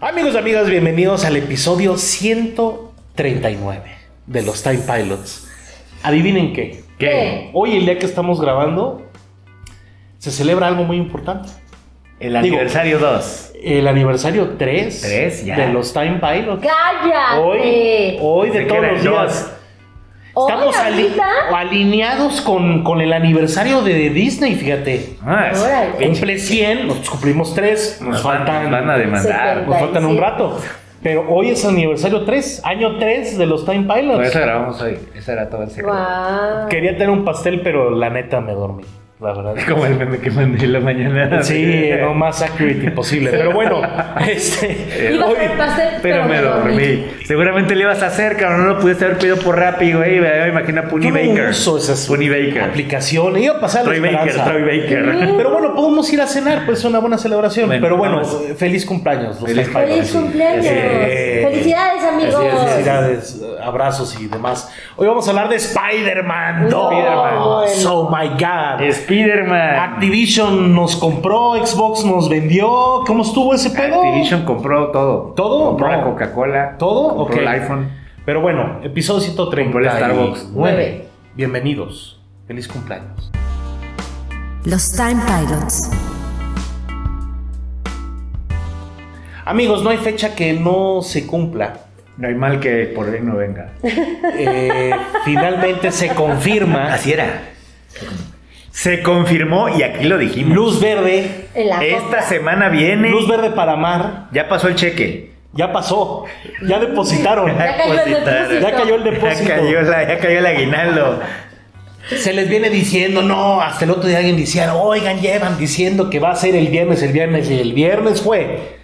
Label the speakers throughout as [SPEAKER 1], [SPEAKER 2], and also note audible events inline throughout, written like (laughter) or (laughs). [SPEAKER 1] Amigos y amigas, bienvenidos al episodio 139 de los Time Pilots. Adivinen qué.
[SPEAKER 2] ¿Qué?
[SPEAKER 1] Hoy, el día que estamos grabando, se celebra algo muy importante.
[SPEAKER 3] El
[SPEAKER 1] Digo-
[SPEAKER 3] aniversario 2.
[SPEAKER 1] El aniversario 3,
[SPEAKER 3] Tres, ya.
[SPEAKER 1] de los Time Pilots.
[SPEAKER 2] ¡Cállate!
[SPEAKER 1] Hoy,
[SPEAKER 2] eh.
[SPEAKER 1] hoy de
[SPEAKER 3] Pensé que
[SPEAKER 1] todos
[SPEAKER 3] era
[SPEAKER 1] los
[SPEAKER 3] el
[SPEAKER 1] días.
[SPEAKER 2] Hoy,
[SPEAKER 1] Estamos ali-
[SPEAKER 2] ahorita,
[SPEAKER 1] alineados con, con el aniversario de Disney, fíjate.
[SPEAKER 3] Ah, es-
[SPEAKER 2] Órale.
[SPEAKER 1] Cumple 100, nos cumplimos 3, nos,
[SPEAKER 3] nos van,
[SPEAKER 1] faltan,
[SPEAKER 3] van a demandar.
[SPEAKER 2] Setenta.
[SPEAKER 1] nos faltan un
[SPEAKER 2] 37.
[SPEAKER 1] rato. Pero hoy es aniversario 3, año 3 de los Time
[SPEAKER 3] Por
[SPEAKER 1] Pilots.
[SPEAKER 3] eso grabamos hoy. Ese era todo el secreto.
[SPEAKER 2] Guau.
[SPEAKER 1] Quería tener un pastel, pero la neta me dormí, la
[SPEAKER 3] (laughs)
[SPEAKER 1] verdad.
[SPEAKER 3] Es (laughs) Como el meme que mandé en la mañana.
[SPEAKER 1] Sí, lo más accurate imposible. Pero bueno, (laughs)
[SPEAKER 3] Eh,
[SPEAKER 1] este,
[SPEAKER 2] Iba a
[SPEAKER 1] hoy-
[SPEAKER 2] hacer pastel,
[SPEAKER 3] Pero me dormí. Seguramente le ibas a hacer, cabrón. No lo pudiste haber pedido por Rappi, güey. Me imagina Puni
[SPEAKER 1] yo no
[SPEAKER 3] Baker.
[SPEAKER 1] uso esas
[SPEAKER 3] Puni Baker.
[SPEAKER 1] aplicaciones. Iba a pasar la
[SPEAKER 3] Troy Baker,
[SPEAKER 1] esperanza.
[SPEAKER 3] Troy Baker.
[SPEAKER 1] Pero bueno, podemos ir a cenar, pues es una buena celebración.
[SPEAKER 3] Bueno,
[SPEAKER 1] Pero bueno,
[SPEAKER 3] vamos.
[SPEAKER 1] eh, feliz cumpleaños. los
[SPEAKER 3] Feliz
[SPEAKER 1] Time Pilots.
[SPEAKER 2] ¡Feliz
[SPEAKER 3] Así
[SPEAKER 2] cumpleaños!
[SPEAKER 1] es.
[SPEAKER 2] ¡Felicidades, amigos!
[SPEAKER 1] Así es, Felicidades, eh, abrazos y demás. Hoy vamos a hablar de Spider-Man 2.
[SPEAKER 3] Spider-Man.
[SPEAKER 1] Oh my God.
[SPEAKER 3] Spider-Man.
[SPEAKER 1] Activision nos compró, Xbox nos vendió. ¿Cómo estuvo ese pedo?
[SPEAKER 3] Activision compró todo.
[SPEAKER 1] ¿Todo?
[SPEAKER 3] Compró la
[SPEAKER 1] No.
[SPEAKER 3] Coca-Cola.
[SPEAKER 1] ¿Todo?
[SPEAKER 3] Compró
[SPEAKER 1] Ok.
[SPEAKER 3] el iPhone.
[SPEAKER 1] Pero bueno, episodio 130.
[SPEAKER 3] Compró el Starbucks.
[SPEAKER 1] Nueve. Bienvenidos. Feliz cumpleaños.
[SPEAKER 4] Los Time Pilots.
[SPEAKER 1] Amigos, no hay fecha que no se cumpla.
[SPEAKER 3] No hay mal que por ahí no venga.
[SPEAKER 1] Eh, finalmente se confirma
[SPEAKER 3] Así era. Se confirmó y aquí lo dijimos.
[SPEAKER 1] luz verde,
[SPEAKER 2] En la
[SPEAKER 3] Esta
[SPEAKER 2] compra.
[SPEAKER 3] semana viene.
[SPEAKER 1] luz verde para mar.
[SPEAKER 3] Ya pasó el cheque.
[SPEAKER 1] Ya pasó, ya
[SPEAKER 3] (laughs)
[SPEAKER 1] depositaron,
[SPEAKER 2] Ya cayó el depósito.
[SPEAKER 1] ya cayó el
[SPEAKER 3] Ya
[SPEAKER 1] depósito.
[SPEAKER 3] (laughs) cayó, la- ya cayó el aguinaldo.
[SPEAKER 1] Se les viene diciendo, no, hasta el otro día alguien decía, oigan, llevan diciendo que va a ser el viernes, el viernes, y el viernes fue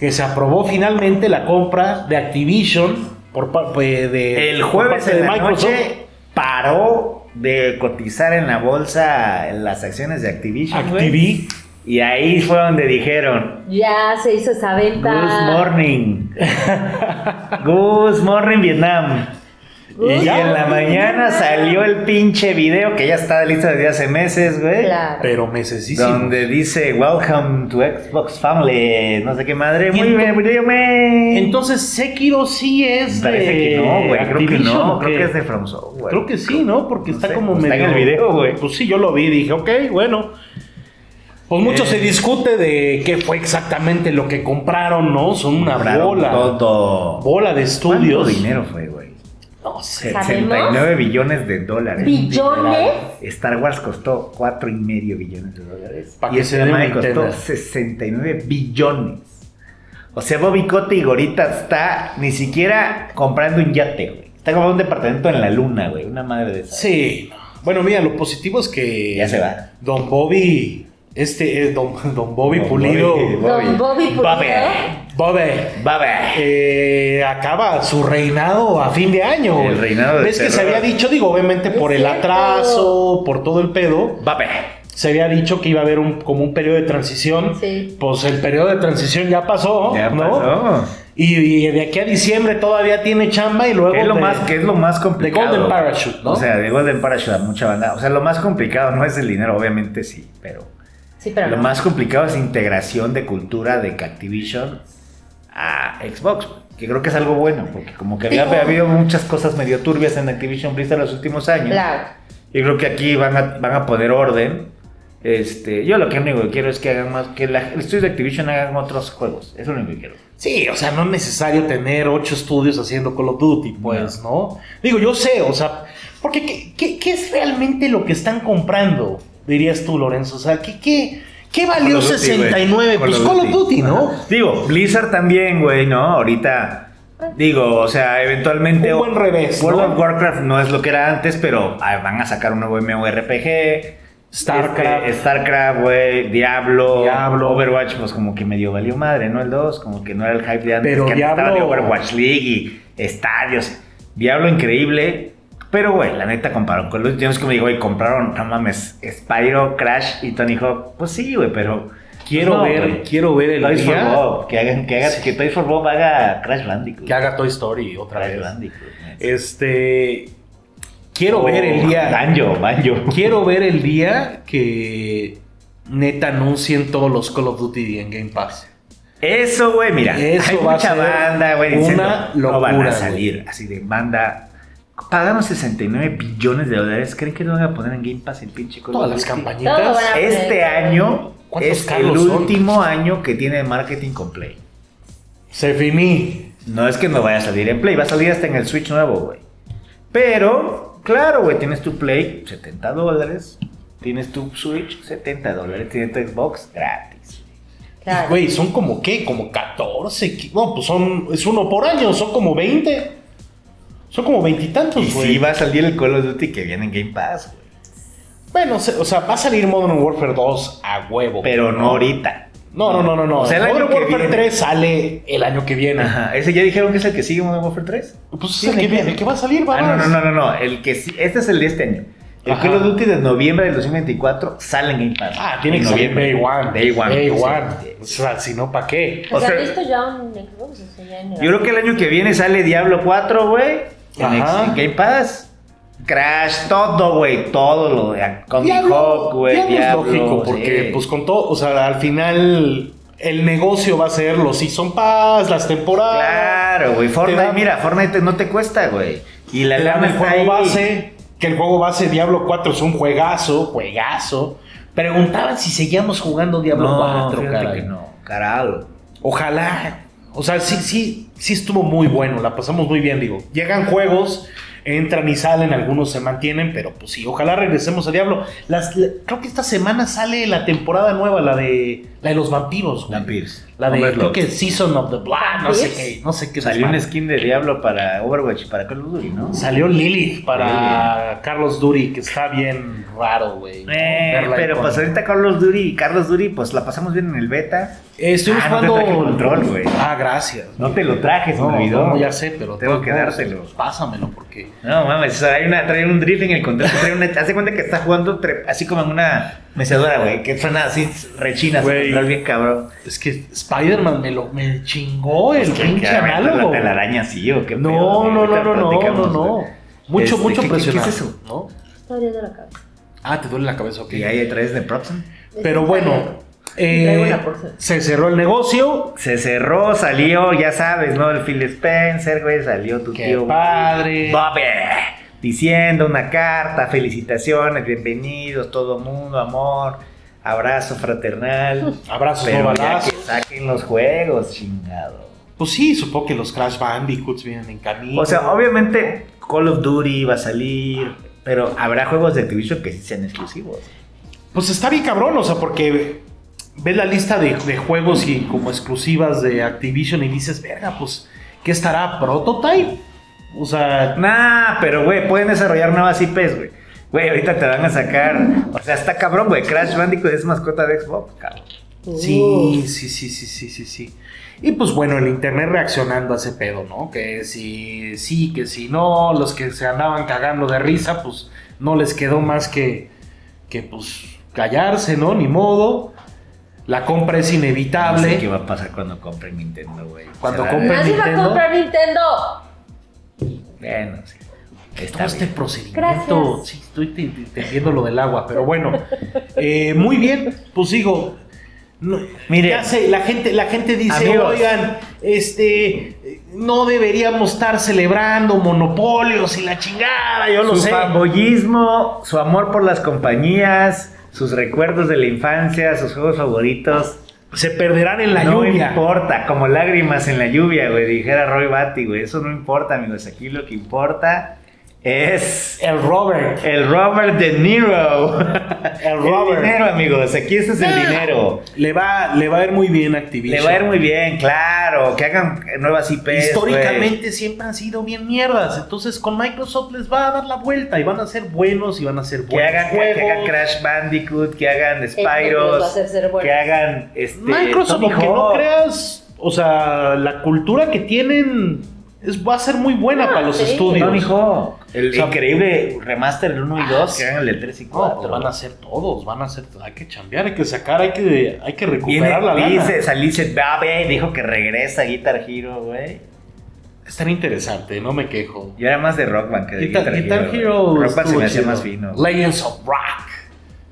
[SPEAKER 1] que se aprobó finalmente la compra de Activision por pa- pues, de
[SPEAKER 3] El
[SPEAKER 1] por
[SPEAKER 3] jueves
[SPEAKER 1] parte
[SPEAKER 3] en
[SPEAKER 1] de
[SPEAKER 3] la
[SPEAKER 1] Microsoft.
[SPEAKER 3] noche paró de cotizar en la bolsa las acciones de Activision. güey.
[SPEAKER 1] Activi.
[SPEAKER 3] Y ahí fue donde dijeron,
[SPEAKER 2] Ya se hizo esa venta.
[SPEAKER 1] (laughs)
[SPEAKER 3] Good morning. Good morning, Vietnam.
[SPEAKER 2] Good
[SPEAKER 3] y en la
[SPEAKER 2] morning,
[SPEAKER 3] mañana
[SPEAKER 2] Vietnam.
[SPEAKER 3] salió el pinche video que ya está lista desde hace meses, güey.
[SPEAKER 2] Claro.
[SPEAKER 1] Pero necesito.
[SPEAKER 3] Donde dice Welcome to Xbox Family, no sé qué madre. Muy
[SPEAKER 1] ento-
[SPEAKER 3] bien, muy bien, güey.
[SPEAKER 1] Entonces Sekiro sí es
[SPEAKER 3] Parece
[SPEAKER 1] de
[SPEAKER 3] que no, güey. Creo que
[SPEAKER 1] Activision,
[SPEAKER 3] no.
[SPEAKER 1] ¿o
[SPEAKER 3] Creo
[SPEAKER 1] qué?
[SPEAKER 3] que es de From Software.
[SPEAKER 1] Creo que sí, ¿no? Porque
[SPEAKER 3] No
[SPEAKER 1] está
[SPEAKER 3] sé,
[SPEAKER 1] como
[SPEAKER 3] está
[SPEAKER 1] medio...
[SPEAKER 3] en el video, güey.
[SPEAKER 1] Pues sí, yo lo vi, dije, ok, bueno. Pues mucho se discute de qué fue exactamente lo que compraron, ¿no? Son una
[SPEAKER 3] Compraron
[SPEAKER 1] bola.
[SPEAKER 3] Todo.
[SPEAKER 1] Bola de
[SPEAKER 3] ¿Cuánto
[SPEAKER 1] estudios.
[SPEAKER 3] dinero fue, güey?
[SPEAKER 1] No sé.
[SPEAKER 2] ¿Sabemos?
[SPEAKER 3] 69 billones de dólares.
[SPEAKER 2] ¿Billones?
[SPEAKER 3] Star Wars costó 4,5 billones de dólares.
[SPEAKER 1] Pa'
[SPEAKER 3] y
[SPEAKER 1] que
[SPEAKER 3] este
[SPEAKER 1] se den
[SPEAKER 3] tema
[SPEAKER 1] una
[SPEAKER 3] costó
[SPEAKER 1] idea.
[SPEAKER 3] 69 billones. O sea, Bobby Cote y Gorita está ni siquiera comprando un yate, güey. Está comprando un departamento en la luna, güey. Una madre de esas.
[SPEAKER 1] Sí. Bueno, mira, lo positivo es que...
[SPEAKER 3] Ya se va.
[SPEAKER 1] Don Bobby... Este es Don, don Bobby
[SPEAKER 3] Don
[SPEAKER 1] Pulido.
[SPEAKER 3] Bobby.
[SPEAKER 2] Don Bobby Pulido. ¿eh?
[SPEAKER 3] Bobby.
[SPEAKER 1] Bobby.
[SPEAKER 3] Baba.
[SPEAKER 1] eh, acaba su reinado a fin de año.
[SPEAKER 3] El reinado de
[SPEAKER 1] Ves que se
[SPEAKER 3] terror.
[SPEAKER 1] había dicho, digo, obviamente
[SPEAKER 2] Es
[SPEAKER 1] por el
[SPEAKER 2] cierto.
[SPEAKER 1] atraso, por todo el pedo,
[SPEAKER 3] Baba.
[SPEAKER 1] se había dicho que iba a haber un, como un periodo de transición.
[SPEAKER 2] Sí.
[SPEAKER 1] Pues el periodo de transición ya pasó,
[SPEAKER 3] Ya
[SPEAKER 1] ¿no?
[SPEAKER 3] pasó.
[SPEAKER 1] Y, y de aquí a diciembre todavía tiene chamba y luego.
[SPEAKER 3] ¿Qué es lo
[SPEAKER 1] de-
[SPEAKER 3] más, que es lo más complicado?
[SPEAKER 1] Golden Parachute, ¿no?
[SPEAKER 3] O sea, de Golden Parachute a mucha banda. O sea, lo más complicado no es el dinero, obviamente sí, pero
[SPEAKER 2] Sí, pero
[SPEAKER 3] lo
[SPEAKER 2] no.
[SPEAKER 3] más complicado es integración de cultura de Activision a Xbox, que creo que es algo bueno, porque como que había,
[SPEAKER 2] Digo-
[SPEAKER 3] habido muchas cosas medio turbias en Activision Blizzard los últimos años.
[SPEAKER 2] Claro.
[SPEAKER 3] Yo creo que aquí van a, van a poner orden. Este, yo lo que único que quiero es que hagan más, que la- el estudio de Activision hagan otros juegos. Eso es lo único que quiero.
[SPEAKER 1] Sí, o sea, no es necesario tener ocho estudios haciendo Call of Duty, pues, ¿no? Digo, yo sé, o sea, porque ¿qué, qué, qué es realmente lo que están comprando? Dirías tú, Lorenzo, o sea, ¿qué, qué, qué valió
[SPEAKER 3] Call of Duty,
[SPEAKER 1] 69?
[SPEAKER 3] güey.
[SPEAKER 1] pues Call of Duty, ¿no?
[SPEAKER 3] Ajá. Digo, Blizzard también, güey, ¿no? Ahorita. Digo, o sea, eventualmente.
[SPEAKER 1] Un buen revés,
[SPEAKER 3] World
[SPEAKER 1] ¿no?
[SPEAKER 3] of Warcraft no es lo que era antes, pero ah, van a sacar un nuevo MMORPG.
[SPEAKER 1] StarCraft.
[SPEAKER 3] Este, StarCraft, güey. Diablo.
[SPEAKER 1] Diablo.
[SPEAKER 3] Overwatch, pues como que medio valió madre, ¿no? El 2, como que no era el hype de antes.
[SPEAKER 1] Pero
[SPEAKER 3] que antes
[SPEAKER 1] Diablo-
[SPEAKER 3] estaba de Overwatch League y estadios. Diablo increíble. Pero, güey, la neta compraron con los Jones, como digo, güey, compraron, no mames, Spyro, Crash y Tony Hawk. Pues sí, güey, pero.
[SPEAKER 1] Quiero
[SPEAKER 3] No,
[SPEAKER 1] ver,
[SPEAKER 3] güey.
[SPEAKER 1] quiero ver el
[SPEAKER 3] Toys for
[SPEAKER 1] día
[SPEAKER 3] Bob, que hagan, que haga, que Toys for Bob haga Crash Bandicoot.
[SPEAKER 1] que haga Toy Story otra
[SPEAKER 3] Crash
[SPEAKER 1] vez.
[SPEAKER 3] Bandicoot. neta.
[SPEAKER 1] Este, quiero ver el día.
[SPEAKER 3] Banjo, Banjo.
[SPEAKER 1] Quiero ver el día que neta anuncien todos los Call of Duty en Game Pass.
[SPEAKER 3] Eso, güey, mira.
[SPEAKER 1] Eso
[SPEAKER 3] hay
[SPEAKER 1] va a
[SPEAKER 3] mucha
[SPEAKER 1] ser
[SPEAKER 3] banda, güey,
[SPEAKER 1] una
[SPEAKER 3] diciendo, no van
[SPEAKER 1] locura,
[SPEAKER 3] a salir. Así de banda. Pagaron 69 billones de dólares. ¿Creen que no van a poner en Game Pass el pinche Call of
[SPEAKER 1] Todas las
[SPEAKER 3] Duty?
[SPEAKER 2] Todo
[SPEAKER 1] campañitas.
[SPEAKER 2] va a-
[SPEAKER 3] Este año
[SPEAKER 1] ¿Cuántos
[SPEAKER 3] es el
[SPEAKER 1] Carlos son?
[SPEAKER 3] último año que tiene marketing con Play.
[SPEAKER 1] Se finí.
[SPEAKER 3] No es que no vaya a salir en Play, va a salir hasta en el Switch nuevo, güey. Pero, claro, güey, tienes tu Play, 70 dólares. Tienes tu Switch, 70 dólares. Tienes tu Xbox, gratis.
[SPEAKER 1] Y, Güey, son como qué, como 14. qui- No, pues son, es uno por año, son como 20. Son como
[SPEAKER 3] Y
[SPEAKER 1] veintitantos, güey.
[SPEAKER 3] sí va a salir el Call of Duty que viene en Game Pass, güey.
[SPEAKER 1] Bueno, se- o sea, va a salir Modern Warfare 2 a huevo.
[SPEAKER 3] Pero no ahorita.
[SPEAKER 1] No, no, no, no, no.
[SPEAKER 3] O sea, el
[SPEAKER 1] Modern
[SPEAKER 3] año que
[SPEAKER 1] Warfare
[SPEAKER 3] viene.
[SPEAKER 1] 3 sale el año que viene.
[SPEAKER 3] Ajá. Ese ya dijeron que es el que sigue Modern Warfare 3.
[SPEAKER 1] Pues es el que viene, el que va a salir, va
[SPEAKER 3] Ah, no, no, no, no, no. El que sí, este es el de este año. El
[SPEAKER 1] Ajá.
[SPEAKER 3] Call of Duty de noviembre del 2024 sale en Game Pass.
[SPEAKER 1] Ah, tiene
[SPEAKER 3] En
[SPEAKER 1] que salir
[SPEAKER 3] noviembre.
[SPEAKER 1] Day One.
[SPEAKER 3] Day One.
[SPEAKER 1] Day
[SPEAKER 3] sí.
[SPEAKER 1] One. O sea, si no, ¿para qué?
[SPEAKER 2] O
[SPEAKER 3] o
[SPEAKER 2] sea,
[SPEAKER 3] sea-
[SPEAKER 2] ¿listo ya un Xbox? O sea, ya en-
[SPEAKER 3] Yo creo que el año que viene sale Diablo 4, güey. En,
[SPEAKER 1] Ajá.
[SPEAKER 3] ex- en Game Pass. Crash, todo, güey. Todo lo de Comic Hawk, güey.
[SPEAKER 1] Diablo
[SPEAKER 3] Diablo.
[SPEAKER 1] es lógico, porque
[SPEAKER 3] sí.
[SPEAKER 1] pues con todo, o sea, al final el negocio va a ser los Season Pass, las temporadas.
[SPEAKER 3] Claro, güey. Fortnite,
[SPEAKER 1] Te da-
[SPEAKER 3] mira, Fortnite no te cuesta, güey. Y la
[SPEAKER 1] te dan
[SPEAKER 3] lana
[SPEAKER 1] el
[SPEAKER 3] está
[SPEAKER 1] juego
[SPEAKER 3] ahí.
[SPEAKER 1] base, que el juego base Diablo 4 es un juegazo, juegazo. Preguntaban si seguíamos jugando Diablo
[SPEAKER 3] No,
[SPEAKER 1] 4,
[SPEAKER 3] fíjate
[SPEAKER 1] caray.
[SPEAKER 3] que no. Carajo.
[SPEAKER 1] Ojalá. O sea, sí, sí, sí estuvo muy bueno, la pasamos muy bien, digo. Llegan juegos, entran y salen, algunos se mantienen, pero pues sí, ojalá regresemos a Diablo. Las, la- creo que esta semana sale la temporada nueva, la de, la de los vampiros. güey.
[SPEAKER 3] Vampiros.
[SPEAKER 1] La de, creo
[SPEAKER 3] Overlord.
[SPEAKER 1] que Season of the Blood, no sé qué, no sé qué.
[SPEAKER 3] Salió un
[SPEAKER 1] desmadre.
[SPEAKER 3] skin de Diablo para Overwatch y para Call of Duty, ¿no?
[SPEAKER 1] Salió Lilith para Carlos Duri, que está bien raro, güey.
[SPEAKER 3] Eh,
[SPEAKER 1] Verla ahí
[SPEAKER 3] pero
[SPEAKER 1] con-
[SPEAKER 3] pues ahorita Carlos Duri y Carlos Duri, pues la pasamos bien en el beta.
[SPEAKER 1] Eh, estuvimos
[SPEAKER 3] Ah, no te
[SPEAKER 1] jugando-
[SPEAKER 3] traje el control, güey.
[SPEAKER 1] Ah, gracias.
[SPEAKER 3] No te lo traje, se
[SPEAKER 1] No,
[SPEAKER 3] me olvidó.
[SPEAKER 1] no, ya sé, pero...
[SPEAKER 3] Tengo que
[SPEAKER 1] no,
[SPEAKER 3] dártelo.
[SPEAKER 1] Pásamelo, porque...
[SPEAKER 3] No mames, o sea, hay una, trae un drift en el control. Trae una, hace cuenta que está jugando tre- así como en una mecedora, güey, que suena así, rechina, su
[SPEAKER 1] Güey.
[SPEAKER 3] control bien cabrón.
[SPEAKER 1] Es que Spider-Man me lo me chingó el
[SPEAKER 3] Es Pues que
[SPEAKER 1] pinche
[SPEAKER 3] claramente
[SPEAKER 1] análogo.
[SPEAKER 3] La telaraña sí, o qué
[SPEAKER 1] No,
[SPEAKER 3] pedo, güey,
[SPEAKER 1] no, no,
[SPEAKER 3] ahorita
[SPEAKER 1] no, no, no,
[SPEAKER 3] platicamos,
[SPEAKER 1] no.
[SPEAKER 3] güey.
[SPEAKER 1] Mucho,
[SPEAKER 3] Este,
[SPEAKER 1] mucho
[SPEAKER 3] ¿qué- qué- qué es
[SPEAKER 1] presionado.
[SPEAKER 3] eso?
[SPEAKER 1] ¿no?
[SPEAKER 2] Está doliendo la cabeza.
[SPEAKER 1] Ah, te duele la cabeza, ok.
[SPEAKER 3] Y ahí traes de Propson.
[SPEAKER 1] Pero bueno, eh,
[SPEAKER 2] Traigo una porción.
[SPEAKER 1] se cerró el negocio.
[SPEAKER 3] Se cerró, salió, ya sabes, ¿no? El Phil Spencer, güey, salió tu
[SPEAKER 1] Qué
[SPEAKER 3] tío.
[SPEAKER 1] padre.
[SPEAKER 3] Bobby, diciendo una carta, felicitaciones, bienvenidos, todo mundo, amor, abrazo (laughs) fraternal.
[SPEAKER 1] Abrazos, no
[SPEAKER 3] Pero ya que
[SPEAKER 1] balazos.
[SPEAKER 3] saquen los juegos, chingado.
[SPEAKER 1] Pues sí, supongo que los Crash Bandicoots vienen en camino.
[SPEAKER 3] O sea, obviamente Call of Duty va a salir, pero habrá juegos de Activision que sí sean exclusivos.
[SPEAKER 1] Pues está bien cabrón, o sea, porque ves la lista de, de juegos y como exclusivas de Activision y dices, verga, pues, ¿qué estará? ¿Prototype? O sea,
[SPEAKER 3] Nah, pero güey, pueden desarrollar nuevas IPs, güey. Güey, ahorita te van a sacar. O sea, está cabrón, güey. Crash Bandicoot es mascota de Xbox, cabrón.
[SPEAKER 1] Sí, sí, sí, sí, sí, sí, sí. Y pues bueno, el internet reaccionando a ese pedo, ¿no? Que si sí, que si no, los que se andaban cagando de risa, pues no les quedó más que, que pues callarse, ¿no? Ni modo. La compra es
[SPEAKER 3] No sé qué
[SPEAKER 1] inevitable.
[SPEAKER 3] va a pasar cuando compre Nintendo, güey.
[SPEAKER 1] Cuando
[SPEAKER 3] Será-
[SPEAKER 1] compre-
[SPEAKER 2] Nadie Ah, va a
[SPEAKER 1] Nintendo.
[SPEAKER 2] comprar Nintendo.
[SPEAKER 3] Bueno, sí. Está
[SPEAKER 1] Todo este
[SPEAKER 3] bien.
[SPEAKER 1] procedimiento.
[SPEAKER 2] Gracias.
[SPEAKER 1] Sí, estoy te- te- entendiendo lo del agua, pero bueno. Eh, muy bien, pues digo. no-
[SPEAKER 3] Mire.
[SPEAKER 1] ya sé, la gente, la gente dice,
[SPEAKER 3] Amigos.
[SPEAKER 1] oigan, este, eh, no deberíamos estar celebrando monopolios y la chingada, ah, yo lo
[SPEAKER 3] su
[SPEAKER 1] sé.
[SPEAKER 3] fanboyismo, su amor por las compañías, sus recuerdos de la infancia, sus juegos favoritos.
[SPEAKER 1] Se perderán en la
[SPEAKER 3] no
[SPEAKER 1] lluvia.
[SPEAKER 3] importa, como lágrimas en la lluvia, güey, dijera Roy Batty, güey. Eso no importa, amigos. Aquí lo que importa es
[SPEAKER 1] El Robert.
[SPEAKER 3] el Robert De Niro. El
[SPEAKER 1] Robert. Ah.
[SPEAKER 3] dinero, amigos. Aquí este es el dinero.
[SPEAKER 1] Le va, le va a ir muy bien a Activision.
[SPEAKER 3] Le va a ir muy bien, claro. Que hagan nuevas IPs. güey.
[SPEAKER 1] Históricamente siempre han sido bien mierdas. Entonces con Microsoft les va a dar la vuelta y van a ser buenos y van a ser
[SPEAKER 3] Que
[SPEAKER 1] buenos.
[SPEAKER 3] hagan, que
[SPEAKER 1] pues, juegos.
[SPEAKER 3] hagan Crash Bandicoot, que hagan
[SPEAKER 2] Xbox los Este, pues, va a
[SPEAKER 3] Spyros,
[SPEAKER 2] hacer ser buenos.
[SPEAKER 3] que hagan este,
[SPEAKER 1] Microsoft,
[SPEAKER 3] Tony
[SPEAKER 1] aunque no
[SPEAKER 3] Hawk.
[SPEAKER 1] creas, o sea, la cultura que tienen es, va a ser muy buena
[SPEAKER 2] Ah,
[SPEAKER 1] para los
[SPEAKER 2] sí.
[SPEAKER 1] estudios.
[SPEAKER 3] Tony Hawk. El
[SPEAKER 1] O sea,
[SPEAKER 3] increíble remaster del 1 y 2,
[SPEAKER 1] Ah,
[SPEAKER 3] que hagan el del 3 y
[SPEAKER 1] No,
[SPEAKER 3] 4.
[SPEAKER 1] te van a hacer todos, van a hacer, hay que chambear, hay que sacar, hay que, hay que
[SPEAKER 3] Viene,
[SPEAKER 1] recuperar la
[SPEAKER 3] dice,
[SPEAKER 1] lana.
[SPEAKER 3] Salice Babe, dijo que regresa a Guitar Hero, güey.
[SPEAKER 1] Es tan interesante, no me quejo.
[SPEAKER 3] Yo era más de Rock Band que de
[SPEAKER 1] Guitar,
[SPEAKER 3] Guitar,
[SPEAKER 1] Guitar
[SPEAKER 3] güey.
[SPEAKER 1] Hero
[SPEAKER 3] Rock Band se
[SPEAKER 1] estuvo
[SPEAKER 3] me hacía
[SPEAKER 1] chido.
[SPEAKER 3] más fino.
[SPEAKER 1] Legends of Rock,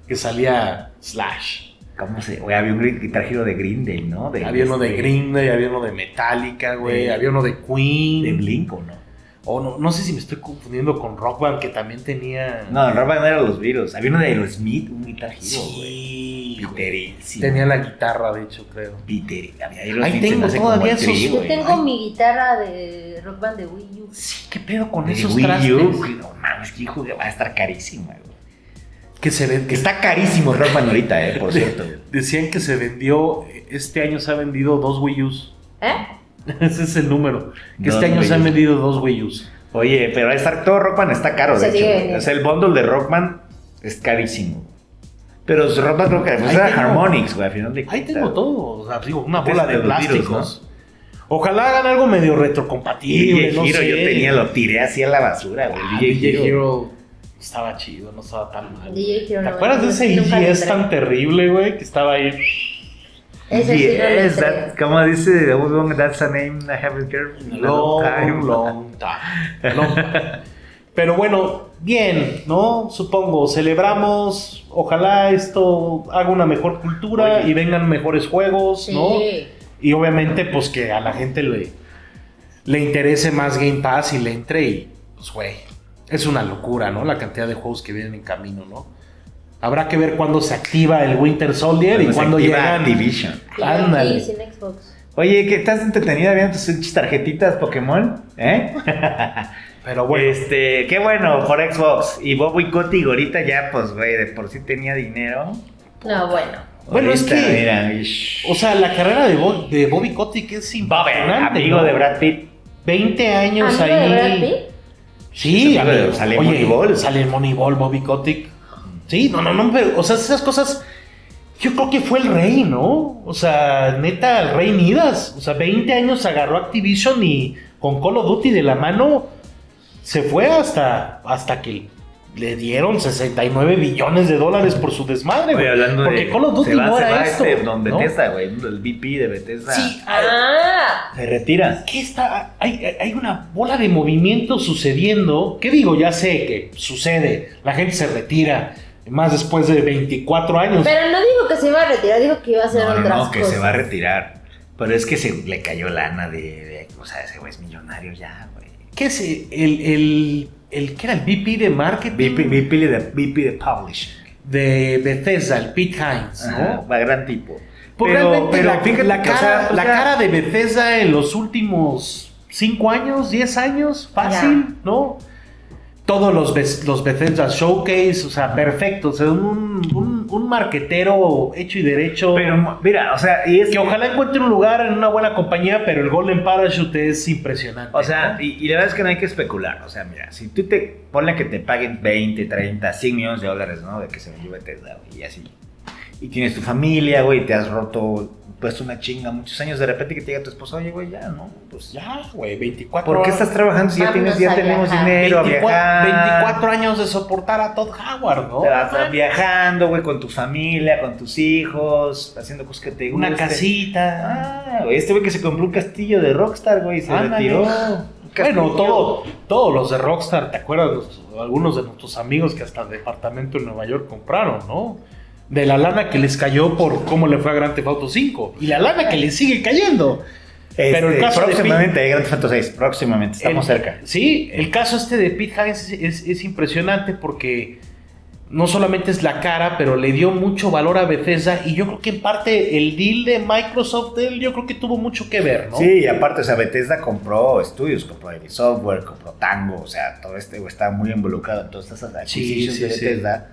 [SPEAKER 1] que salía Slash.
[SPEAKER 3] ¿Cómo se? Güey, había un Gri- Guitar Hero de Green Day, ¿no? De,
[SPEAKER 1] había uno de
[SPEAKER 3] este,
[SPEAKER 1] Green Day, había uno de Metallica, güey,
[SPEAKER 3] Sí.
[SPEAKER 1] había uno de
[SPEAKER 3] De
[SPEAKER 1] Queen.
[SPEAKER 3] Blink, ¿o no?
[SPEAKER 1] o no, no sé si me estoy confundiendo con Rock Band, que también tenía.
[SPEAKER 3] No, el Rock Band era los virus. Había uno de Aerosmith, un Guitar Hero, güey.
[SPEAKER 1] sí, güey.
[SPEAKER 3] Piterísimo.
[SPEAKER 1] Tenía la guitarra, de hecho, creo.
[SPEAKER 3] Peter, había
[SPEAKER 1] Ahí tengo todavía esos-
[SPEAKER 2] Yo
[SPEAKER 1] güey,
[SPEAKER 2] tengo
[SPEAKER 1] ay.
[SPEAKER 2] mi guitarra de rock band de Wii U.
[SPEAKER 1] Sí, ¿qué pedo con
[SPEAKER 3] con
[SPEAKER 1] esos
[SPEAKER 3] esos Wii U,
[SPEAKER 1] trastes?
[SPEAKER 3] güey, no mames, que hijo, que va a estar carísima, güey.
[SPEAKER 1] Que se ven,
[SPEAKER 3] Que está carísimo Rock Band ahorita, eh, por cierto. güey.
[SPEAKER 1] Decían que se vendió, este año se ha vendido dos Wii Us. (laughs)
[SPEAKER 2] ¿Eh?
[SPEAKER 1] Ese es el número. Que
[SPEAKER 3] Dos
[SPEAKER 1] este año
[SPEAKER 3] Wii
[SPEAKER 1] se han
[SPEAKER 3] Us.
[SPEAKER 1] vendido dos Wii Us.
[SPEAKER 3] Oye, pero estar todo Rockman está caro,
[SPEAKER 2] Se
[SPEAKER 3] de hecho.
[SPEAKER 2] sigue
[SPEAKER 3] güey.
[SPEAKER 2] vendiendo.
[SPEAKER 3] O sea, el bundle de Rockman es carísimo. Pero su Rockman creo que además
[SPEAKER 1] Ahí
[SPEAKER 3] era
[SPEAKER 1] tengo-
[SPEAKER 3] Harmonix, güey, al final de
[SPEAKER 1] Ahí
[SPEAKER 3] cuentas.
[SPEAKER 1] tengo todo. O sea, digo, una
[SPEAKER 3] Antes
[SPEAKER 1] bola de
[SPEAKER 3] de los virus,
[SPEAKER 1] plásticos. Ojalá hagan algo medio
[SPEAKER 3] Y
[SPEAKER 1] retrocompatible.
[SPEAKER 3] DJ
[SPEAKER 1] no
[SPEAKER 3] Hero,
[SPEAKER 1] sé.
[SPEAKER 3] yo tenía, lo tiré así a la basura, güey.
[SPEAKER 1] Ah,
[SPEAKER 3] DJ,
[SPEAKER 1] DJ
[SPEAKER 3] Hero.
[SPEAKER 1] Hero estaba chido, no estaba tan mal.
[SPEAKER 2] DJ Hero
[SPEAKER 1] ¿Te
[SPEAKER 2] no,
[SPEAKER 1] acuerdas de ese
[SPEAKER 2] nunca lo
[SPEAKER 1] EGS
[SPEAKER 2] entré.
[SPEAKER 1] tan terrible, güey? Que estaba ahí.
[SPEAKER 2] Ese sí no lo
[SPEAKER 3] Yes,
[SPEAKER 2] entré.
[SPEAKER 3] that- ¿cómo dice? That's a name I haven't heard in a long time.
[SPEAKER 1] Long, long time. Long time. Pero bueno, bien, ¿no? Supongo, celebramos, ojalá esto haga una mejor cultura
[SPEAKER 3] Oye.
[SPEAKER 1] y vengan mejores juegos,
[SPEAKER 2] Sí.
[SPEAKER 1] ¿no? Y obviamente, pues que a la gente le, le interese más Game Pass y le entre y, pues, güey, es una locura, ¿no? La cantidad de juegos que vienen en camino, ¿no? Habrá que ver cuándo se activa el Winter Soldier y
[SPEAKER 3] Cuando se
[SPEAKER 1] cuándo
[SPEAKER 3] activa
[SPEAKER 1] llegan.
[SPEAKER 3] Activision.
[SPEAKER 1] Ándale.
[SPEAKER 2] Y sin Xbox.
[SPEAKER 3] Oye, ¿qué estás entretenida viendo tus pinches tarjetitas Pokémon? ¿Eh? (laughs)
[SPEAKER 1] Pero bueno,
[SPEAKER 3] Este, qué bueno por Xbox. Y Bobo y Coti Gorita ya, pues, güey, de por sí tenía dinero.
[SPEAKER 2] No, bueno.
[SPEAKER 1] Bueno, es
[SPEAKER 3] Ahorita,
[SPEAKER 1] que-
[SPEAKER 3] mira, ish.
[SPEAKER 1] o sea, la carrera de, Bo- de Bobby Kotick es
[SPEAKER 3] Bobby,
[SPEAKER 1] impresionante.
[SPEAKER 3] amigo
[SPEAKER 1] ¿no?
[SPEAKER 3] de Brad Pitt.
[SPEAKER 1] 20 años
[SPEAKER 2] ¿Amigo
[SPEAKER 1] ahí.
[SPEAKER 2] de Brad Pitt?
[SPEAKER 1] Sí,
[SPEAKER 3] Es amigo de-
[SPEAKER 1] amigo.
[SPEAKER 3] sale en
[SPEAKER 1] Oye,
[SPEAKER 3] Moneyball.
[SPEAKER 1] Sale en Moneyball, Bobby Kotick. Sí, no, no, no, pero, o sea, esas cosas. Yo creo que fue el rey, ¿no? O sea, neta, el rey Midas. O sea, 20 años agarró Activision y con Call of Duty de la mano se fue hasta, hasta que le dieron 69 billones de dólares por su desmadre, güey.
[SPEAKER 3] Oye, hablando
[SPEAKER 1] Porque
[SPEAKER 3] de.
[SPEAKER 1] Call of Duty
[SPEAKER 3] se va,
[SPEAKER 1] no
[SPEAKER 3] se
[SPEAKER 1] era
[SPEAKER 3] va
[SPEAKER 1] esto.
[SPEAKER 3] Este, don
[SPEAKER 1] ¿no?
[SPEAKER 3] Bethesda, güey. El VP de Bethesda.
[SPEAKER 1] Sí, a-
[SPEAKER 2] Ah,
[SPEAKER 3] Se retira.
[SPEAKER 1] ¿Qué está? Hay, hay- hay una bola de movimiento sucediendo. ¿Qué digo? Ya sé que sucede. La gente se retira. Más después de 24 años.
[SPEAKER 2] pero no digo que se iba a retirar, digo que iba a hacer
[SPEAKER 3] No, no,
[SPEAKER 2] otras
[SPEAKER 3] no, que
[SPEAKER 2] cosas.
[SPEAKER 3] se va a retirar. Pero es que se le cayó lana de. de- o sea, ese güey es millonario ya, güey.
[SPEAKER 1] ¿Qué es el, el, el que era el VP de marketing?
[SPEAKER 3] VP, VP de, VP de Publishing.
[SPEAKER 1] De Bethesda, el Pete Hines, ¿no?
[SPEAKER 3] Ajá, va, gran tipo.
[SPEAKER 1] Pues realmente la, la
[SPEAKER 3] que, o
[SPEAKER 1] cara,
[SPEAKER 3] sea, o
[SPEAKER 1] la
[SPEAKER 3] sea,
[SPEAKER 1] cara de Bethesda en los últimos 5 años, 10 años, fácil, ¿no? Todos los, Bes- los Bethesda Showcase, o sea, perfecto. O sea, un, un, un marquetero hecho y derecho.
[SPEAKER 3] Pero mira, o sea, y es
[SPEAKER 1] que ojalá encuentre un lugar en una buena compañía, pero el Golden Parachute es impresionante.
[SPEAKER 3] O sea,
[SPEAKER 1] ¿no?
[SPEAKER 3] y, y la verdad es que no hay que especular. O sea, mira, si tú te ponle que te paguen 20, 30, 100 millones de dólares, ¿no? De que se me lleve Tesla, güey, y así. Y tienes tu familia, güey, te has roto, pues una chinga muchos años. De repente que te llega tu esposa, oye, güey, ya, ¿no? Pues ya.
[SPEAKER 1] ya, güey, 24
[SPEAKER 3] ¿Por qué estás trabajando si ya,
[SPEAKER 2] Vámonos
[SPEAKER 3] tienes, ya
[SPEAKER 2] a
[SPEAKER 3] tenemos
[SPEAKER 2] viajar.
[SPEAKER 3] dinero?
[SPEAKER 1] 24,
[SPEAKER 3] a viajar.
[SPEAKER 1] 24 años de soportar a Todd Howard, ¿no?
[SPEAKER 3] Te vas a- viajando, güey, con tu familia, con tus hijos, haciendo cosas que te gusten.
[SPEAKER 1] Una casita.
[SPEAKER 3] Ah, güey, este güey que se compró un castillo de Rockstar, güey, y se
[SPEAKER 1] Ándale.
[SPEAKER 3] retiró.
[SPEAKER 1] Bueno,
[SPEAKER 3] Castillo.
[SPEAKER 1] todo, todos los de Rockstar, ¿te acuerdas? Los- algunos de nuestros amigos que hasta el departamento en Nueva York compraron, ¿no? De la lana que les cayó por cómo le fue a Grand Theft Auto 5. Y la lana que le sigue cayendo. Pero
[SPEAKER 3] Pero
[SPEAKER 1] el caso de
[SPEAKER 3] Este, próximamente hay Grand Theft Auto 6, próximamente, estamos
[SPEAKER 1] El-
[SPEAKER 3] cerca.
[SPEAKER 1] Sí, el caso este de Pete Hines es, es- es impresionante porque no solamente es la cara, pero le dio mucho valor a Bethesda. Y yo creo que en parte el deal de Microsoft, de él, yo creo que tuvo mucho que ver, ¿no?
[SPEAKER 3] Sí, y aparte, o sea, Bethesda compró estudios, compró ID Software, compró Tango, o sea, todo este güey está muy involucrado en todas estas adquisiciones
[SPEAKER 1] sí,
[SPEAKER 3] de
[SPEAKER 1] sí.
[SPEAKER 3] Bethesda.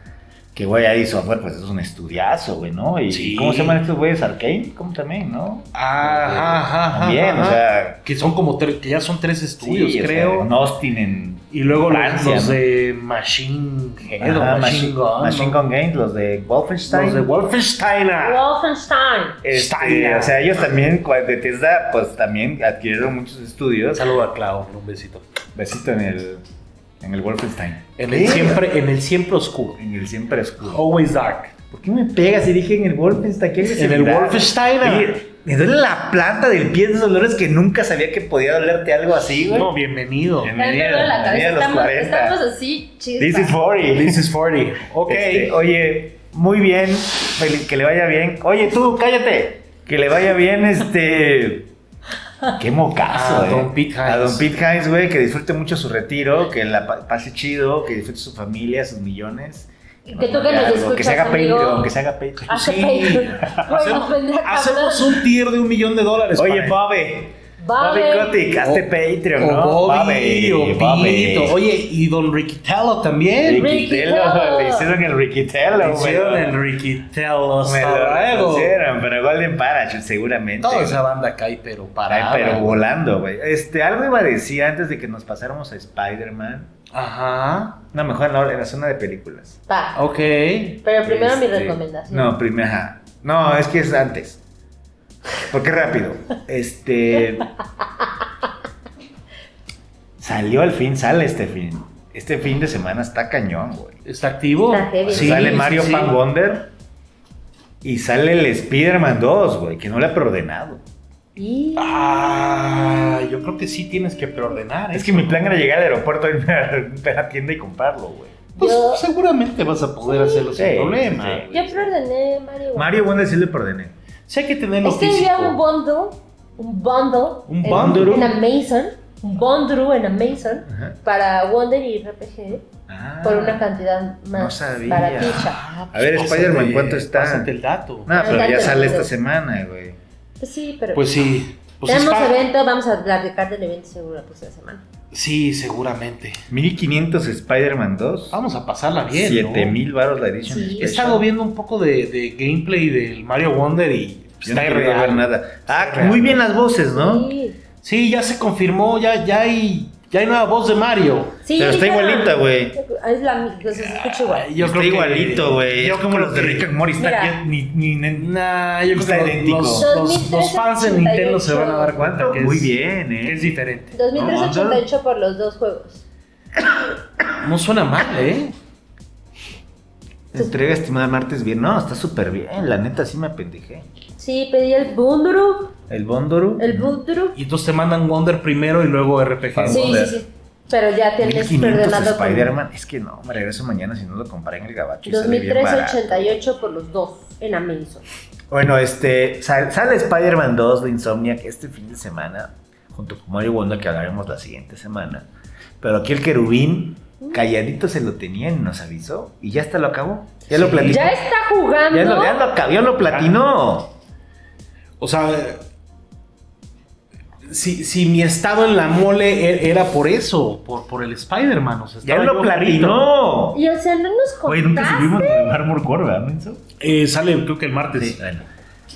[SPEAKER 3] Que güey, ID Software, pues es un estudiazo, güey, ¿no? ¿Y
[SPEAKER 1] Sí.
[SPEAKER 3] cómo se llaman estos güeyes? Arcane, ¿cómo también, no?
[SPEAKER 1] Ajá, ajá, ajá,
[SPEAKER 3] También, o
[SPEAKER 1] ajá.
[SPEAKER 3] sea,
[SPEAKER 1] que son como tres, que ya son tres estudios,
[SPEAKER 3] sí, o sea,
[SPEAKER 1] creo.
[SPEAKER 3] con Austin en.
[SPEAKER 1] Y luego los-
[SPEAKER 3] Francia,
[SPEAKER 1] los
[SPEAKER 3] ¿no?
[SPEAKER 1] de Machine Head o
[SPEAKER 3] Ajá,
[SPEAKER 1] Machine Gun.
[SPEAKER 3] Machine
[SPEAKER 1] ¿no?
[SPEAKER 3] Gun Games, los de Wolfenstein.
[SPEAKER 1] Los de Wolfenstein.
[SPEAKER 2] Wolfenstein.
[SPEAKER 3] Este,
[SPEAKER 1] Steiner.
[SPEAKER 3] o sea, ellos también, cua- Bethesda, pues también adquirieron muchos
[SPEAKER 1] Un
[SPEAKER 3] estudios.
[SPEAKER 1] saludo a Clau, un besito.
[SPEAKER 3] Besito en el, en el Wolfenstein.
[SPEAKER 1] En el,
[SPEAKER 3] ¿Qué?
[SPEAKER 1] siempre, en el siempre oscuro.
[SPEAKER 3] En el siempre escuro.
[SPEAKER 1] Always dark.
[SPEAKER 3] Oh. ¿Por qué me pegas y dije en el Wolfenstein? ¿Qué
[SPEAKER 1] En el
[SPEAKER 3] agresividad?
[SPEAKER 1] Wolfenstein.
[SPEAKER 3] Oye, Me duele la planta del pie de esos dolores que nunca sabía que podía dolerte algo así, güey.
[SPEAKER 1] No, bienvenido.
[SPEAKER 3] En-
[SPEAKER 2] Tanto
[SPEAKER 3] Bienvenido,
[SPEAKER 2] dolor en la cabeza,
[SPEAKER 3] bienvenido a los
[SPEAKER 2] estamos,
[SPEAKER 3] 40. (laughs)
[SPEAKER 2] estamos así, chispa.
[SPEAKER 3] This is 40.
[SPEAKER 1] This is 40. Ok.
[SPEAKER 3] Este, oye, muy bien, fel- que le vaya bien. Oye, tú, cállate, que le vaya bien
[SPEAKER 2] (laughs)
[SPEAKER 3] este... Qué mocazo,
[SPEAKER 1] A
[SPEAKER 3] eh.
[SPEAKER 1] Don Pete
[SPEAKER 3] A Don
[SPEAKER 1] Hines.
[SPEAKER 3] Pete Hines, güey, que disfrute mucho su retiro, que la pa- pase chido, que disfrute su familia, sus millones.
[SPEAKER 2] Y que tú que nos
[SPEAKER 3] Algo, que se
[SPEAKER 2] escuchas,
[SPEAKER 3] haga
[SPEAKER 2] amigo. Ah.
[SPEAKER 3] Patreon, que se haga Patreon.
[SPEAKER 2] Hace
[SPEAKER 1] Sí.
[SPEAKER 2] Facebook. Güey, nos
[SPEAKER 1] Hacemos,
[SPEAKER 2] vendría a
[SPEAKER 1] hacemos
[SPEAKER 2] hablar.
[SPEAKER 1] un tier de un millón de dólares.
[SPEAKER 3] Oye,
[SPEAKER 1] para-
[SPEAKER 3] Bobby. Bobby
[SPEAKER 2] Bye.
[SPEAKER 3] Kotick, hazte
[SPEAKER 1] O-
[SPEAKER 3] Patreon,
[SPEAKER 1] o
[SPEAKER 3] ¿no?
[SPEAKER 1] Bobby, o Pito. Oye, y Don Riquitello también.
[SPEAKER 3] Riquitello,
[SPEAKER 2] Riquitello.
[SPEAKER 3] le hicieron el Riquitello,
[SPEAKER 1] Le
[SPEAKER 3] güey.
[SPEAKER 1] hicieron el Riquitello.
[SPEAKER 3] Me
[SPEAKER 1] Hasta
[SPEAKER 3] lo
[SPEAKER 1] luego.
[SPEAKER 3] hicieron, pero Golden Parachute seguramente.
[SPEAKER 1] Toda esa banda cae, pero
[SPEAKER 3] Ay,
[SPEAKER 1] para.
[SPEAKER 3] pero volando, güey. Este, algo iba a decir antes de que nos pasáramos a Spider-Man.
[SPEAKER 1] Ajá.
[SPEAKER 3] No, mejor no, en la zona de películas.
[SPEAKER 2] Va.
[SPEAKER 1] Ok.
[SPEAKER 2] Pero primero mi
[SPEAKER 3] Este,
[SPEAKER 2] recomendación.
[SPEAKER 3] No, primero. ajá. No, es que es antes. Porque rápido. Este. Salió al fin, sale este fin. Este fin de semana está cañón, güey.
[SPEAKER 1] Está activo.
[SPEAKER 2] Está heavy. Sí,
[SPEAKER 3] sale Mario
[SPEAKER 1] sí.
[SPEAKER 3] Pan Wonder y sale el Spider-Man 2, güey, que no le ha preordenado.
[SPEAKER 2] Y...
[SPEAKER 1] Ah, yo creo que sí tienes que preordenar. ¿eh?
[SPEAKER 3] Es que mi plan era llegar al aeropuerto, (laughs) irme a irme a la tienda y comprarlo, güey.
[SPEAKER 1] Pues,
[SPEAKER 2] Yo-
[SPEAKER 1] seguramente vas a poder hacerlo
[SPEAKER 3] Sí,
[SPEAKER 1] sin problema.
[SPEAKER 3] sí.
[SPEAKER 2] Yo preordené Mario.
[SPEAKER 3] Mario Wonder sí le preordené.
[SPEAKER 1] Sí hay que tenerlo
[SPEAKER 2] Es que
[SPEAKER 1] físico.
[SPEAKER 2] había un bundle, un bundle,
[SPEAKER 1] Un
[SPEAKER 2] en-
[SPEAKER 1] bundle.
[SPEAKER 2] en, Amazon, un bundle en Amazon
[SPEAKER 3] Ajá.
[SPEAKER 2] para Wonder y RPG
[SPEAKER 3] Ah.
[SPEAKER 2] por una cantidad más
[SPEAKER 3] no sabía.
[SPEAKER 2] para Tisha.
[SPEAKER 1] Ah,
[SPEAKER 3] A ver,
[SPEAKER 1] pásate-
[SPEAKER 3] Spider-Man, ¿cuánto está?
[SPEAKER 1] Pásate el dato.
[SPEAKER 3] Nah, pero ya
[SPEAKER 2] Exacto.
[SPEAKER 3] sale esta semana, güey.
[SPEAKER 2] Pues sí, pero
[SPEAKER 1] Pues sí. Pues
[SPEAKER 2] tenemos
[SPEAKER 1] Spa-
[SPEAKER 2] evento, vamos a platicar del evento seguro pues, la próxima semana.
[SPEAKER 1] Sí, seguramente.
[SPEAKER 3] 1500 Spider-Man 2.
[SPEAKER 1] Vamos a pasarla bien. ¿no?
[SPEAKER 3] 7000 varos la edición.
[SPEAKER 2] Sí.
[SPEAKER 1] He estado viendo un poco de, de gameplay del Mario Wonder y
[SPEAKER 3] Yo no quería ver nada. Ah,
[SPEAKER 1] real.
[SPEAKER 3] muy bien las
[SPEAKER 1] Pues,
[SPEAKER 3] voces, ¿no?
[SPEAKER 2] Sí,
[SPEAKER 1] Sí, ya se confirmó, ya, ya hay, ya hay nueva voz de Mario.
[SPEAKER 2] sí
[SPEAKER 3] Pero está
[SPEAKER 2] ya.
[SPEAKER 3] igualita, güey.
[SPEAKER 2] Es la mi- pues, se escucha igual.
[SPEAKER 1] Ay, yo
[SPEAKER 3] está
[SPEAKER 1] creo que-
[SPEAKER 3] igualito, güey.
[SPEAKER 1] yo
[SPEAKER 3] Es como
[SPEAKER 1] creo
[SPEAKER 3] los de
[SPEAKER 1] que-
[SPEAKER 3] Rick and Morty. Está
[SPEAKER 2] Mira.
[SPEAKER 3] bien, ni, ni, ni-
[SPEAKER 1] Nah, yo
[SPEAKER 3] Está
[SPEAKER 1] creo que
[SPEAKER 3] idéntico.
[SPEAKER 1] los, los- los fans de Nintendo se van a dar cuenta que es,
[SPEAKER 3] Muy bien,
[SPEAKER 1] que
[SPEAKER 3] ¿eh?
[SPEAKER 1] es diferente.
[SPEAKER 2] 2388 por los dos juegos.
[SPEAKER 1] No suena mal, ¿eh?
[SPEAKER 3] Entrega estimada martes bien. No, está súper bien. La neta sí me apendejé.
[SPEAKER 2] Sí, pedí el bundle,
[SPEAKER 3] El Bondoru.
[SPEAKER 2] el bundle.
[SPEAKER 1] Y entonces te mandan Wonder primero y luego RPG.
[SPEAKER 3] Vamos.
[SPEAKER 2] Sí, sí, sí. Pero ya tienes
[SPEAKER 3] 1500
[SPEAKER 2] preordenado con-
[SPEAKER 3] Spider-Man. Es que no, me regreso mañana si no lo compré en el gabacho. y sale bien barato.
[SPEAKER 2] 2388 por los dos en Amazon.
[SPEAKER 3] Bueno, este. sal- sale Spider-Man 2 de Insomniac este fin de semana. Junto con Mario Wonder, que hablaremos la siguiente semana. Pero aquí el querubín.
[SPEAKER 2] Mm.
[SPEAKER 3] Calladito se lo tenía y nos avisó. Y ya hasta lo acabó. Ya lo platicó.
[SPEAKER 2] Ya
[SPEAKER 3] Ya,
[SPEAKER 2] está jugando.
[SPEAKER 3] lo, ya lo acabó, ya lo platinó.
[SPEAKER 1] O sea, si, si mi estado en la mole e- era por eso, por, por el Spider-Man. O sea,
[SPEAKER 3] Ya
[SPEAKER 1] estaba
[SPEAKER 3] lo
[SPEAKER 1] yo
[SPEAKER 3] platinó.
[SPEAKER 2] Y o sea, no nos contaste.
[SPEAKER 3] Oye, nunca subimos el Armor Core, ¿verdad, Menso? Pues,
[SPEAKER 1] Eh, sale creo que el martes. Sí,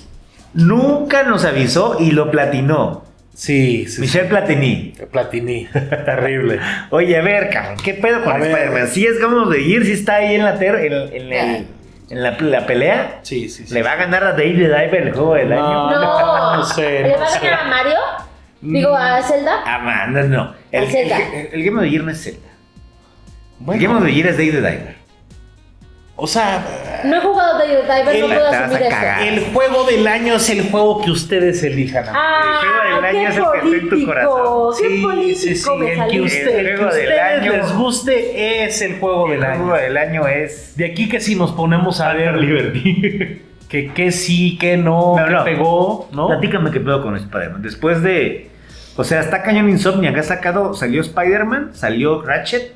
[SPEAKER 3] Nunca nos avisó y lo platinó.
[SPEAKER 1] sí, sí.
[SPEAKER 3] Michelle Platini. (laughs)
[SPEAKER 1] (laughs) Platiní. Terrible.
[SPEAKER 3] Oye, a ver, cabrón, ¿qué pedo
[SPEAKER 1] A
[SPEAKER 3] con
[SPEAKER 1] ver.
[SPEAKER 3] Spider-Man? Si es Gamma de Gear, si está ahí en la ter- en, en el- en la, la pelea,
[SPEAKER 1] Sí, sí, sí.
[SPEAKER 3] le va a ganar a David Diver el juego del
[SPEAKER 1] No.
[SPEAKER 3] año.
[SPEAKER 2] No,
[SPEAKER 1] No sé,
[SPEAKER 2] ¿Le
[SPEAKER 1] no
[SPEAKER 2] va a
[SPEAKER 1] sé.
[SPEAKER 2] ganar a Mario? Digo, a Zelda.
[SPEAKER 3] Ah, man, no, no. El,
[SPEAKER 2] A Zelda.
[SPEAKER 3] el- el- el Game of the Year no es Zelda.
[SPEAKER 1] Bueno,
[SPEAKER 3] el Game of the Year es David Diver.
[SPEAKER 1] o sea,
[SPEAKER 2] No he jugado de Diver, no
[SPEAKER 3] Él la
[SPEAKER 2] puedo
[SPEAKER 3] te vas
[SPEAKER 2] asumir
[SPEAKER 3] a
[SPEAKER 2] esto.
[SPEAKER 3] cagar.
[SPEAKER 1] el juego del año es el juego que ustedes elijan. amigos.
[SPEAKER 2] Ah,
[SPEAKER 3] El juego del
[SPEAKER 2] qué
[SPEAKER 3] año es el que está en tu
[SPEAKER 2] político,
[SPEAKER 3] corazón.
[SPEAKER 2] Qué político me
[SPEAKER 1] el que,
[SPEAKER 2] salió.
[SPEAKER 1] usted, el
[SPEAKER 3] El juego
[SPEAKER 1] que
[SPEAKER 3] del
[SPEAKER 1] ustedes
[SPEAKER 3] año.
[SPEAKER 1] les guste es el juego del
[SPEAKER 3] El
[SPEAKER 1] año.
[SPEAKER 3] juego del año es.
[SPEAKER 1] De aquí que si nos ponemos a ver
[SPEAKER 3] Liberty.
[SPEAKER 1] (laughs) que qué sí, que no,
[SPEAKER 3] No,
[SPEAKER 1] que
[SPEAKER 3] no.
[SPEAKER 1] pegó, ¿no?
[SPEAKER 3] Platícame qué pedo con Spider-Man. Después de. O sea, está cañón Insomniac. Ha sacado. Salió Spider-Man, salió Ratchet,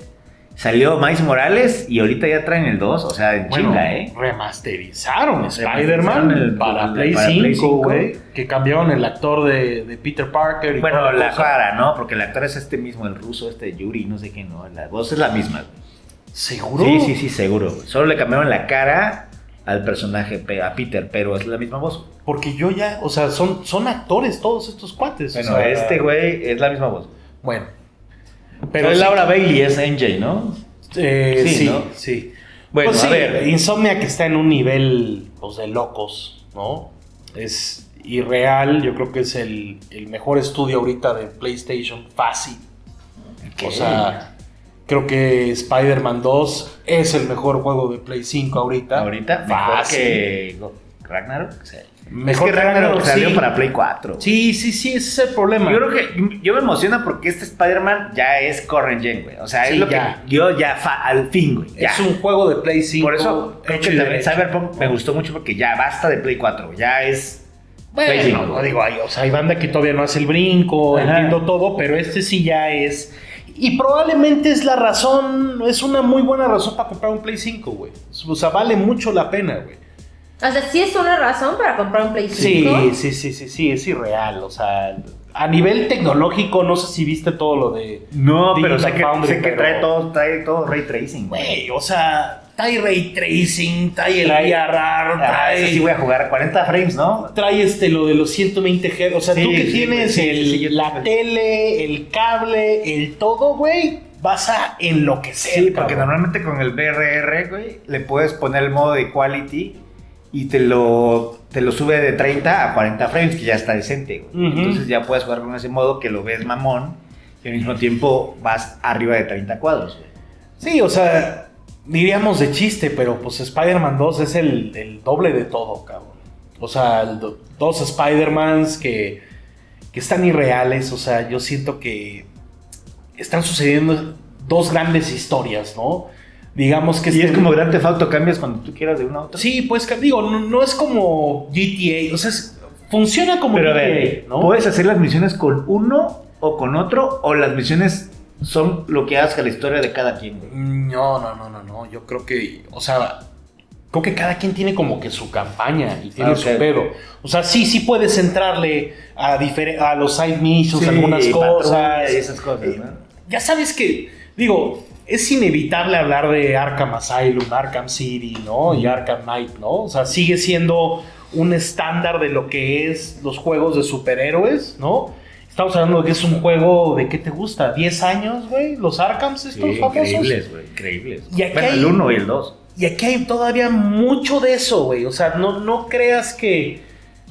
[SPEAKER 3] salió Miles Morales y ahorita ya traen el 2. O sea, en
[SPEAKER 1] Bueno,
[SPEAKER 3] chinga, ¿eh?
[SPEAKER 1] remasterizaron
[SPEAKER 3] Remasterizaron el-
[SPEAKER 1] Spider-Man para
[SPEAKER 3] el-
[SPEAKER 1] Play
[SPEAKER 3] para Play
[SPEAKER 1] 5, güey.
[SPEAKER 3] 5.
[SPEAKER 1] Que cambiaron el actor de, de Peter Parker. y
[SPEAKER 3] Bueno,
[SPEAKER 1] toda
[SPEAKER 3] la
[SPEAKER 1] cosa.
[SPEAKER 3] cara, ¿no? Porque el actor es este mismo, el ruso, este Yuri, no sé qué, ¿no? La voz es la misma. güey.
[SPEAKER 1] ¿Seguro?
[SPEAKER 3] Sí, sí, sí, seguro. güey. Solo le cambiaron la cara al personaje, pe- a Peter, pero es la misma voz.
[SPEAKER 1] Porque yo ya, o sea, son, son actores todos estos cuates. o
[SPEAKER 3] Bueno,
[SPEAKER 1] sea,
[SPEAKER 3] este güey es la misma voz.
[SPEAKER 1] Bueno.
[SPEAKER 3] Pero
[SPEAKER 1] sí,
[SPEAKER 3] es Laura Bailey, es MJ, ¿no?
[SPEAKER 1] eh,
[SPEAKER 3] sí,
[SPEAKER 1] sí,
[SPEAKER 3] ¿no?
[SPEAKER 1] sí.
[SPEAKER 3] Bueno,
[SPEAKER 1] Pues
[SPEAKER 3] a
[SPEAKER 1] sí,
[SPEAKER 3] ver.
[SPEAKER 1] Insomnia que está en un nivel, pues, de locos, ¿no? Es irreal. Yo creo que es el, el mejor estudio ahorita de PlayStation fácil. O sea, creo que Spider-Man 2 es el mejor juego de Play 5 ahorita.
[SPEAKER 3] Ahorita, mejor
[SPEAKER 1] Fácil.
[SPEAKER 3] que Ragnarok. sí.
[SPEAKER 1] Mejor
[SPEAKER 3] es que Ragnarok,
[SPEAKER 1] Ragnarok,
[SPEAKER 3] salió
[SPEAKER 1] sí.
[SPEAKER 3] para Play 4.
[SPEAKER 1] Sí, sí, sí, ese es el problema.
[SPEAKER 3] Yo creo que yo me emociona porque este Spider-Man ya es current gen, güey. O sea,
[SPEAKER 1] Sí,
[SPEAKER 3] es lo
[SPEAKER 1] ya.
[SPEAKER 3] que yo ya fa- al fin, güey. ya.
[SPEAKER 1] es un juego de Play 5.
[SPEAKER 3] Por eso, creo
[SPEAKER 1] hecho
[SPEAKER 3] que
[SPEAKER 1] y
[SPEAKER 3] también
[SPEAKER 1] derecho.
[SPEAKER 3] Cyberpunk me gustó mucho porque ya basta de Play 4, güey, ya es
[SPEAKER 2] Pues,
[SPEAKER 3] Play 5.
[SPEAKER 1] Bueno, digo, hay, o sea, hay banda que todavía no hace el brinco,
[SPEAKER 3] Ajá.
[SPEAKER 1] entiendo todo, pero este sí ya es. Y probablemente es la razón, es una muy buena razón para comprar un Play 5, güey. O sea, vale mucho la pena, güey.
[SPEAKER 2] O sea, sí es una razón para comprar un Play 5.
[SPEAKER 1] Sí, sí, sí, sí, sí, es irreal. O sea, a nivel tecnológico, no sé si viste todo lo de.
[SPEAKER 3] No,
[SPEAKER 1] Digital
[SPEAKER 3] pero sé que,
[SPEAKER 1] Foundry,
[SPEAKER 3] sé que
[SPEAKER 1] pero-
[SPEAKER 3] trae todo, trae todo ray tracing, güey.
[SPEAKER 1] Güey, o sea, trae ray tracing, trae el
[SPEAKER 3] Trae-
[SPEAKER 1] IRR,
[SPEAKER 3] Ah,
[SPEAKER 1] trae.
[SPEAKER 3] ese sí voy a jugar 40 frames, ¿no?
[SPEAKER 1] trae este lo de los 120 Hz. O sea,
[SPEAKER 3] Sí,
[SPEAKER 1] tú que
[SPEAKER 3] sí,
[SPEAKER 1] tienes
[SPEAKER 3] sí, sí,
[SPEAKER 1] el-
[SPEAKER 3] sí, yo-
[SPEAKER 1] la tele, el cable, el todo, güey, vas a enloquecer.
[SPEAKER 3] Sí, porque
[SPEAKER 1] cabrón.
[SPEAKER 3] normalmente con el BRR, güey, le puedes poner el modo de quality y te lo, te lo sube de 30 a 40 frames, que ya está decente, güey.
[SPEAKER 1] Ujú.
[SPEAKER 3] Entonces ya puedes jugar con ese modo que lo ves mamón y al mismo tiempo vas arriba de 30 cuadros, güey.
[SPEAKER 1] Sí, o sea, diríamos de chiste, pero pues Spider-Man 2 es el, el doble de todo, cabrón. O sea, el do- dos Spider-Mans que, que están irreales. O sea, yo siento que están sucediendo dos grandes historias, ¿no? Digamos que
[SPEAKER 3] Y es
[SPEAKER 1] este-
[SPEAKER 3] como Grand Theft Auto, cambias cuando tú quieras de uno a otro.
[SPEAKER 1] Sí, pues que- digo, no, no es como GTA, o sea, es- funciona como
[SPEAKER 3] Pero a
[SPEAKER 1] GTA,
[SPEAKER 3] ver, pues-
[SPEAKER 1] ¿no?
[SPEAKER 3] ¿puedes hacer las misiones con uno o con otro? ¿O las misiones son lo que hace la historia de cada quien, güey?
[SPEAKER 1] No, no, no, no, no, yo creo que, o sea, creo que cada quien tiene como que su campaña y tiene
[SPEAKER 3] Ah, ok.
[SPEAKER 1] su pedo. O sea, sí, sí puedes entrarle a, difere- a los side missions, algunas
[SPEAKER 3] Sí,
[SPEAKER 1] cosas.
[SPEAKER 3] patrullas y esas cosas, ¿no?
[SPEAKER 1] Ya sabes que, digo, es inevitable hablar de Arkham Asylum, Arkham City, ¿no? Y Arkham Knight, ¿no? O sea, sigue siendo un estándar de lo que es los juegos de superhéroes, ¿no? Estamos hablando de que es un juego de qué te gusta, 10 años, güey, los Arkhams estos famosos.
[SPEAKER 3] increíbles, güey, increíbles.
[SPEAKER 1] Y aquí
[SPEAKER 3] Bueno,
[SPEAKER 1] hay-
[SPEAKER 3] el uno y el dos.
[SPEAKER 1] Y aquí hay todavía mucho de eso, güey. O sea, no, no creas que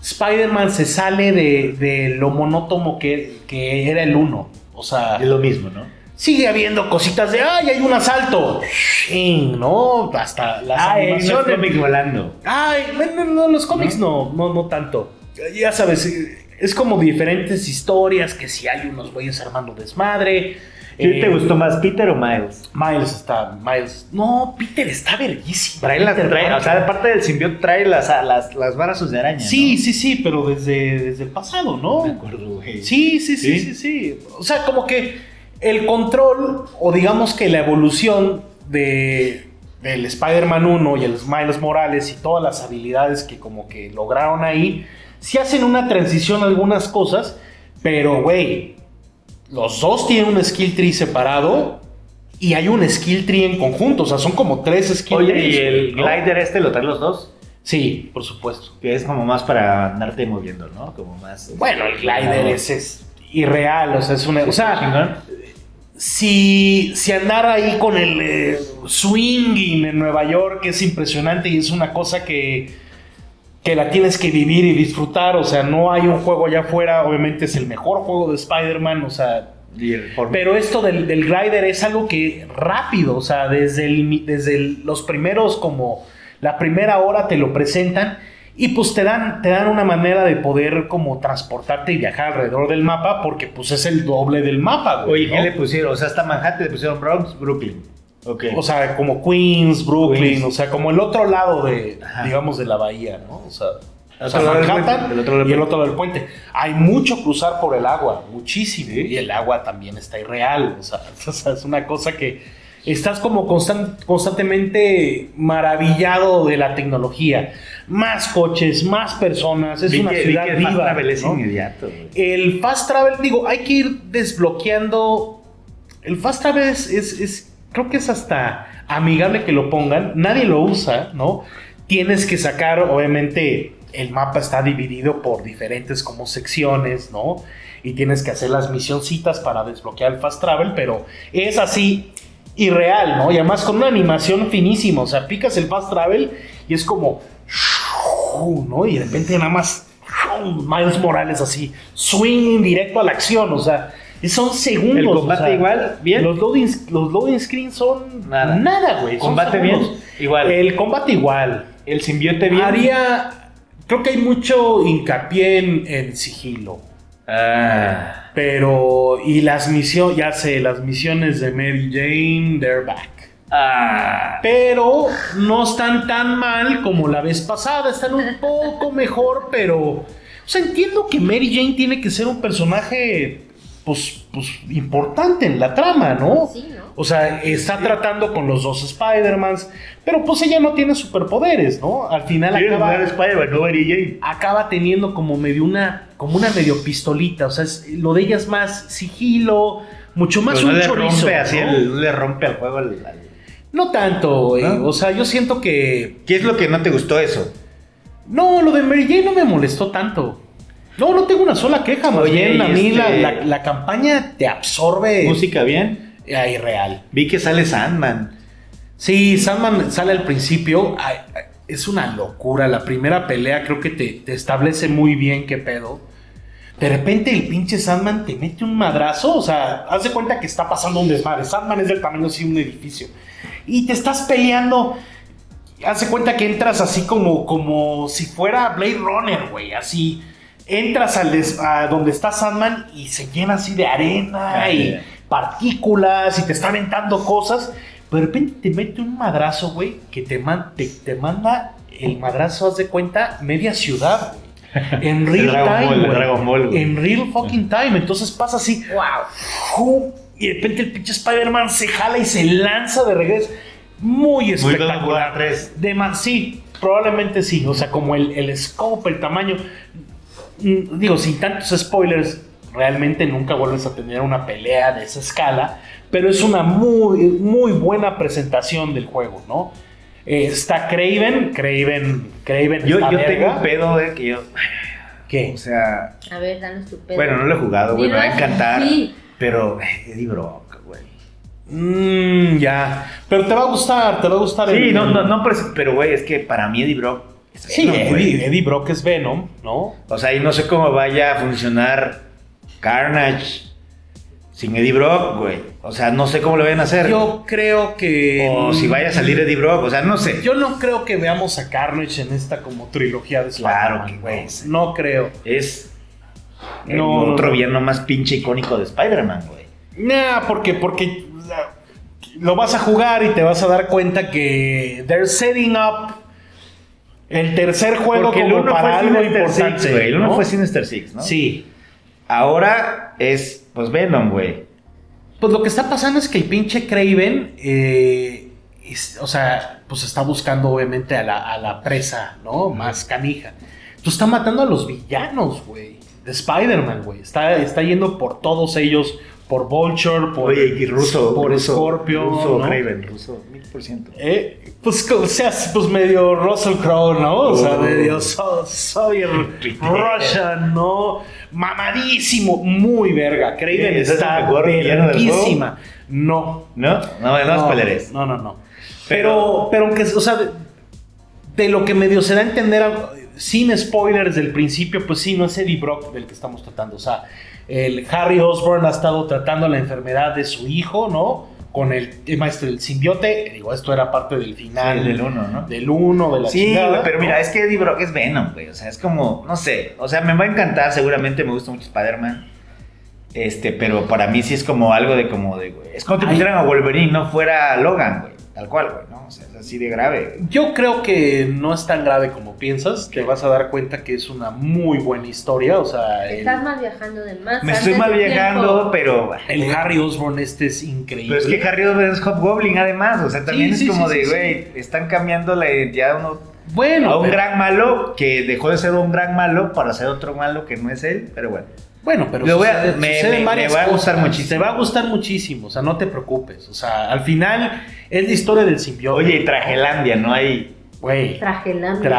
[SPEAKER 1] Spider-Man se sale de, de lo monótono que, que era el 1. O sea,
[SPEAKER 3] Es lo mismo, ¿no?
[SPEAKER 1] sigue habiendo cositas de, ay, hay un asalto. Shing, ¿no? Hasta las animaciones.
[SPEAKER 3] Ah, volando.
[SPEAKER 1] Ay, no, no, no, los cómics no, no, no tanto. Ya sabes, eh, es como diferentes historias que si hay unos güeyes armando desmadre.
[SPEAKER 3] ¿Quién
[SPEAKER 1] Eh,
[SPEAKER 3] te gustó más, Peter o Miles?
[SPEAKER 1] Miles está, Miles. No, Peter está verguísima.
[SPEAKER 3] Trae las,
[SPEAKER 1] Peter
[SPEAKER 3] trae, o
[SPEAKER 1] Parker.
[SPEAKER 3] sea, aparte del simbionte trae las, las, las varas de araña.
[SPEAKER 1] Sí,
[SPEAKER 3] ¿no?
[SPEAKER 1] sí, sí, pero desde, desde el pasado,
[SPEAKER 3] Me
[SPEAKER 1] ¿no?
[SPEAKER 3] acuerdo, güey.
[SPEAKER 1] Sí, sí, sí, sí,
[SPEAKER 3] ¿Sí?
[SPEAKER 1] sí. O sea, como que el control, o digamos que la evolución de, del Spider-Man 1 y el Miles Morales y todas las habilidades que como que lograron ahí, sí hacen una transición algunas cosas, pero, güey, los dos tienen un skill tree separado y hay un skill tree en conjunto, o sea, son como tres skill
[SPEAKER 3] Oye,
[SPEAKER 1] trees,
[SPEAKER 3] ¿y el
[SPEAKER 1] ¿no?
[SPEAKER 3] glider este lo traen los dos?
[SPEAKER 1] Sí, por supuesto.
[SPEAKER 3] Que es como más para andarte moviendo, ¿no? Como más...
[SPEAKER 1] Bueno, el glider es, es irreal, o sea, es una... O sea,
[SPEAKER 3] chingón.
[SPEAKER 1] si, si andar ahí con el eh, swinging en Nueva York es impresionante y es una cosa que, que la tienes que vivir y disfrutar, o sea, no hay un juego allá afuera, obviamente es el mejor juego de Spider-Man, o sea...
[SPEAKER 3] Y el por-
[SPEAKER 1] Pero esto del, del glider es algo que rápido, o sea, desde, el mi- desde el- los primeros, como la primera hora te lo presentan y pues te dan, te dan una manera de poder como transportarte y viajar alrededor del mapa porque pues es el doble del mapa, güey.
[SPEAKER 3] Oye, ¿qué
[SPEAKER 1] ¿no?
[SPEAKER 3] le pusieron? O sea, hasta Manhattan le pusieron Bronx, Brooklyn. Ok.
[SPEAKER 1] O sea, como Queens, Brooklyn,
[SPEAKER 3] Queens.
[SPEAKER 1] o sea, como el otro lado de,
[SPEAKER 3] Ajá.
[SPEAKER 1] digamos, de la bahía, ¿no? O sea,
[SPEAKER 3] El
[SPEAKER 1] o sea,
[SPEAKER 3] otro lado del
[SPEAKER 1] Manhattan
[SPEAKER 3] puente, el otro lado del
[SPEAKER 1] y el
[SPEAKER 3] puente.
[SPEAKER 1] otro lado del puente. Hay mucho cruzar por el agua, muchísimo. Y el agua también está irreal, o sea, (laughs) o sea, es una cosa que estás como constan- constantemente maravillado de la tecnología. Más coches, más personas, es
[SPEAKER 3] Vi
[SPEAKER 1] una
[SPEAKER 3] que- vi
[SPEAKER 1] ciudad
[SPEAKER 3] que el fast
[SPEAKER 1] viva.
[SPEAKER 3] travel es
[SPEAKER 1] ¿no?
[SPEAKER 3] inmediato, güey.
[SPEAKER 1] El fast travel, digo, hay que ir desbloqueando. El fast travel es, es- es- creo que es hasta amigable que lo pongan. Nadie lo usa, ¿no? Tienes que sacar, obviamente, el mapa está dividido por diferentes como secciones, ¿no? Y tienes que hacer las misioncitas para desbloquear el fast travel, pero es así irreal, ¿no? Y además con una animación finísima, o sea, picas el fast travel y es como, ¿no? Y de repente nada más Miles Morales así, swing directo a la acción, o sea, son segundos.
[SPEAKER 3] El
[SPEAKER 1] o sea,
[SPEAKER 3] combate igual, bien.
[SPEAKER 1] Los loading, los loading screens son nada,
[SPEAKER 3] Nada.
[SPEAKER 1] güey. son
[SPEAKER 3] combate bien,
[SPEAKER 1] segundos.
[SPEAKER 3] igual.
[SPEAKER 1] El combate igual.
[SPEAKER 3] el simbionte
[SPEAKER 1] Haría Creo que hay mucho hincapié en, en sigilo.
[SPEAKER 3] Ah,
[SPEAKER 1] Pero, y las misiones, ya sé, las misiones de Mary Jane, they're back.
[SPEAKER 3] ah,
[SPEAKER 1] Pero no están tan mal como la vez pasada, están un poco mejor, pero... O sea, entiendo que Mary Jane tiene que ser un personaje, pues, pues importante en la trama, ¿no?
[SPEAKER 2] Sí, ¿no?
[SPEAKER 1] O sea, está tratando con los dos Spider-Mans, pero pues ella no tiene superpoderes, ¿no? Al final
[SPEAKER 3] ¿Quieres
[SPEAKER 1] acaba
[SPEAKER 3] jugar a Spider-Man, no Mary Jane?
[SPEAKER 1] acaba teniendo como medio una, como una medio pistolita. O sea, es- lo de ella es más sigilo, mucho más
[SPEAKER 3] Pero Pues no
[SPEAKER 1] un
[SPEAKER 3] le
[SPEAKER 1] chorizo.
[SPEAKER 3] rompe así,
[SPEAKER 1] ¿no?
[SPEAKER 3] el- no le rompe al juego. al- al-
[SPEAKER 1] No tanto, güey.
[SPEAKER 3] ¿No?
[SPEAKER 1] O sea, yo siento que.
[SPEAKER 3] ¿Qué es lo que no te gustó eso?
[SPEAKER 1] No, lo de Mary Jane no me molestó tanto. No, no tengo una sola queja, más
[SPEAKER 3] Oye,
[SPEAKER 1] bien. A
[SPEAKER 3] y
[SPEAKER 1] mí la,
[SPEAKER 3] este-
[SPEAKER 1] la- la campaña te absorbe.
[SPEAKER 3] ¿Música bien?
[SPEAKER 1] Ah, irreal.
[SPEAKER 3] Vi que sale Sandman.
[SPEAKER 1] Sí, Sandman sale al principio. ay, ay, es una locura. La primera pelea creo que te, te establece muy bien qué pedo. De repente el pinche Sandman te mete un madrazo. O sea, haz de cuenta que está pasando un desmadre. Sandman es del tamaño así de un edificio. Y te estás peleando. Haz de cuenta que entras así como, como si fuera Blade Runner, güey. Así. Entras al des- a donde está Sandman y se llena así de arena
[SPEAKER 3] Ah,
[SPEAKER 1] y
[SPEAKER 3] ya.
[SPEAKER 1] partículas y te está aventando cosas. Pero de repente te mete un madrazo, güey, que te, man- te, te manda el madrazo, haz de cuenta, media
[SPEAKER 3] (laughs)
[SPEAKER 1] ciudad, güey. En real
[SPEAKER 3] El Dragon
[SPEAKER 1] time,
[SPEAKER 3] Ball, el
[SPEAKER 1] güey.
[SPEAKER 3] Dragon Ball, güey.
[SPEAKER 1] En real fucking time. Entonces pasa así. ¡Wow! Y de repente el pinche Spider-Man se jala y se lanza de regreso. Muy
[SPEAKER 3] Muy God of War
[SPEAKER 1] espectacular.
[SPEAKER 3] 3.
[SPEAKER 1] De ma- sí, probablemente sí. O sea, como el, el scope, el tamaño. Mm, Digo, sin tantos spoilers, realmente nunca vuelves a tener una pelea de esa escala. Pero es una muy, muy buena presentación del juego, ¿no? Eh, está Craven, Craven, Craven.
[SPEAKER 3] Yo,
[SPEAKER 1] está
[SPEAKER 3] yo tengo
[SPEAKER 1] verga.
[SPEAKER 3] un pedo de que yo.
[SPEAKER 1] ¿Qué?
[SPEAKER 3] O sea,
[SPEAKER 2] A ver, danos tu pedo.
[SPEAKER 3] bueno, no lo he jugado, güey, me va a
[SPEAKER 2] Dilo así.
[SPEAKER 3] encantar. Pero, eh, Eddie Brock, güey.
[SPEAKER 1] Mmm, ya. Pero te va a gustar, te va a gustar.
[SPEAKER 3] Sí,
[SPEAKER 1] el-
[SPEAKER 3] no, no, no, pero, pero, güey, es que para mí Eddie Brock es
[SPEAKER 1] Sí,
[SPEAKER 3] Venom, güey.
[SPEAKER 1] Eddie, Eddie Brock es Venom, ¿no?
[SPEAKER 3] O sea, y no sé cómo vaya a funcionar Carnage sin Eddie Brock, güey. O sea, no sé cómo lo van a hacer.
[SPEAKER 1] Yo creo que.
[SPEAKER 3] o si vaya a salir Eddie Brock, o sea, no sé.
[SPEAKER 1] Yo no creo que veamos a Carnage en esta como trilogía de
[SPEAKER 3] Claro
[SPEAKER 1] Spider-Man,
[SPEAKER 3] que, güey,
[SPEAKER 1] ¿no?
[SPEAKER 3] sí.
[SPEAKER 1] No creo.
[SPEAKER 3] es el
[SPEAKER 1] No, no,
[SPEAKER 3] otro
[SPEAKER 1] no.
[SPEAKER 3] villano más pinche icónico de Spider-Man, güey.
[SPEAKER 1] Nah, porque, porque o sea, lo vas a jugar y te vas a dar cuenta que they're setting up el tercer juego
[SPEAKER 3] Porque el
[SPEAKER 1] como
[SPEAKER 3] uno
[SPEAKER 1] para
[SPEAKER 3] fue
[SPEAKER 1] algo
[SPEAKER 3] Sinister Six,
[SPEAKER 1] importante.
[SPEAKER 3] güey. El uno
[SPEAKER 1] ¿no?
[SPEAKER 3] fue Sinister Six, ¿no?
[SPEAKER 1] Sí.
[SPEAKER 3] Ahora es, pues, Venom, güey.
[SPEAKER 1] Pues lo que está pasando es que el pinche Craven, eh, es- o sea, pues está buscando obviamente a la, a la presa, ¿no? Más canija. Tú está matando a los villanos, güey. De Spider-Man, güey. Está, está yendo por todos ellos, por Vulture, por,
[SPEAKER 3] Oye, y ruso,
[SPEAKER 1] por
[SPEAKER 3] ruso,
[SPEAKER 1] Scorpion.
[SPEAKER 3] ruso,
[SPEAKER 1] ¿no?
[SPEAKER 3] Raven, ruso, mil por ciento.
[SPEAKER 1] Eh, pues, co- o sea, pues medio Russell Crowe, ¿no? O sea,
[SPEAKER 3] Oh.
[SPEAKER 1] medio so- Soviet
[SPEAKER 3] Pitero.
[SPEAKER 1] Russian, ¿no? Mamadísimo, muy verga. Craven
[SPEAKER 3] ¿Ese es el
[SPEAKER 1] está
[SPEAKER 3] mejor villano del juego?
[SPEAKER 1] verguísima. No,
[SPEAKER 3] ¿No? No, no, spoileres.
[SPEAKER 1] no, no, no. Pero,
[SPEAKER 3] Pero-
[SPEAKER 1] pero aunque, o sea, de, de lo que medio se da a entender, a- sin spoilers del principio, pues sí, no es Eddie Brock del que estamos tratando. O sea, el Harry Osborn ha estado tratando la enfermedad de su hijo, ¿no? Con el tema este del simbiote. Digo, esto era parte del final
[SPEAKER 3] El del uno, ¿no?
[SPEAKER 1] del uno, de la
[SPEAKER 3] Sí,
[SPEAKER 1] chingada,
[SPEAKER 3] güey, pero
[SPEAKER 1] ¿no?
[SPEAKER 3] mira, es que Eddie Brock es Venom, güey. O sea, es como, no sé. O sea, me va a encantar, seguramente me gusta mucho Spider-Man. Este, pero para mí sí es como algo de como de, güey. Es como si
[SPEAKER 1] Ay.
[SPEAKER 3] pusieran a Wolverine, no fuera Logan, güey. Tal cual, güey, ¿no? O sea, es así de grave.
[SPEAKER 1] Yo creo que no es tan grave como piensas. Te vas a dar cuenta que es una muy buena historia. O sea, el,
[SPEAKER 2] Estás mal viajando de más.
[SPEAKER 3] Me
[SPEAKER 2] antes
[SPEAKER 3] estoy mal
[SPEAKER 2] de
[SPEAKER 3] viajando,
[SPEAKER 2] tiempo.
[SPEAKER 3] pero.
[SPEAKER 1] el Harry Osborn este es increíble.
[SPEAKER 3] Pero es que Harry Osborn es Hobgoblin, además. O sea, también
[SPEAKER 1] Sí, sí,
[SPEAKER 3] es como
[SPEAKER 1] sí,
[SPEAKER 3] de,
[SPEAKER 1] sí,
[SPEAKER 3] güey, están cambiando la identidad de uno
[SPEAKER 1] bueno,
[SPEAKER 3] a un
[SPEAKER 1] pero-
[SPEAKER 3] gran malo que dejó de ser un gran malo para ser otro malo que no es él, pero bueno.
[SPEAKER 1] Bueno, pero
[SPEAKER 3] Lo voy a-
[SPEAKER 1] sucede-
[SPEAKER 3] me-
[SPEAKER 1] suceden
[SPEAKER 3] me-
[SPEAKER 1] varias
[SPEAKER 3] me va a
[SPEAKER 1] cosas.
[SPEAKER 3] gustar muchísimo.
[SPEAKER 1] Te va a gustar muchísimo, o sea, no te preocupes. O sea, al final es la historia del simbionte.
[SPEAKER 3] Oye, y Tragelandia, ¿no hay
[SPEAKER 1] güey,
[SPEAKER 2] Traje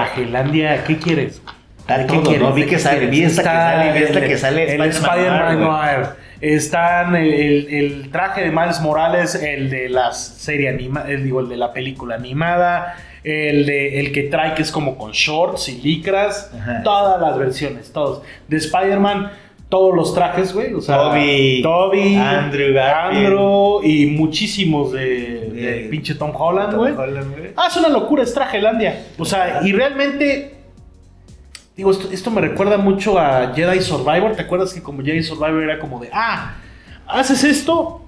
[SPEAKER 1] Trajelandia, ¿qué quieres?
[SPEAKER 3] Tal
[SPEAKER 1] ¿Qué
[SPEAKER 3] todo,
[SPEAKER 1] quieres?
[SPEAKER 3] ¿no? Vi que sale, vi esta que sale, vi esta
[SPEAKER 1] el-
[SPEAKER 3] que sale,
[SPEAKER 1] El
[SPEAKER 3] Spider-Man
[SPEAKER 1] Spider-Man
[SPEAKER 3] Noir,
[SPEAKER 1] Noir. Están el, el- el traje de Miles Morales, el de la serie animada, digo, el de la película animada, el, de, el que trae que es como con shorts y licras,
[SPEAKER 3] Ajá.
[SPEAKER 1] todas las versiones, todos. De Spider-Man, todos los trajes, güey, o sea,
[SPEAKER 3] Toby,
[SPEAKER 1] Toby,
[SPEAKER 3] Andrew Garfield.
[SPEAKER 1] Andrew y muchísimos de, de
[SPEAKER 3] De-
[SPEAKER 1] pinche Tom Holland,
[SPEAKER 3] Tom
[SPEAKER 1] güey.
[SPEAKER 3] Holland, güey?
[SPEAKER 1] Ah, es una locura, es Trajelandia. O sea, y realmente Digo, esto, esto me recuerda mucho a Jedi Survivor. ¿Te acuerdas que como Jedi Survivor era como de, ah, haces esto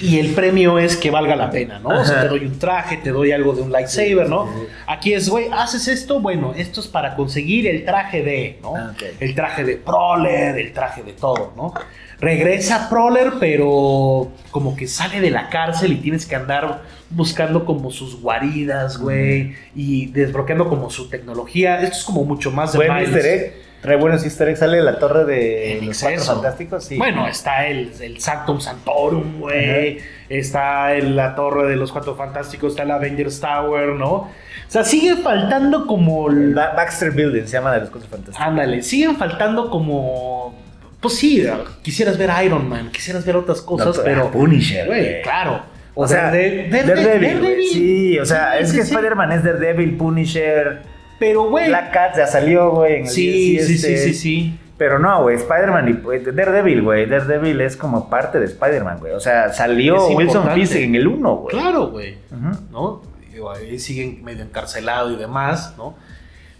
[SPEAKER 1] y el premio es que valga la pena, ¿no? O sea,
[SPEAKER 3] Ajá.
[SPEAKER 1] te doy un traje, te doy algo de un lightsaber, ¿no?
[SPEAKER 3] Sí, sí, sí.
[SPEAKER 1] Aquí es, güey, haces esto, bueno, esto es para conseguir el traje de, ¿no?
[SPEAKER 3] Ah, ok.
[SPEAKER 1] El traje de Proler, el traje de todo, ¿no? Regresa Proler, pero como que sale de la cárcel y tienes que andar buscando como sus guaridas, güey, y desbloqueando como su tecnología. Esto es como mucho más de
[SPEAKER 3] Buen
[SPEAKER 1] Miles.
[SPEAKER 3] easter egg. Trae buenos easter eggs. Sale de la torre de
[SPEAKER 1] En
[SPEAKER 3] los
[SPEAKER 1] exceso.
[SPEAKER 3] cuatro fantásticos. Sí.
[SPEAKER 1] Bueno, está el, el Sanctum Santorum, güey. Está el- la Torre de los Cuatro Fantásticos. Está el Avengers Tower, ¿no? O sea, sigue faltando como.
[SPEAKER 3] El
[SPEAKER 1] el-
[SPEAKER 3] Ba- Baxter Building se llama de los cuatro fantásticos.
[SPEAKER 1] Ándale, siguen faltando como. Pues sí, quisieras ver Iron Man, quisieras ver otras cosas,
[SPEAKER 3] Doctor-
[SPEAKER 1] pero.
[SPEAKER 3] ah, Punisher,
[SPEAKER 1] Güey,
[SPEAKER 3] güey.
[SPEAKER 1] claro.
[SPEAKER 3] O sea,
[SPEAKER 1] de- de-
[SPEAKER 3] Daredevil. güey.
[SPEAKER 1] Daredevil.
[SPEAKER 3] Sí, o sea,
[SPEAKER 1] Sí,
[SPEAKER 3] es
[SPEAKER 1] sí,
[SPEAKER 3] que
[SPEAKER 1] sí.
[SPEAKER 3] Spider-Man es Daredevil, Punisher,
[SPEAKER 1] Pero, güey.
[SPEAKER 3] Black Cat ya salió, güey. en el
[SPEAKER 1] Sí, sí, sí,
[SPEAKER 3] 17.
[SPEAKER 1] sí, sí.
[SPEAKER 3] Pero no, güey, Spider-Man y pues, Daredevil, güey. Daredevil es como parte de Spider-Man, güey. O sea, salió
[SPEAKER 1] Es
[SPEAKER 3] Wilson
[SPEAKER 1] importante.
[SPEAKER 3] Fisk en el 1, güey.
[SPEAKER 1] Claro, güey.
[SPEAKER 3] Ujú.
[SPEAKER 1] ¿no? Digo, ahí siguen medio encarcelado y demás, ¿no?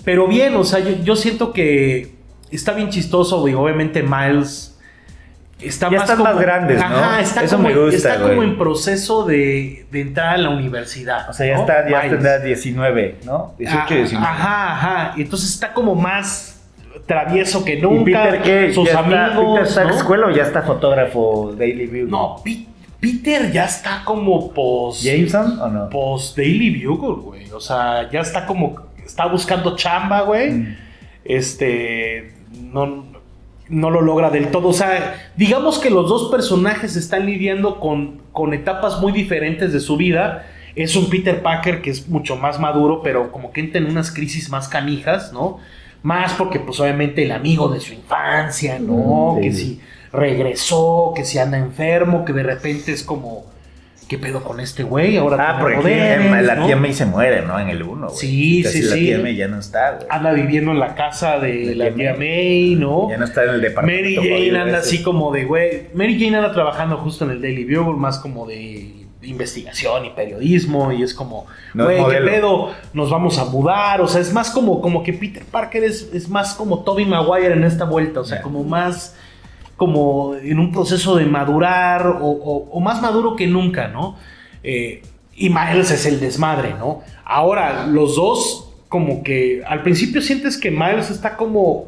[SPEAKER 1] Pero bien, o sea, yo, yo siento que está bien chistoso, digo, obviamente Miles está
[SPEAKER 3] Ya
[SPEAKER 1] más
[SPEAKER 3] están
[SPEAKER 1] como-
[SPEAKER 3] más grandes, ¿no?
[SPEAKER 1] Ajá, está,
[SPEAKER 3] Eso
[SPEAKER 1] como,
[SPEAKER 3] me gusta,
[SPEAKER 1] está como
[SPEAKER 3] güey.
[SPEAKER 1] en proceso de, de entrar a la universidad.
[SPEAKER 3] O sea, ya
[SPEAKER 1] ¿no?
[SPEAKER 3] está, ya
[SPEAKER 1] Miles.
[SPEAKER 3] tendrá 19, ¿no? 18,
[SPEAKER 1] Ah,
[SPEAKER 3] 19.
[SPEAKER 1] Ajá, ajá. Y entonces está como más travieso que
[SPEAKER 3] Y
[SPEAKER 1] nunca.
[SPEAKER 3] Peter que
[SPEAKER 1] sus
[SPEAKER 3] ya está- Peter
[SPEAKER 1] amigos.
[SPEAKER 3] está en
[SPEAKER 1] ¿no?
[SPEAKER 3] escuela o ya está fotógrafo Daily View.
[SPEAKER 1] No, Pi- Peter ya está como pos.
[SPEAKER 3] Jameson o no?
[SPEAKER 1] Pues Daily Bugle, güey. O sea, ya está como. Está buscando chamba, güey.
[SPEAKER 3] Mm.
[SPEAKER 1] Este. No, no lo logra del todo. O sea, digamos que los dos personajes están lidiando con, con etapas muy diferentes de su vida. Es un Peter Parker que es mucho más maduro, pero como que entra en unas crisis más canijas, ¿no? Más porque, pues, obviamente, el amigo de su infancia, ¿no?
[SPEAKER 3] Mm, sí.
[SPEAKER 1] Que si regresó, que si anda enfermo, que de repente es como, ¿qué pedo con este güey? Ahora
[SPEAKER 3] Ah,
[SPEAKER 1] tiene
[SPEAKER 3] porque aquí,
[SPEAKER 1] poderes,
[SPEAKER 3] em, la
[SPEAKER 1] ¿no?
[SPEAKER 3] tía May se muere, ¿no? En el 1, güey.
[SPEAKER 1] Sí,
[SPEAKER 3] Entonces,
[SPEAKER 1] sí,
[SPEAKER 3] la
[SPEAKER 1] sí.
[SPEAKER 3] tía May ya no está, güey.
[SPEAKER 1] anda viviendo en la casa de la tía May, ¿no?
[SPEAKER 3] Ya no está en el
[SPEAKER 1] Mary
[SPEAKER 3] departamento. güey,
[SPEAKER 1] Jane anda
[SPEAKER 3] ese.
[SPEAKER 1] así como de, güey, Mary Jane anda trabajando justo en el Daily Bugle, más como de investigación y periodismo, y es como,
[SPEAKER 3] No es
[SPEAKER 1] güey, ¿qué
[SPEAKER 3] modelo.
[SPEAKER 1] pedo? Nos vamos a mudar, o sea, es más como, como que Peter Parker es, es más como Toby Maguire en esta vuelta, o sea,
[SPEAKER 3] Ya.
[SPEAKER 1] como más como en un proceso de madurar o, o- o más maduro que nunca, ¿no? Eh, y Miles es el desmadre, ¿no? Ahora, los dos, como que al principio sientes que Miles está como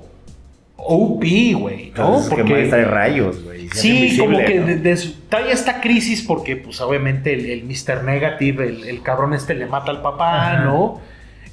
[SPEAKER 1] OP, güey, ¿no?
[SPEAKER 3] Entonces, que May trae rayos, güey. y se hace
[SPEAKER 1] Sí,
[SPEAKER 3] invisible,
[SPEAKER 1] como que
[SPEAKER 3] ¿no?
[SPEAKER 1] de- de su- trae esta crisis porque, pues, obviamente el, el Mr. Negative, el, el cabrón este le mata al papá,
[SPEAKER 3] Ajá.
[SPEAKER 1] ¿no?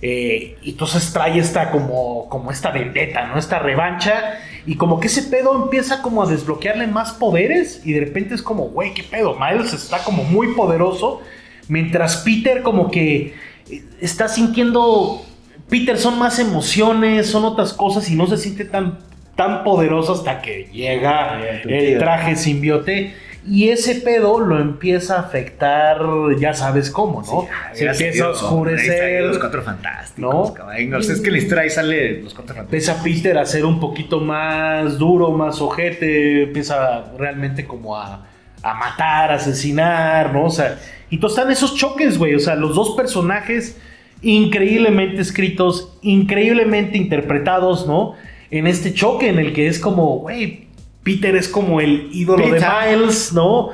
[SPEAKER 1] Eh, y entonces trae esta como, como esta vendetta, ¿no? Esta revancha. Y como que ese pedo empieza como a desbloquearle más poderes. Y de repente es como, güey, qué pedo. Miles está como muy poderoso. Mientras Peter como que eh, está sintiendo... Peter son más emociones, son otras cosas y no se siente tan, tan poderoso hasta que llega
[SPEAKER 3] Bien, Ah, tu
[SPEAKER 1] el
[SPEAKER 3] tío.
[SPEAKER 1] traje simbiote. Y ese pedo lo empieza a afectar, ya sabes cómo, ¿no?
[SPEAKER 3] Sí,
[SPEAKER 1] se empieza
[SPEAKER 3] ya
[SPEAKER 1] a
[SPEAKER 3] salió, ahí salen
[SPEAKER 1] oscurecer.
[SPEAKER 3] Los cuatro
[SPEAKER 1] ¿No?
[SPEAKER 3] fantásticos. cabrón. O sea, es que la historia ahí sale los cuatro fantásticos.
[SPEAKER 1] Empieza Peter a ser un poquito más duro, más ojete, empieza realmente como a, a matar, a asesinar, ¿no? O sea, y entonces están esos choques, güey. O sea, los dos personajes increíblemente escritos, increíblemente interpretados, ¿no? En este choque en el que es como, güey, Peter es como el ídolo
[SPEAKER 3] Peter.
[SPEAKER 1] de Miles, ¿no?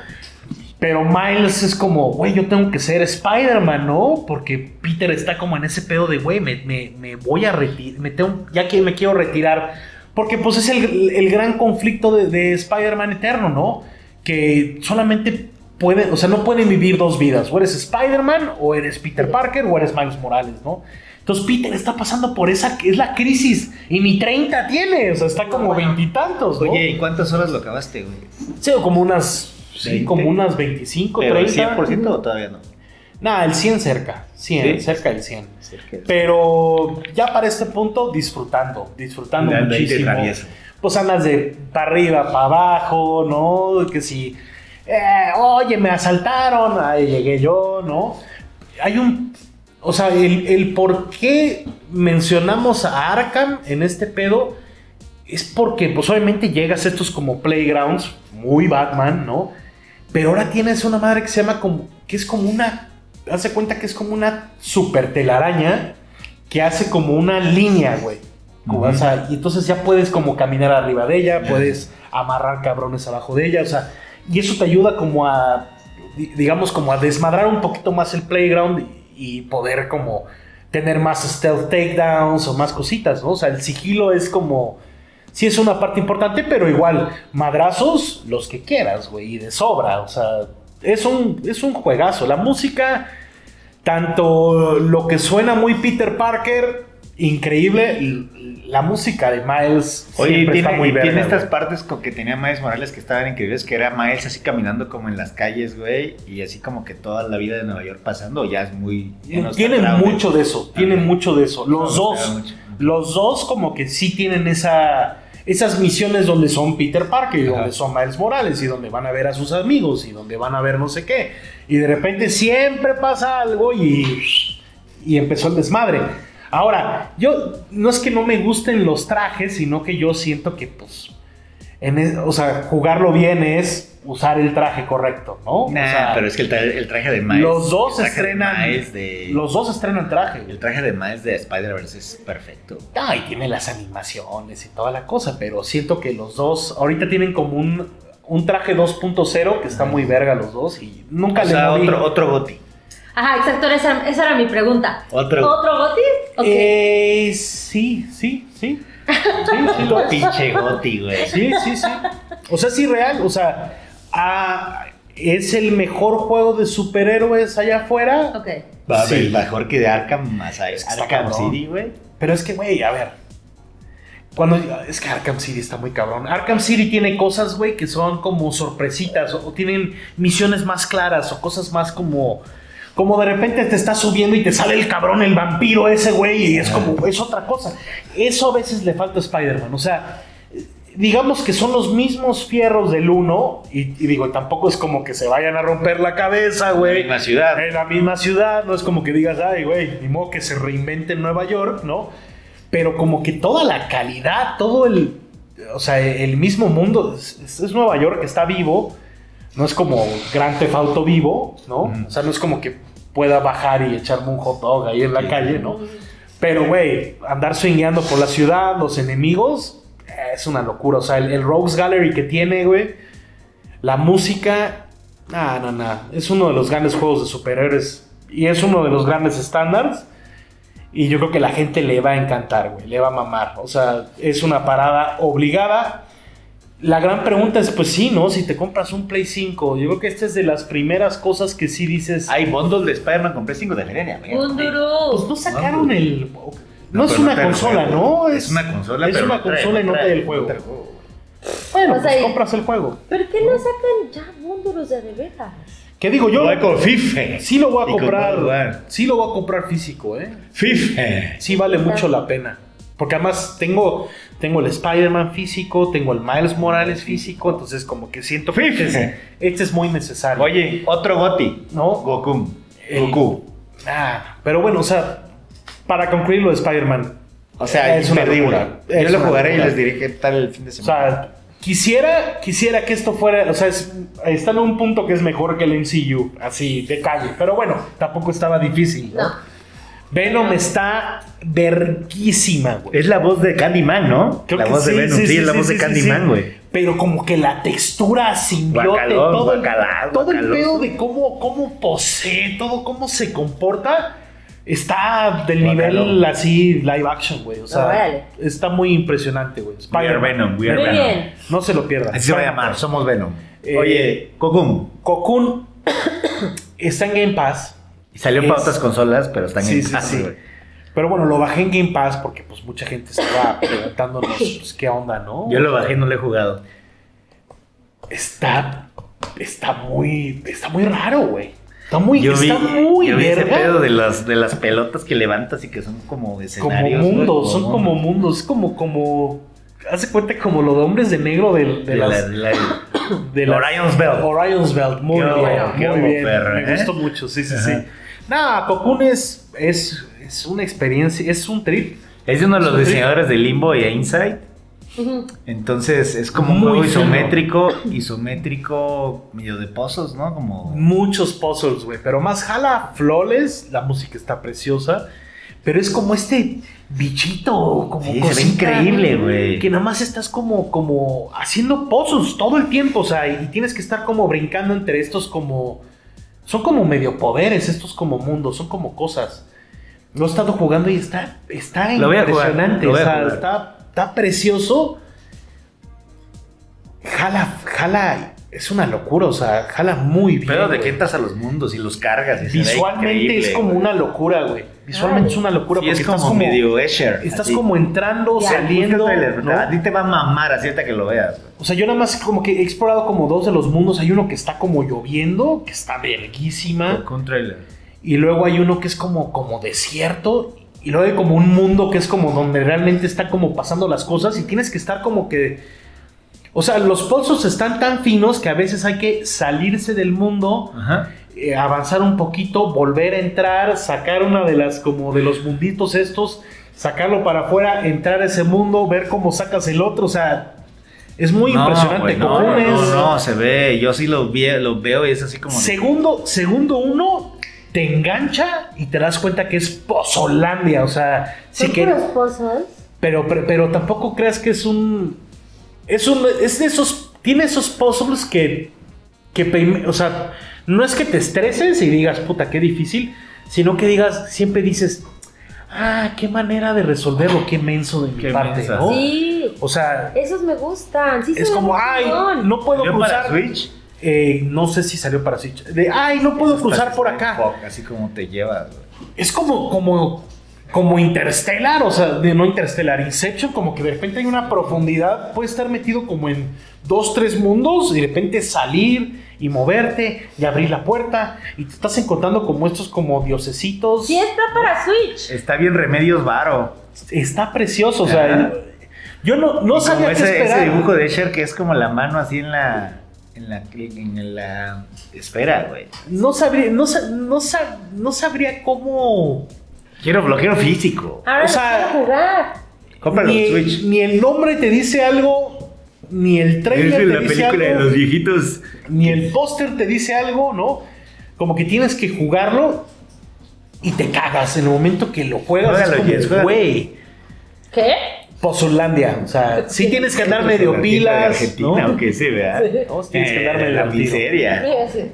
[SPEAKER 1] Pero Miles es como, güey, yo tengo que ser Spider-Man, ¿no? Porque Peter está como en ese pedo de, güey, me, me- me voy a retirar, me tengo, ya que me quiero retirar. Porque pues es el, el gran conflicto de, de Spider-Man eterno, ¿no? Que solamente pueden, o sea, no pueden vivir dos vidas. O eres Spider-Man, o eres Peter Parker, o eres Miles Morales, ¿no? Entonces Peter está pasando por esa, es la crisis. Y ni 30 tiene, o sea, está como veintitantos, Pues, ¿no?
[SPEAKER 3] Oye, ¿y cuántas horas lo acabaste, güey?
[SPEAKER 1] Sí, o como unas. sí,
[SPEAKER 3] 20.
[SPEAKER 1] como unas 25,
[SPEAKER 3] ¿Pero el
[SPEAKER 1] 30.
[SPEAKER 3] 100% o todavía no?
[SPEAKER 1] Nah, el 100 cerca. 100,
[SPEAKER 3] ¿Sí?
[SPEAKER 1] cerca del 100.
[SPEAKER 3] Cerca del-
[SPEAKER 1] Pero ya para este punto, disfrutando, disfrutando
[SPEAKER 3] Del 20
[SPEAKER 1] muchísimo.
[SPEAKER 3] travieso.
[SPEAKER 1] Pues andas de para arriba, para abajo, ¿no? Que si, eh, oye, me asaltaron, ahí llegué yo, ¿no? Hay un. O sea, el, el por qué mencionamos a Arkham en este pedo es porque, pues obviamente llegas a estos como playgrounds, muy Batman, ¿no? Pero ahora tienes una madre que se llama como. que es como una. Hace cuenta que es como una super telaraña que hace como una línea, güey. Como,
[SPEAKER 3] Ujú.
[SPEAKER 1] o sea, y entonces ya puedes como caminar arriba de ella, puedes amarrar cabrones abajo de ella, o sea, y eso te ayuda como a, di- digamos, como a desmadrar un poquito más el playground y poder como tener más stealth takedowns o más cositas, ¿no? O sea, el sigilo es como, sí es una parte importante, pero igual, madrazos, los que quieras, güey, y de sobra, o sea, es un, es un juegazo. La música, tanto lo que suena muy Peter Parker, increíble, y la música de Miles
[SPEAKER 3] Oye, y
[SPEAKER 1] siempre
[SPEAKER 3] tiene,
[SPEAKER 1] está muy
[SPEAKER 3] y
[SPEAKER 1] verde.
[SPEAKER 3] tiene estas partes con que tenía Miles Morales que estaban increíbles, que era Miles así caminando como en las calles, güey, y así como que toda la vida de Nueva York pasando, ya es muy... ya no está
[SPEAKER 1] Tienen
[SPEAKER 3] grave.
[SPEAKER 1] mucho de eso, tienen
[SPEAKER 3] Ajá.
[SPEAKER 1] mucho de eso. Los
[SPEAKER 3] No, no está
[SPEAKER 1] dos,
[SPEAKER 3] mucho.
[SPEAKER 1] los dos como que sí tienen esa, esas misiones donde son Peter Parker y
[SPEAKER 3] Ajá.
[SPEAKER 1] donde son Miles Morales y donde van a ver a sus amigos y donde van a ver no sé qué. Y de repente siempre pasa algo y, y empezó el desmadre. Ahora, yo no es que no me gusten los trajes, sino que yo siento que pues... en es- o sea, jugarlo bien es usar el traje correcto, ¿no? O
[SPEAKER 3] Nah,
[SPEAKER 1] sea,
[SPEAKER 3] pero es que el, tra- el traje de Miles...
[SPEAKER 1] los dos
[SPEAKER 3] el traje de
[SPEAKER 1] estrenan-
[SPEAKER 3] Miles de-
[SPEAKER 1] los dos estrenan traje. güey.
[SPEAKER 3] El traje de Miles de Spider-Verse es perfecto.
[SPEAKER 1] Ah, y tiene las animaciones y toda la cosa, pero siento que los dos ahorita tienen como un, un traje 2.0 que está muy verga los dos y nunca
[SPEAKER 3] O
[SPEAKER 1] le
[SPEAKER 3] sea,
[SPEAKER 1] moví.
[SPEAKER 3] otro, otro goti.
[SPEAKER 2] Ajá, exacto, esa, esa era mi pregunta.
[SPEAKER 3] Otro
[SPEAKER 2] ¿Otro Goti? Ok.
[SPEAKER 1] Eh, sí, sí, sí. Sí, sí, lo es.
[SPEAKER 3] pinche goti, güey.
[SPEAKER 1] Sí, sí, sí. O sea, sí, real. O sea, ah, es el mejor juego de superhéroes allá afuera.
[SPEAKER 2] ok.
[SPEAKER 3] Va a
[SPEAKER 1] Sí.
[SPEAKER 3] ver, mejor que de Arkham más a-
[SPEAKER 1] Es que está
[SPEAKER 3] Arkham
[SPEAKER 1] cabrón.
[SPEAKER 3] City, güey.
[SPEAKER 1] Pero es que, güey, a ver. Cuando, es que Arkham City está muy cabrón. Arkham City tiene cosas, güey, que son como sorpresitas o, o tienen misiones más claras o cosas más como... Como de repente te estás subiendo y te sale el cabrón, el vampiro ese, güey, y es como, es otra cosa. Eso a veces le falta a Spider-Man. O sea, digamos que son los mismos fierros del uno y, y digo, tampoco es como que se vayan a romper la cabeza, güey.
[SPEAKER 3] En la ciudad.
[SPEAKER 1] En la misma ciudad, no es como que digas, ay, güey, ni modo que se reinvente en Nueva York, ¿no? Pero como que toda la calidad, todo el, o sea, el mismo mundo, es, es- es Nueva York, está vivo, no es como Gran Tefauto vivo, ¿no?
[SPEAKER 3] Ujú.
[SPEAKER 1] O sea, no es como que pueda bajar y echarme un hot dog ahí en la
[SPEAKER 3] Sí.
[SPEAKER 1] calle, ¿no? Pero, güey, andar swingueando por la ciudad, los enemigos, eh, es una locura. O sea, el, el Rogues Gallery que tiene, güey, la música, nah, nah, nah. Es uno de los grandes juegos de superhéroes y es uno de los grandes estándares. Y yo creo que la gente le va a encantar, güey, le va a mamar. O sea, es una parada obligada. La gran pregunta es, pues sí, ¿no? Si te compras un Play 5, yo creo que esta es de las primeras cosas que sí dices...
[SPEAKER 3] Hay bundles de Spider-Man con PS5 de feria, güey.
[SPEAKER 2] Un
[SPEAKER 1] Pues
[SPEAKER 2] duro.
[SPEAKER 1] no sacaron el. No, es
[SPEAKER 3] pero
[SPEAKER 1] una
[SPEAKER 3] trae el
[SPEAKER 1] consola,
[SPEAKER 3] juego.
[SPEAKER 1] ¿no?
[SPEAKER 3] Es una consola,
[SPEAKER 1] Es
[SPEAKER 3] pero
[SPEAKER 1] una
[SPEAKER 3] no trae-
[SPEAKER 1] consola y no
[SPEAKER 3] trae-
[SPEAKER 1] trae el juego.
[SPEAKER 3] trae el juego.
[SPEAKER 1] Bueno,
[SPEAKER 2] O
[SPEAKER 1] pues
[SPEAKER 2] sea, y-
[SPEAKER 1] compras el juego.
[SPEAKER 2] ¿Por qué no sacan ya munduros de abejas?
[SPEAKER 1] ¿Qué digo yo?
[SPEAKER 3] Voy con FIFA.
[SPEAKER 1] Sí lo voy a
[SPEAKER 3] Y con God of
[SPEAKER 1] comprar.
[SPEAKER 3] War.
[SPEAKER 1] Sí lo voy a comprar físico, ¿eh?
[SPEAKER 3] FIFA.
[SPEAKER 1] Sí vale mucho la pena. Porque además tengo, tengo el Spider-Man físico, tengo el Miles Morales físico, entonces como que siento que este es, este es muy necesario.
[SPEAKER 3] Oye, otro Goti.
[SPEAKER 1] ¿no?
[SPEAKER 3] Goku.
[SPEAKER 1] El-
[SPEAKER 3] Goku.
[SPEAKER 1] Ah, pero bueno, o sea, para concluir lo de Spider-Man. eh,
[SPEAKER 3] O sea,
[SPEAKER 1] es
[SPEAKER 3] es
[SPEAKER 1] una
[SPEAKER 3] una
[SPEAKER 1] locura.
[SPEAKER 3] Yo
[SPEAKER 1] Es
[SPEAKER 3] lo
[SPEAKER 1] una
[SPEAKER 3] jugaré y
[SPEAKER 1] locura.
[SPEAKER 3] les diré qué tal el fin de
[SPEAKER 1] O
[SPEAKER 3] semana.
[SPEAKER 1] sea, quisiera, quisiera que esto fuera, o sea, es- está en un punto que es mejor que el MCU, así de calle. Pero bueno, tampoco estaba difícil. ¿no?
[SPEAKER 2] No.
[SPEAKER 1] Venom está verguísima, güey.
[SPEAKER 3] es la voz de Candyman, ¿no?
[SPEAKER 1] Creo
[SPEAKER 3] la
[SPEAKER 1] que
[SPEAKER 3] voz de Venom. Sí, es la voz
[SPEAKER 1] sí,
[SPEAKER 3] de
[SPEAKER 1] sí, sí.
[SPEAKER 3] Candyman, güey.
[SPEAKER 1] Pero como que la textura simbiote,
[SPEAKER 3] Guacalón,
[SPEAKER 1] todo, el-
[SPEAKER 3] guacalado,
[SPEAKER 1] todo el
[SPEAKER 3] guacaloso.
[SPEAKER 1] pedo de cómo, cómo posee, todo cómo se comporta, está del
[SPEAKER 3] Guacalón.
[SPEAKER 1] nivel así live action, güey. O sea,
[SPEAKER 2] Órale.
[SPEAKER 1] está muy impresionante, güey. Spider-Man.
[SPEAKER 3] we
[SPEAKER 2] Muy bien.
[SPEAKER 1] No se lo pierdan.
[SPEAKER 3] Así se va a llamar, somos Venom.
[SPEAKER 1] Eh,
[SPEAKER 3] Oye, Goku.
[SPEAKER 1] Cocoon (coughs) está en Game Pass.
[SPEAKER 3] Y salió
[SPEAKER 1] Es-
[SPEAKER 3] para otras consolas, pero están
[SPEAKER 1] Sí,
[SPEAKER 3] en
[SPEAKER 1] sí,
[SPEAKER 3] casa,
[SPEAKER 1] sí.
[SPEAKER 3] güey.
[SPEAKER 1] Pero bueno, lo bajé en Game Pass porque pues mucha gente estaba (coughs) preguntándonos pues, qué onda, ¿no?
[SPEAKER 3] Yo lo bajé y no lo he jugado.
[SPEAKER 1] Está, está muy, está muy raro, güey. Está muy,
[SPEAKER 3] Yo vi,
[SPEAKER 1] está muy
[SPEAKER 3] yo vi ese
[SPEAKER 1] verga.
[SPEAKER 3] pedo de las, de las pelotas que levantas y que son como
[SPEAKER 1] como
[SPEAKER 3] escenarios. güey,
[SPEAKER 1] mundos, son como
[SPEAKER 3] mundos.
[SPEAKER 1] mundos, es como, como, hace cuenta como lo de hombres de negro del- de,
[SPEAKER 3] De la-
[SPEAKER 1] las,
[SPEAKER 3] de la-
[SPEAKER 1] de las-
[SPEAKER 3] Orion's Belt.
[SPEAKER 1] Orion's Belt, muy
[SPEAKER 3] Qué
[SPEAKER 1] bien,
[SPEAKER 3] bueno,
[SPEAKER 1] muy
[SPEAKER 3] qué bueno,
[SPEAKER 1] bien.
[SPEAKER 3] perra,
[SPEAKER 1] Me
[SPEAKER 3] ¿eh?
[SPEAKER 1] gustó mucho, sí, sí,
[SPEAKER 3] Ajá.
[SPEAKER 1] sí. Nada, Cocoon es, es, es una experiencia, es un trip
[SPEAKER 3] Es de
[SPEAKER 1] (laughs)
[SPEAKER 3] uno de los
[SPEAKER 1] Son tri-
[SPEAKER 3] diseñadores de Limbo y Inside.
[SPEAKER 2] Ujú.
[SPEAKER 3] Entonces es como un
[SPEAKER 1] Muy
[SPEAKER 3] juego
[SPEAKER 1] fino.
[SPEAKER 3] isométrico, isométrico medio de pozos, ¿no? Como
[SPEAKER 1] muchos puzzles, güey. Pero más jala flores, la música está preciosa. Pero es como este bichito, como
[SPEAKER 3] Sí, se ve
[SPEAKER 1] cosita,
[SPEAKER 3] increíble, güey.
[SPEAKER 1] Que nada más estás como, como haciendo pozos todo el tiempo, o sea, y tienes que estar como brincando entre estos como... Son como medio poderes, estos como mundos, son como cosas. Lo he estado jugando y está, está
[SPEAKER 3] Lo voy a jugar,
[SPEAKER 1] impresionante,
[SPEAKER 3] lo voy a
[SPEAKER 1] o sea,
[SPEAKER 3] jugar.
[SPEAKER 1] está, está precioso. Jala, jala, es una locura, o sea, jala muy bien.
[SPEAKER 3] Pero de que
[SPEAKER 1] güey.
[SPEAKER 3] entras a los mundos y los cargas. Y se ve
[SPEAKER 1] Visualmente
[SPEAKER 3] increíble,
[SPEAKER 1] es como
[SPEAKER 3] güey.
[SPEAKER 1] una locura, güey. Visualmente es una locura
[SPEAKER 3] Sí,
[SPEAKER 1] porque
[SPEAKER 3] es como,
[SPEAKER 1] estás como,
[SPEAKER 3] medio Escher.
[SPEAKER 1] estás
[SPEAKER 3] así.
[SPEAKER 1] como entrando,
[SPEAKER 2] Ya.
[SPEAKER 1] saliendo.
[SPEAKER 3] Busca el trailer,
[SPEAKER 1] ¿no?
[SPEAKER 3] A ti te va a mamar así hasta que lo veas. güey.
[SPEAKER 1] O sea, yo nada más como que he explorado como dos de los mundos. Hay uno que está como lloviendo, que está verguísima.
[SPEAKER 3] Con un trailer.
[SPEAKER 1] Y luego hay uno que es como, como desierto. Y luego hay como un mundo que es como donde realmente está como pasando las cosas. Y tienes que estar como que. O sea, los pozos están tan finos que a veces hay que salirse del mundo.
[SPEAKER 3] Ajá.
[SPEAKER 1] eh, avanzar un poquito, volver a entrar, sacar una de las como de los munditos estos, sacarlo para afuera, entrar a ese mundo, ver cómo sacas el otro, o sea, es muy
[SPEAKER 3] No,
[SPEAKER 1] impresionante.
[SPEAKER 3] güey, no,
[SPEAKER 1] como un
[SPEAKER 3] no,
[SPEAKER 1] es-
[SPEAKER 3] no, se ve. Yo sí lo, vi- lo veo y es así como.
[SPEAKER 1] segundo, segundo uno te engancha y te das cuenta que es Pozolandia, o sea, sí
[SPEAKER 2] ¿Son
[SPEAKER 1] que
[SPEAKER 2] puros pozos?
[SPEAKER 1] pero, pero, pero tampoco creas que es un. Es un. Es de esos. Tiene esos puzzles que. que prim- o sea, no es que te estreses y digas, puta, qué difícil. Sino que digas, siempre dices. Ah, qué manera de resolverlo, qué menso de mi
[SPEAKER 3] Qué
[SPEAKER 1] parte,
[SPEAKER 3] mensa.
[SPEAKER 1] ¿no?
[SPEAKER 2] Sí,
[SPEAKER 1] O sea,
[SPEAKER 2] esos me gustan. Sí, se
[SPEAKER 1] Oh. es
[SPEAKER 2] ven
[SPEAKER 1] como,
[SPEAKER 2] un
[SPEAKER 1] ay,
[SPEAKER 2] montón".
[SPEAKER 1] no puedo
[SPEAKER 3] ¿Salió para
[SPEAKER 1] cruzar.
[SPEAKER 3] Switch?
[SPEAKER 1] Eh, no sé si salió para Switch. De, ay, no puedo cruzar por acá.
[SPEAKER 3] Fuck, así como te llevas. güey.
[SPEAKER 1] Es como, como, como Interstellar, o sea, de no Interstellar, Inception, como que de repente hay una profundidad, puedes estar metido como en dos, tres mundos y de repente salir y moverte y abrir la puerta y te estás encontrando como estos como diosecitos.
[SPEAKER 2] Sí está
[SPEAKER 1] Eh,
[SPEAKER 2] para Switch.
[SPEAKER 3] Está bien Remedios Varo.
[SPEAKER 1] Está precioso, o sea,
[SPEAKER 3] Ajá.
[SPEAKER 1] yo no, no
[SPEAKER 3] Y como
[SPEAKER 1] sabía qué
[SPEAKER 3] ese,
[SPEAKER 1] esperar.
[SPEAKER 3] ese dibujo de Escher que es como la mano así en la. En la, en la esfera, güey.
[SPEAKER 1] No sabría, no, sa- no, sa- no sabría cómo
[SPEAKER 3] Quiero bloqueo físico.
[SPEAKER 2] Ahora
[SPEAKER 1] o
[SPEAKER 2] lo
[SPEAKER 1] sea,
[SPEAKER 2] quiero jugar.
[SPEAKER 3] Cómpralo
[SPEAKER 1] Ah, ni,
[SPEAKER 3] en Switch.
[SPEAKER 1] ni el nombre te dice algo, ni el trailer te dice algo.
[SPEAKER 3] viejitos.
[SPEAKER 1] ni el póster te dice algo, ¿no? Como que tienes que jugarlo y te cagas en el momento que lo juegas. es
[SPEAKER 3] Juégalo,
[SPEAKER 1] como,
[SPEAKER 3] Jess, juégalo.
[SPEAKER 1] Güey,
[SPEAKER 2] ¿Qué?
[SPEAKER 1] Pozolandia. O sea, sí tienes que andar medio pilas, ¿no?
[SPEAKER 3] Argentina, o que sí, ¿verdad?
[SPEAKER 2] Sí.
[SPEAKER 1] No, tienes que
[SPEAKER 3] Eh,
[SPEAKER 1] andar medio
[SPEAKER 3] la
[SPEAKER 1] al tiro.
[SPEAKER 3] miseria.
[SPEAKER 2] (laughs) Mira, sí.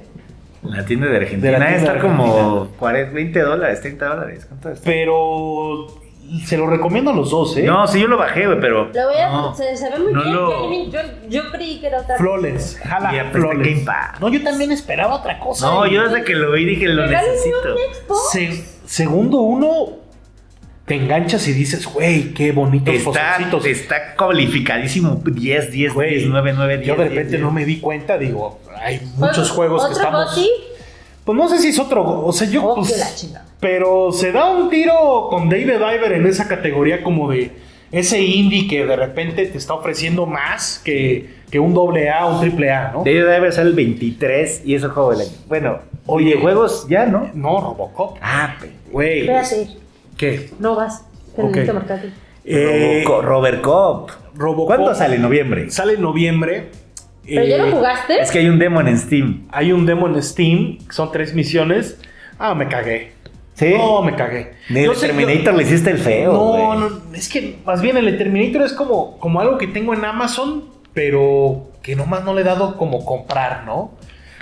[SPEAKER 3] La tienda de
[SPEAKER 1] De
[SPEAKER 3] Argentina
[SPEAKER 1] la
[SPEAKER 3] debe
[SPEAKER 1] tienda
[SPEAKER 3] estar
[SPEAKER 1] de
[SPEAKER 3] como 40, 20 dólares, 30 dólares. ¿Cuánto está?
[SPEAKER 1] Pero se lo recomiendo a los dos, ¿eh?
[SPEAKER 3] No, sí, yo lo bajé, güey, pero.
[SPEAKER 2] Lo voy a.
[SPEAKER 3] no.
[SPEAKER 2] Se, se ve muy
[SPEAKER 3] No
[SPEAKER 2] bien.
[SPEAKER 3] lo-
[SPEAKER 2] Gaming. Yo, yo creí que era otra.
[SPEAKER 1] Flawless, jala,
[SPEAKER 3] Y aparte
[SPEAKER 1] flawless.
[SPEAKER 3] Game Pass.
[SPEAKER 1] No, yo también esperaba otra cosa.
[SPEAKER 3] No,
[SPEAKER 1] ¿eh?
[SPEAKER 3] yo desde que lo vi dije, lo
[SPEAKER 2] Regálenme
[SPEAKER 3] necesito.
[SPEAKER 2] un Xbox.
[SPEAKER 1] Se- segundo uno, te enganchas y dices, güey, qué bonitos
[SPEAKER 3] Está,
[SPEAKER 1] pozolcitos.
[SPEAKER 3] está cualificadísimo 10, 10,
[SPEAKER 1] Güey,
[SPEAKER 3] 10, 9, 9, 10.
[SPEAKER 1] Yo de repente
[SPEAKER 3] 10.
[SPEAKER 1] no me di cuenta, digo, hay muchos juegos que
[SPEAKER 2] Pues, ¿Otro
[SPEAKER 1] estamos...
[SPEAKER 2] Gotti?
[SPEAKER 1] Pues no sé si es otro, go- o sea, yo
[SPEAKER 2] Oh,
[SPEAKER 1] pues,
[SPEAKER 2] que la chingada.
[SPEAKER 1] pero se da un tiro con David Diver en esa categoría como de ese indie que de repente te está ofreciendo más que, que un doble A o un triple A, ¿no?
[SPEAKER 3] Debe de haber salido el 23 y es el juego del año. Bueno,
[SPEAKER 1] Oye.
[SPEAKER 3] oye, juegos ya, ¿no?
[SPEAKER 1] No, Robocop.
[SPEAKER 3] Ah, pe-
[SPEAKER 1] Güey.
[SPEAKER 2] Espérate.
[SPEAKER 1] ¿Qué?
[SPEAKER 2] No vas. Te
[SPEAKER 1] Ok.
[SPEAKER 2] necesito marcar aquí.
[SPEAKER 1] Eh,
[SPEAKER 3] Roboco- Robert Cop.
[SPEAKER 1] Robocop.
[SPEAKER 3] ¿Cuándo sale? ¿En noviembre?
[SPEAKER 1] Sale en noviembre.
[SPEAKER 2] ¿Pero ya
[SPEAKER 1] Eh,
[SPEAKER 2] lo jugaste?
[SPEAKER 3] Es que hay un demon en Steam.
[SPEAKER 1] Hay un demo en Steam, son tres misiones. Ah, me cagué.
[SPEAKER 3] ¿Sí?
[SPEAKER 1] No, me cagué.
[SPEAKER 3] Ni
[SPEAKER 1] Yo
[SPEAKER 3] el
[SPEAKER 1] sé- yo-
[SPEAKER 3] Terminator le hiciste el feo.
[SPEAKER 1] No,
[SPEAKER 3] güey.
[SPEAKER 1] no, es que más bien el Terminator es como, como algo que tengo en Amazon, pero que nomás no le he dado como comprar, ¿no?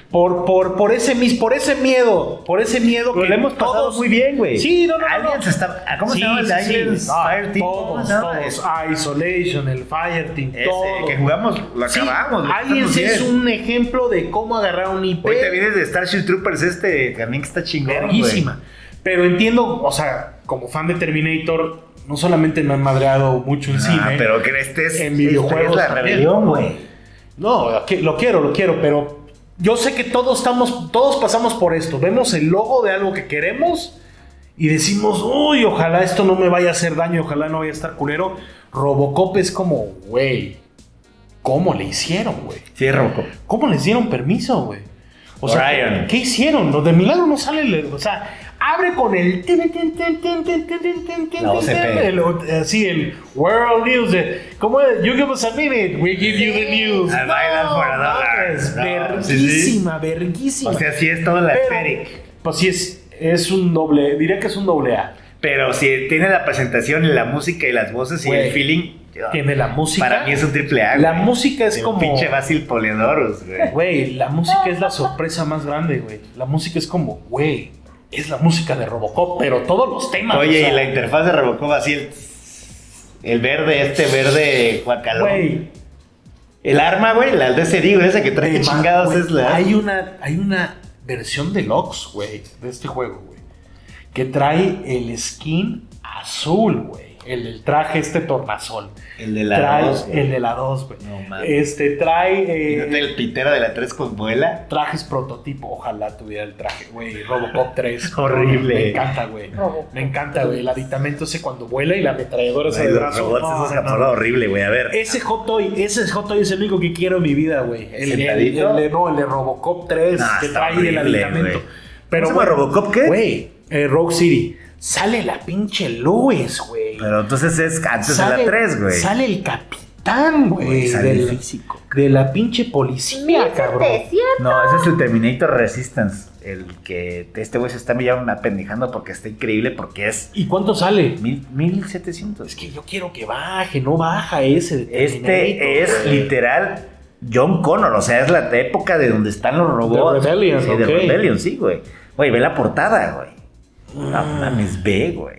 [SPEAKER 1] Por, por, por, ese, mis, por ese miedo, por ese miedo
[SPEAKER 3] Pero
[SPEAKER 1] que
[SPEAKER 3] le hemos pasado muy bien, güey.
[SPEAKER 1] Sí, no, no, no,
[SPEAKER 3] Aliens
[SPEAKER 1] no.
[SPEAKER 3] está- ah, ¿cómo se
[SPEAKER 1] Sí,
[SPEAKER 3] llama el
[SPEAKER 1] sí,
[SPEAKER 3] Aliens
[SPEAKER 1] sí. No,
[SPEAKER 3] Fire Team? ¿Cómo
[SPEAKER 1] Todos,
[SPEAKER 3] se llama?
[SPEAKER 1] todos. ah, Isolation, el Fire Team,
[SPEAKER 3] Ese
[SPEAKER 1] todo.
[SPEAKER 3] que jugamos, lo
[SPEAKER 1] Sí,
[SPEAKER 3] acabamos. lo
[SPEAKER 1] Aliens
[SPEAKER 3] pasamos
[SPEAKER 1] es
[SPEAKER 3] bien.
[SPEAKER 1] un ejemplo de cómo agarrar un IP.
[SPEAKER 3] Hoy te vienes de Starship Troopers este, también que está chingón, güey.
[SPEAKER 1] Verguísima. Pero entiendo, o sea, como fan de Terminator, no solamente me han madreado mucho en
[SPEAKER 3] Ah,
[SPEAKER 1] cine.
[SPEAKER 3] pero que este es,
[SPEAKER 1] ¿eh? En
[SPEAKER 3] este
[SPEAKER 1] videojuegos
[SPEAKER 3] es la
[SPEAKER 1] también.
[SPEAKER 3] rebelión, güey.
[SPEAKER 1] No, lo qui- lo quiero, lo quiero, pero yo sé que todos estamos, todos pasamos por esto. Vemos el logo de algo que queremos y decimos, uy, ojalá esto no me vaya a hacer daño, ojalá no vaya a estar culero. Robocop es como, güey, ¿cómo le hicieron, güey?
[SPEAKER 3] Sí, Robocop.
[SPEAKER 1] ¿Cómo les dieron permiso, güey? O sea,
[SPEAKER 3] Orion.
[SPEAKER 1] ¿qué hicieron? Los de Milagro no sale, el- o sea, abre con el tin, tin, tin, tin, tin, tin, tin, tin, tin,
[SPEAKER 3] La OCP.
[SPEAKER 1] el- eh, sí, el World News, de, ¿cómo es? You give us a minute, we give you the news.
[SPEAKER 3] Al bailar por a dólar.
[SPEAKER 1] Pues, mames,
[SPEAKER 3] No,
[SPEAKER 1] verguísima, verguísima.
[SPEAKER 3] O sea, sí es toda la
[SPEAKER 1] Pero,
[SPEAKER 3] estética.
[SPEAKER 1] pues sí es, es un doble, diría que es un doble A.
[SPEAKER 3] Pero si tiene la presentación y la música y las voces y
[SPEAKER 1] Güey,
[SPEAKER 3] el feeling. yo-
[SPEAKER 1] Tiene la música.
[SPEAKER 3] Para mí es un triple A.
[SPEAKER 1] La
[SPEAKER 3] güey.
[SPEAKER 1] música es
[SPEAKER 3] De
[SPEAKER 1] como.
[SPEAKER 3] Pinche Basil Poledorus,
[SPEAKER 1] (laughs)
[SPEAKER 3] güey.
[SPEAKER 1] Güey, la música es la sorpresa más grande, güey. La música es como, güey, es la música de Robocop, pero todos los temas. o
[SPEAKER 3] Oye,
[SPEAKER 1] sea,
[SPEAKER 3] y la interfaz de Robocop así el. El verde, este verde guacalón.
[SPEAKER 1] Güey,
[SPEAKER 3] El arma, güey, la de ese güey, esa que trae
[SPEAKER 1] Además,
[SPEAKER 3] chingados
[SPEAKER 1] güey,
[SPEAKER 3] es la.
[SPEAKER 1] Hay una, hay una versión deluxe, güey, de este juego, güey. Que trae el skin azul, güey. El, el traje este tornasol.
[SPEAKER 3] el de la.
[SPEAKER 1] trae
[SPEAKER 3] dos, güey.
[SPEAKER 1] el de la 2, güey.
[SPEAKER 3] No mames.
[SPEAKER 1] este trae.
[SPEAKER 3] Y
[SPEAKER 1] eh,
[SPEAKER 3] no trae el pitero de la 3 con vuela.
[SPEAKER 1] Trajes prototipo, ojalá tuviera el traje, güey. Robocop 3.
[SPEAKER 3] (laughs) Horrible.
[SPEAKER 1] Me encanta, güey.
[SPEAKER 2] Robocop.
[SPEAKER 1] Me encanta, güey. El aditamento ese cuando vuela y la ametralladora se
[SPEAKER 3] Güey, los robots, eso es una palabra horrible, güey. A ver.
[SPEAKER 1] Ese Hot Toy, ese Hot Toy es el único que quiero en mi vida, güey. El, el,
[SPEAKER 3] ¿Sentadito?
[SPEAKER 1] el de- no, el de Robocop 3
[SPEAKER 3] Nah,
[SPEAKER 1] que
[SPEAKER 3] está
[SPEAKER 1] trae el
[SPEAKER 3] horrible,
[SPEAKER 1] aditamento.
[SPEAKER 3] güey. ¿Cómo se llama,
[SPEAKER 1] güey,
[SPEAKER 3] Robocop qué?
[SPEAKER 1] Güey, eh, Rogue City. Sale la pinche Lois, güey.
[SPEAKER 3] Pero entonces es antes de
[SPEAKER 1] Sale-
[SPEAKER 3] la 3, güey.
[SPEAKER 1] Sale el capitán, güey.
[SPEAKER 3] Güey, sale
[SPEAKER 1] del-
[SPEAKER 3] el físico.
[SPEAKER 1] De la pinche policía, cabrón.
[SPEAKER 2] 1700.
[SPEAKER 3] No, ese es el Terminator Resistance. El que este güey se está ya apendejando porque está increíble porque es
[SPEAKER 1] ¿Y cuánto sale?
[SPEAKER 3] mil, 1700.
[SPEAKER 1] Es que yo quiero que baje, no baja ese. de Terminator,
[SPEAKER 3] Este es
[SPEAKER 1] güey.
[SPEAKER 3] literal John Connor, o sea, es la época de donde están los robots.
[SPEAKER 1] The Rebellion,
[SPEAKER 3] sí, de
[SPEAKER 1] ok.
[SPEAKER 3] Rebellion, sí, güey. Güey, ve la portada, güey. No mames, ve, güey.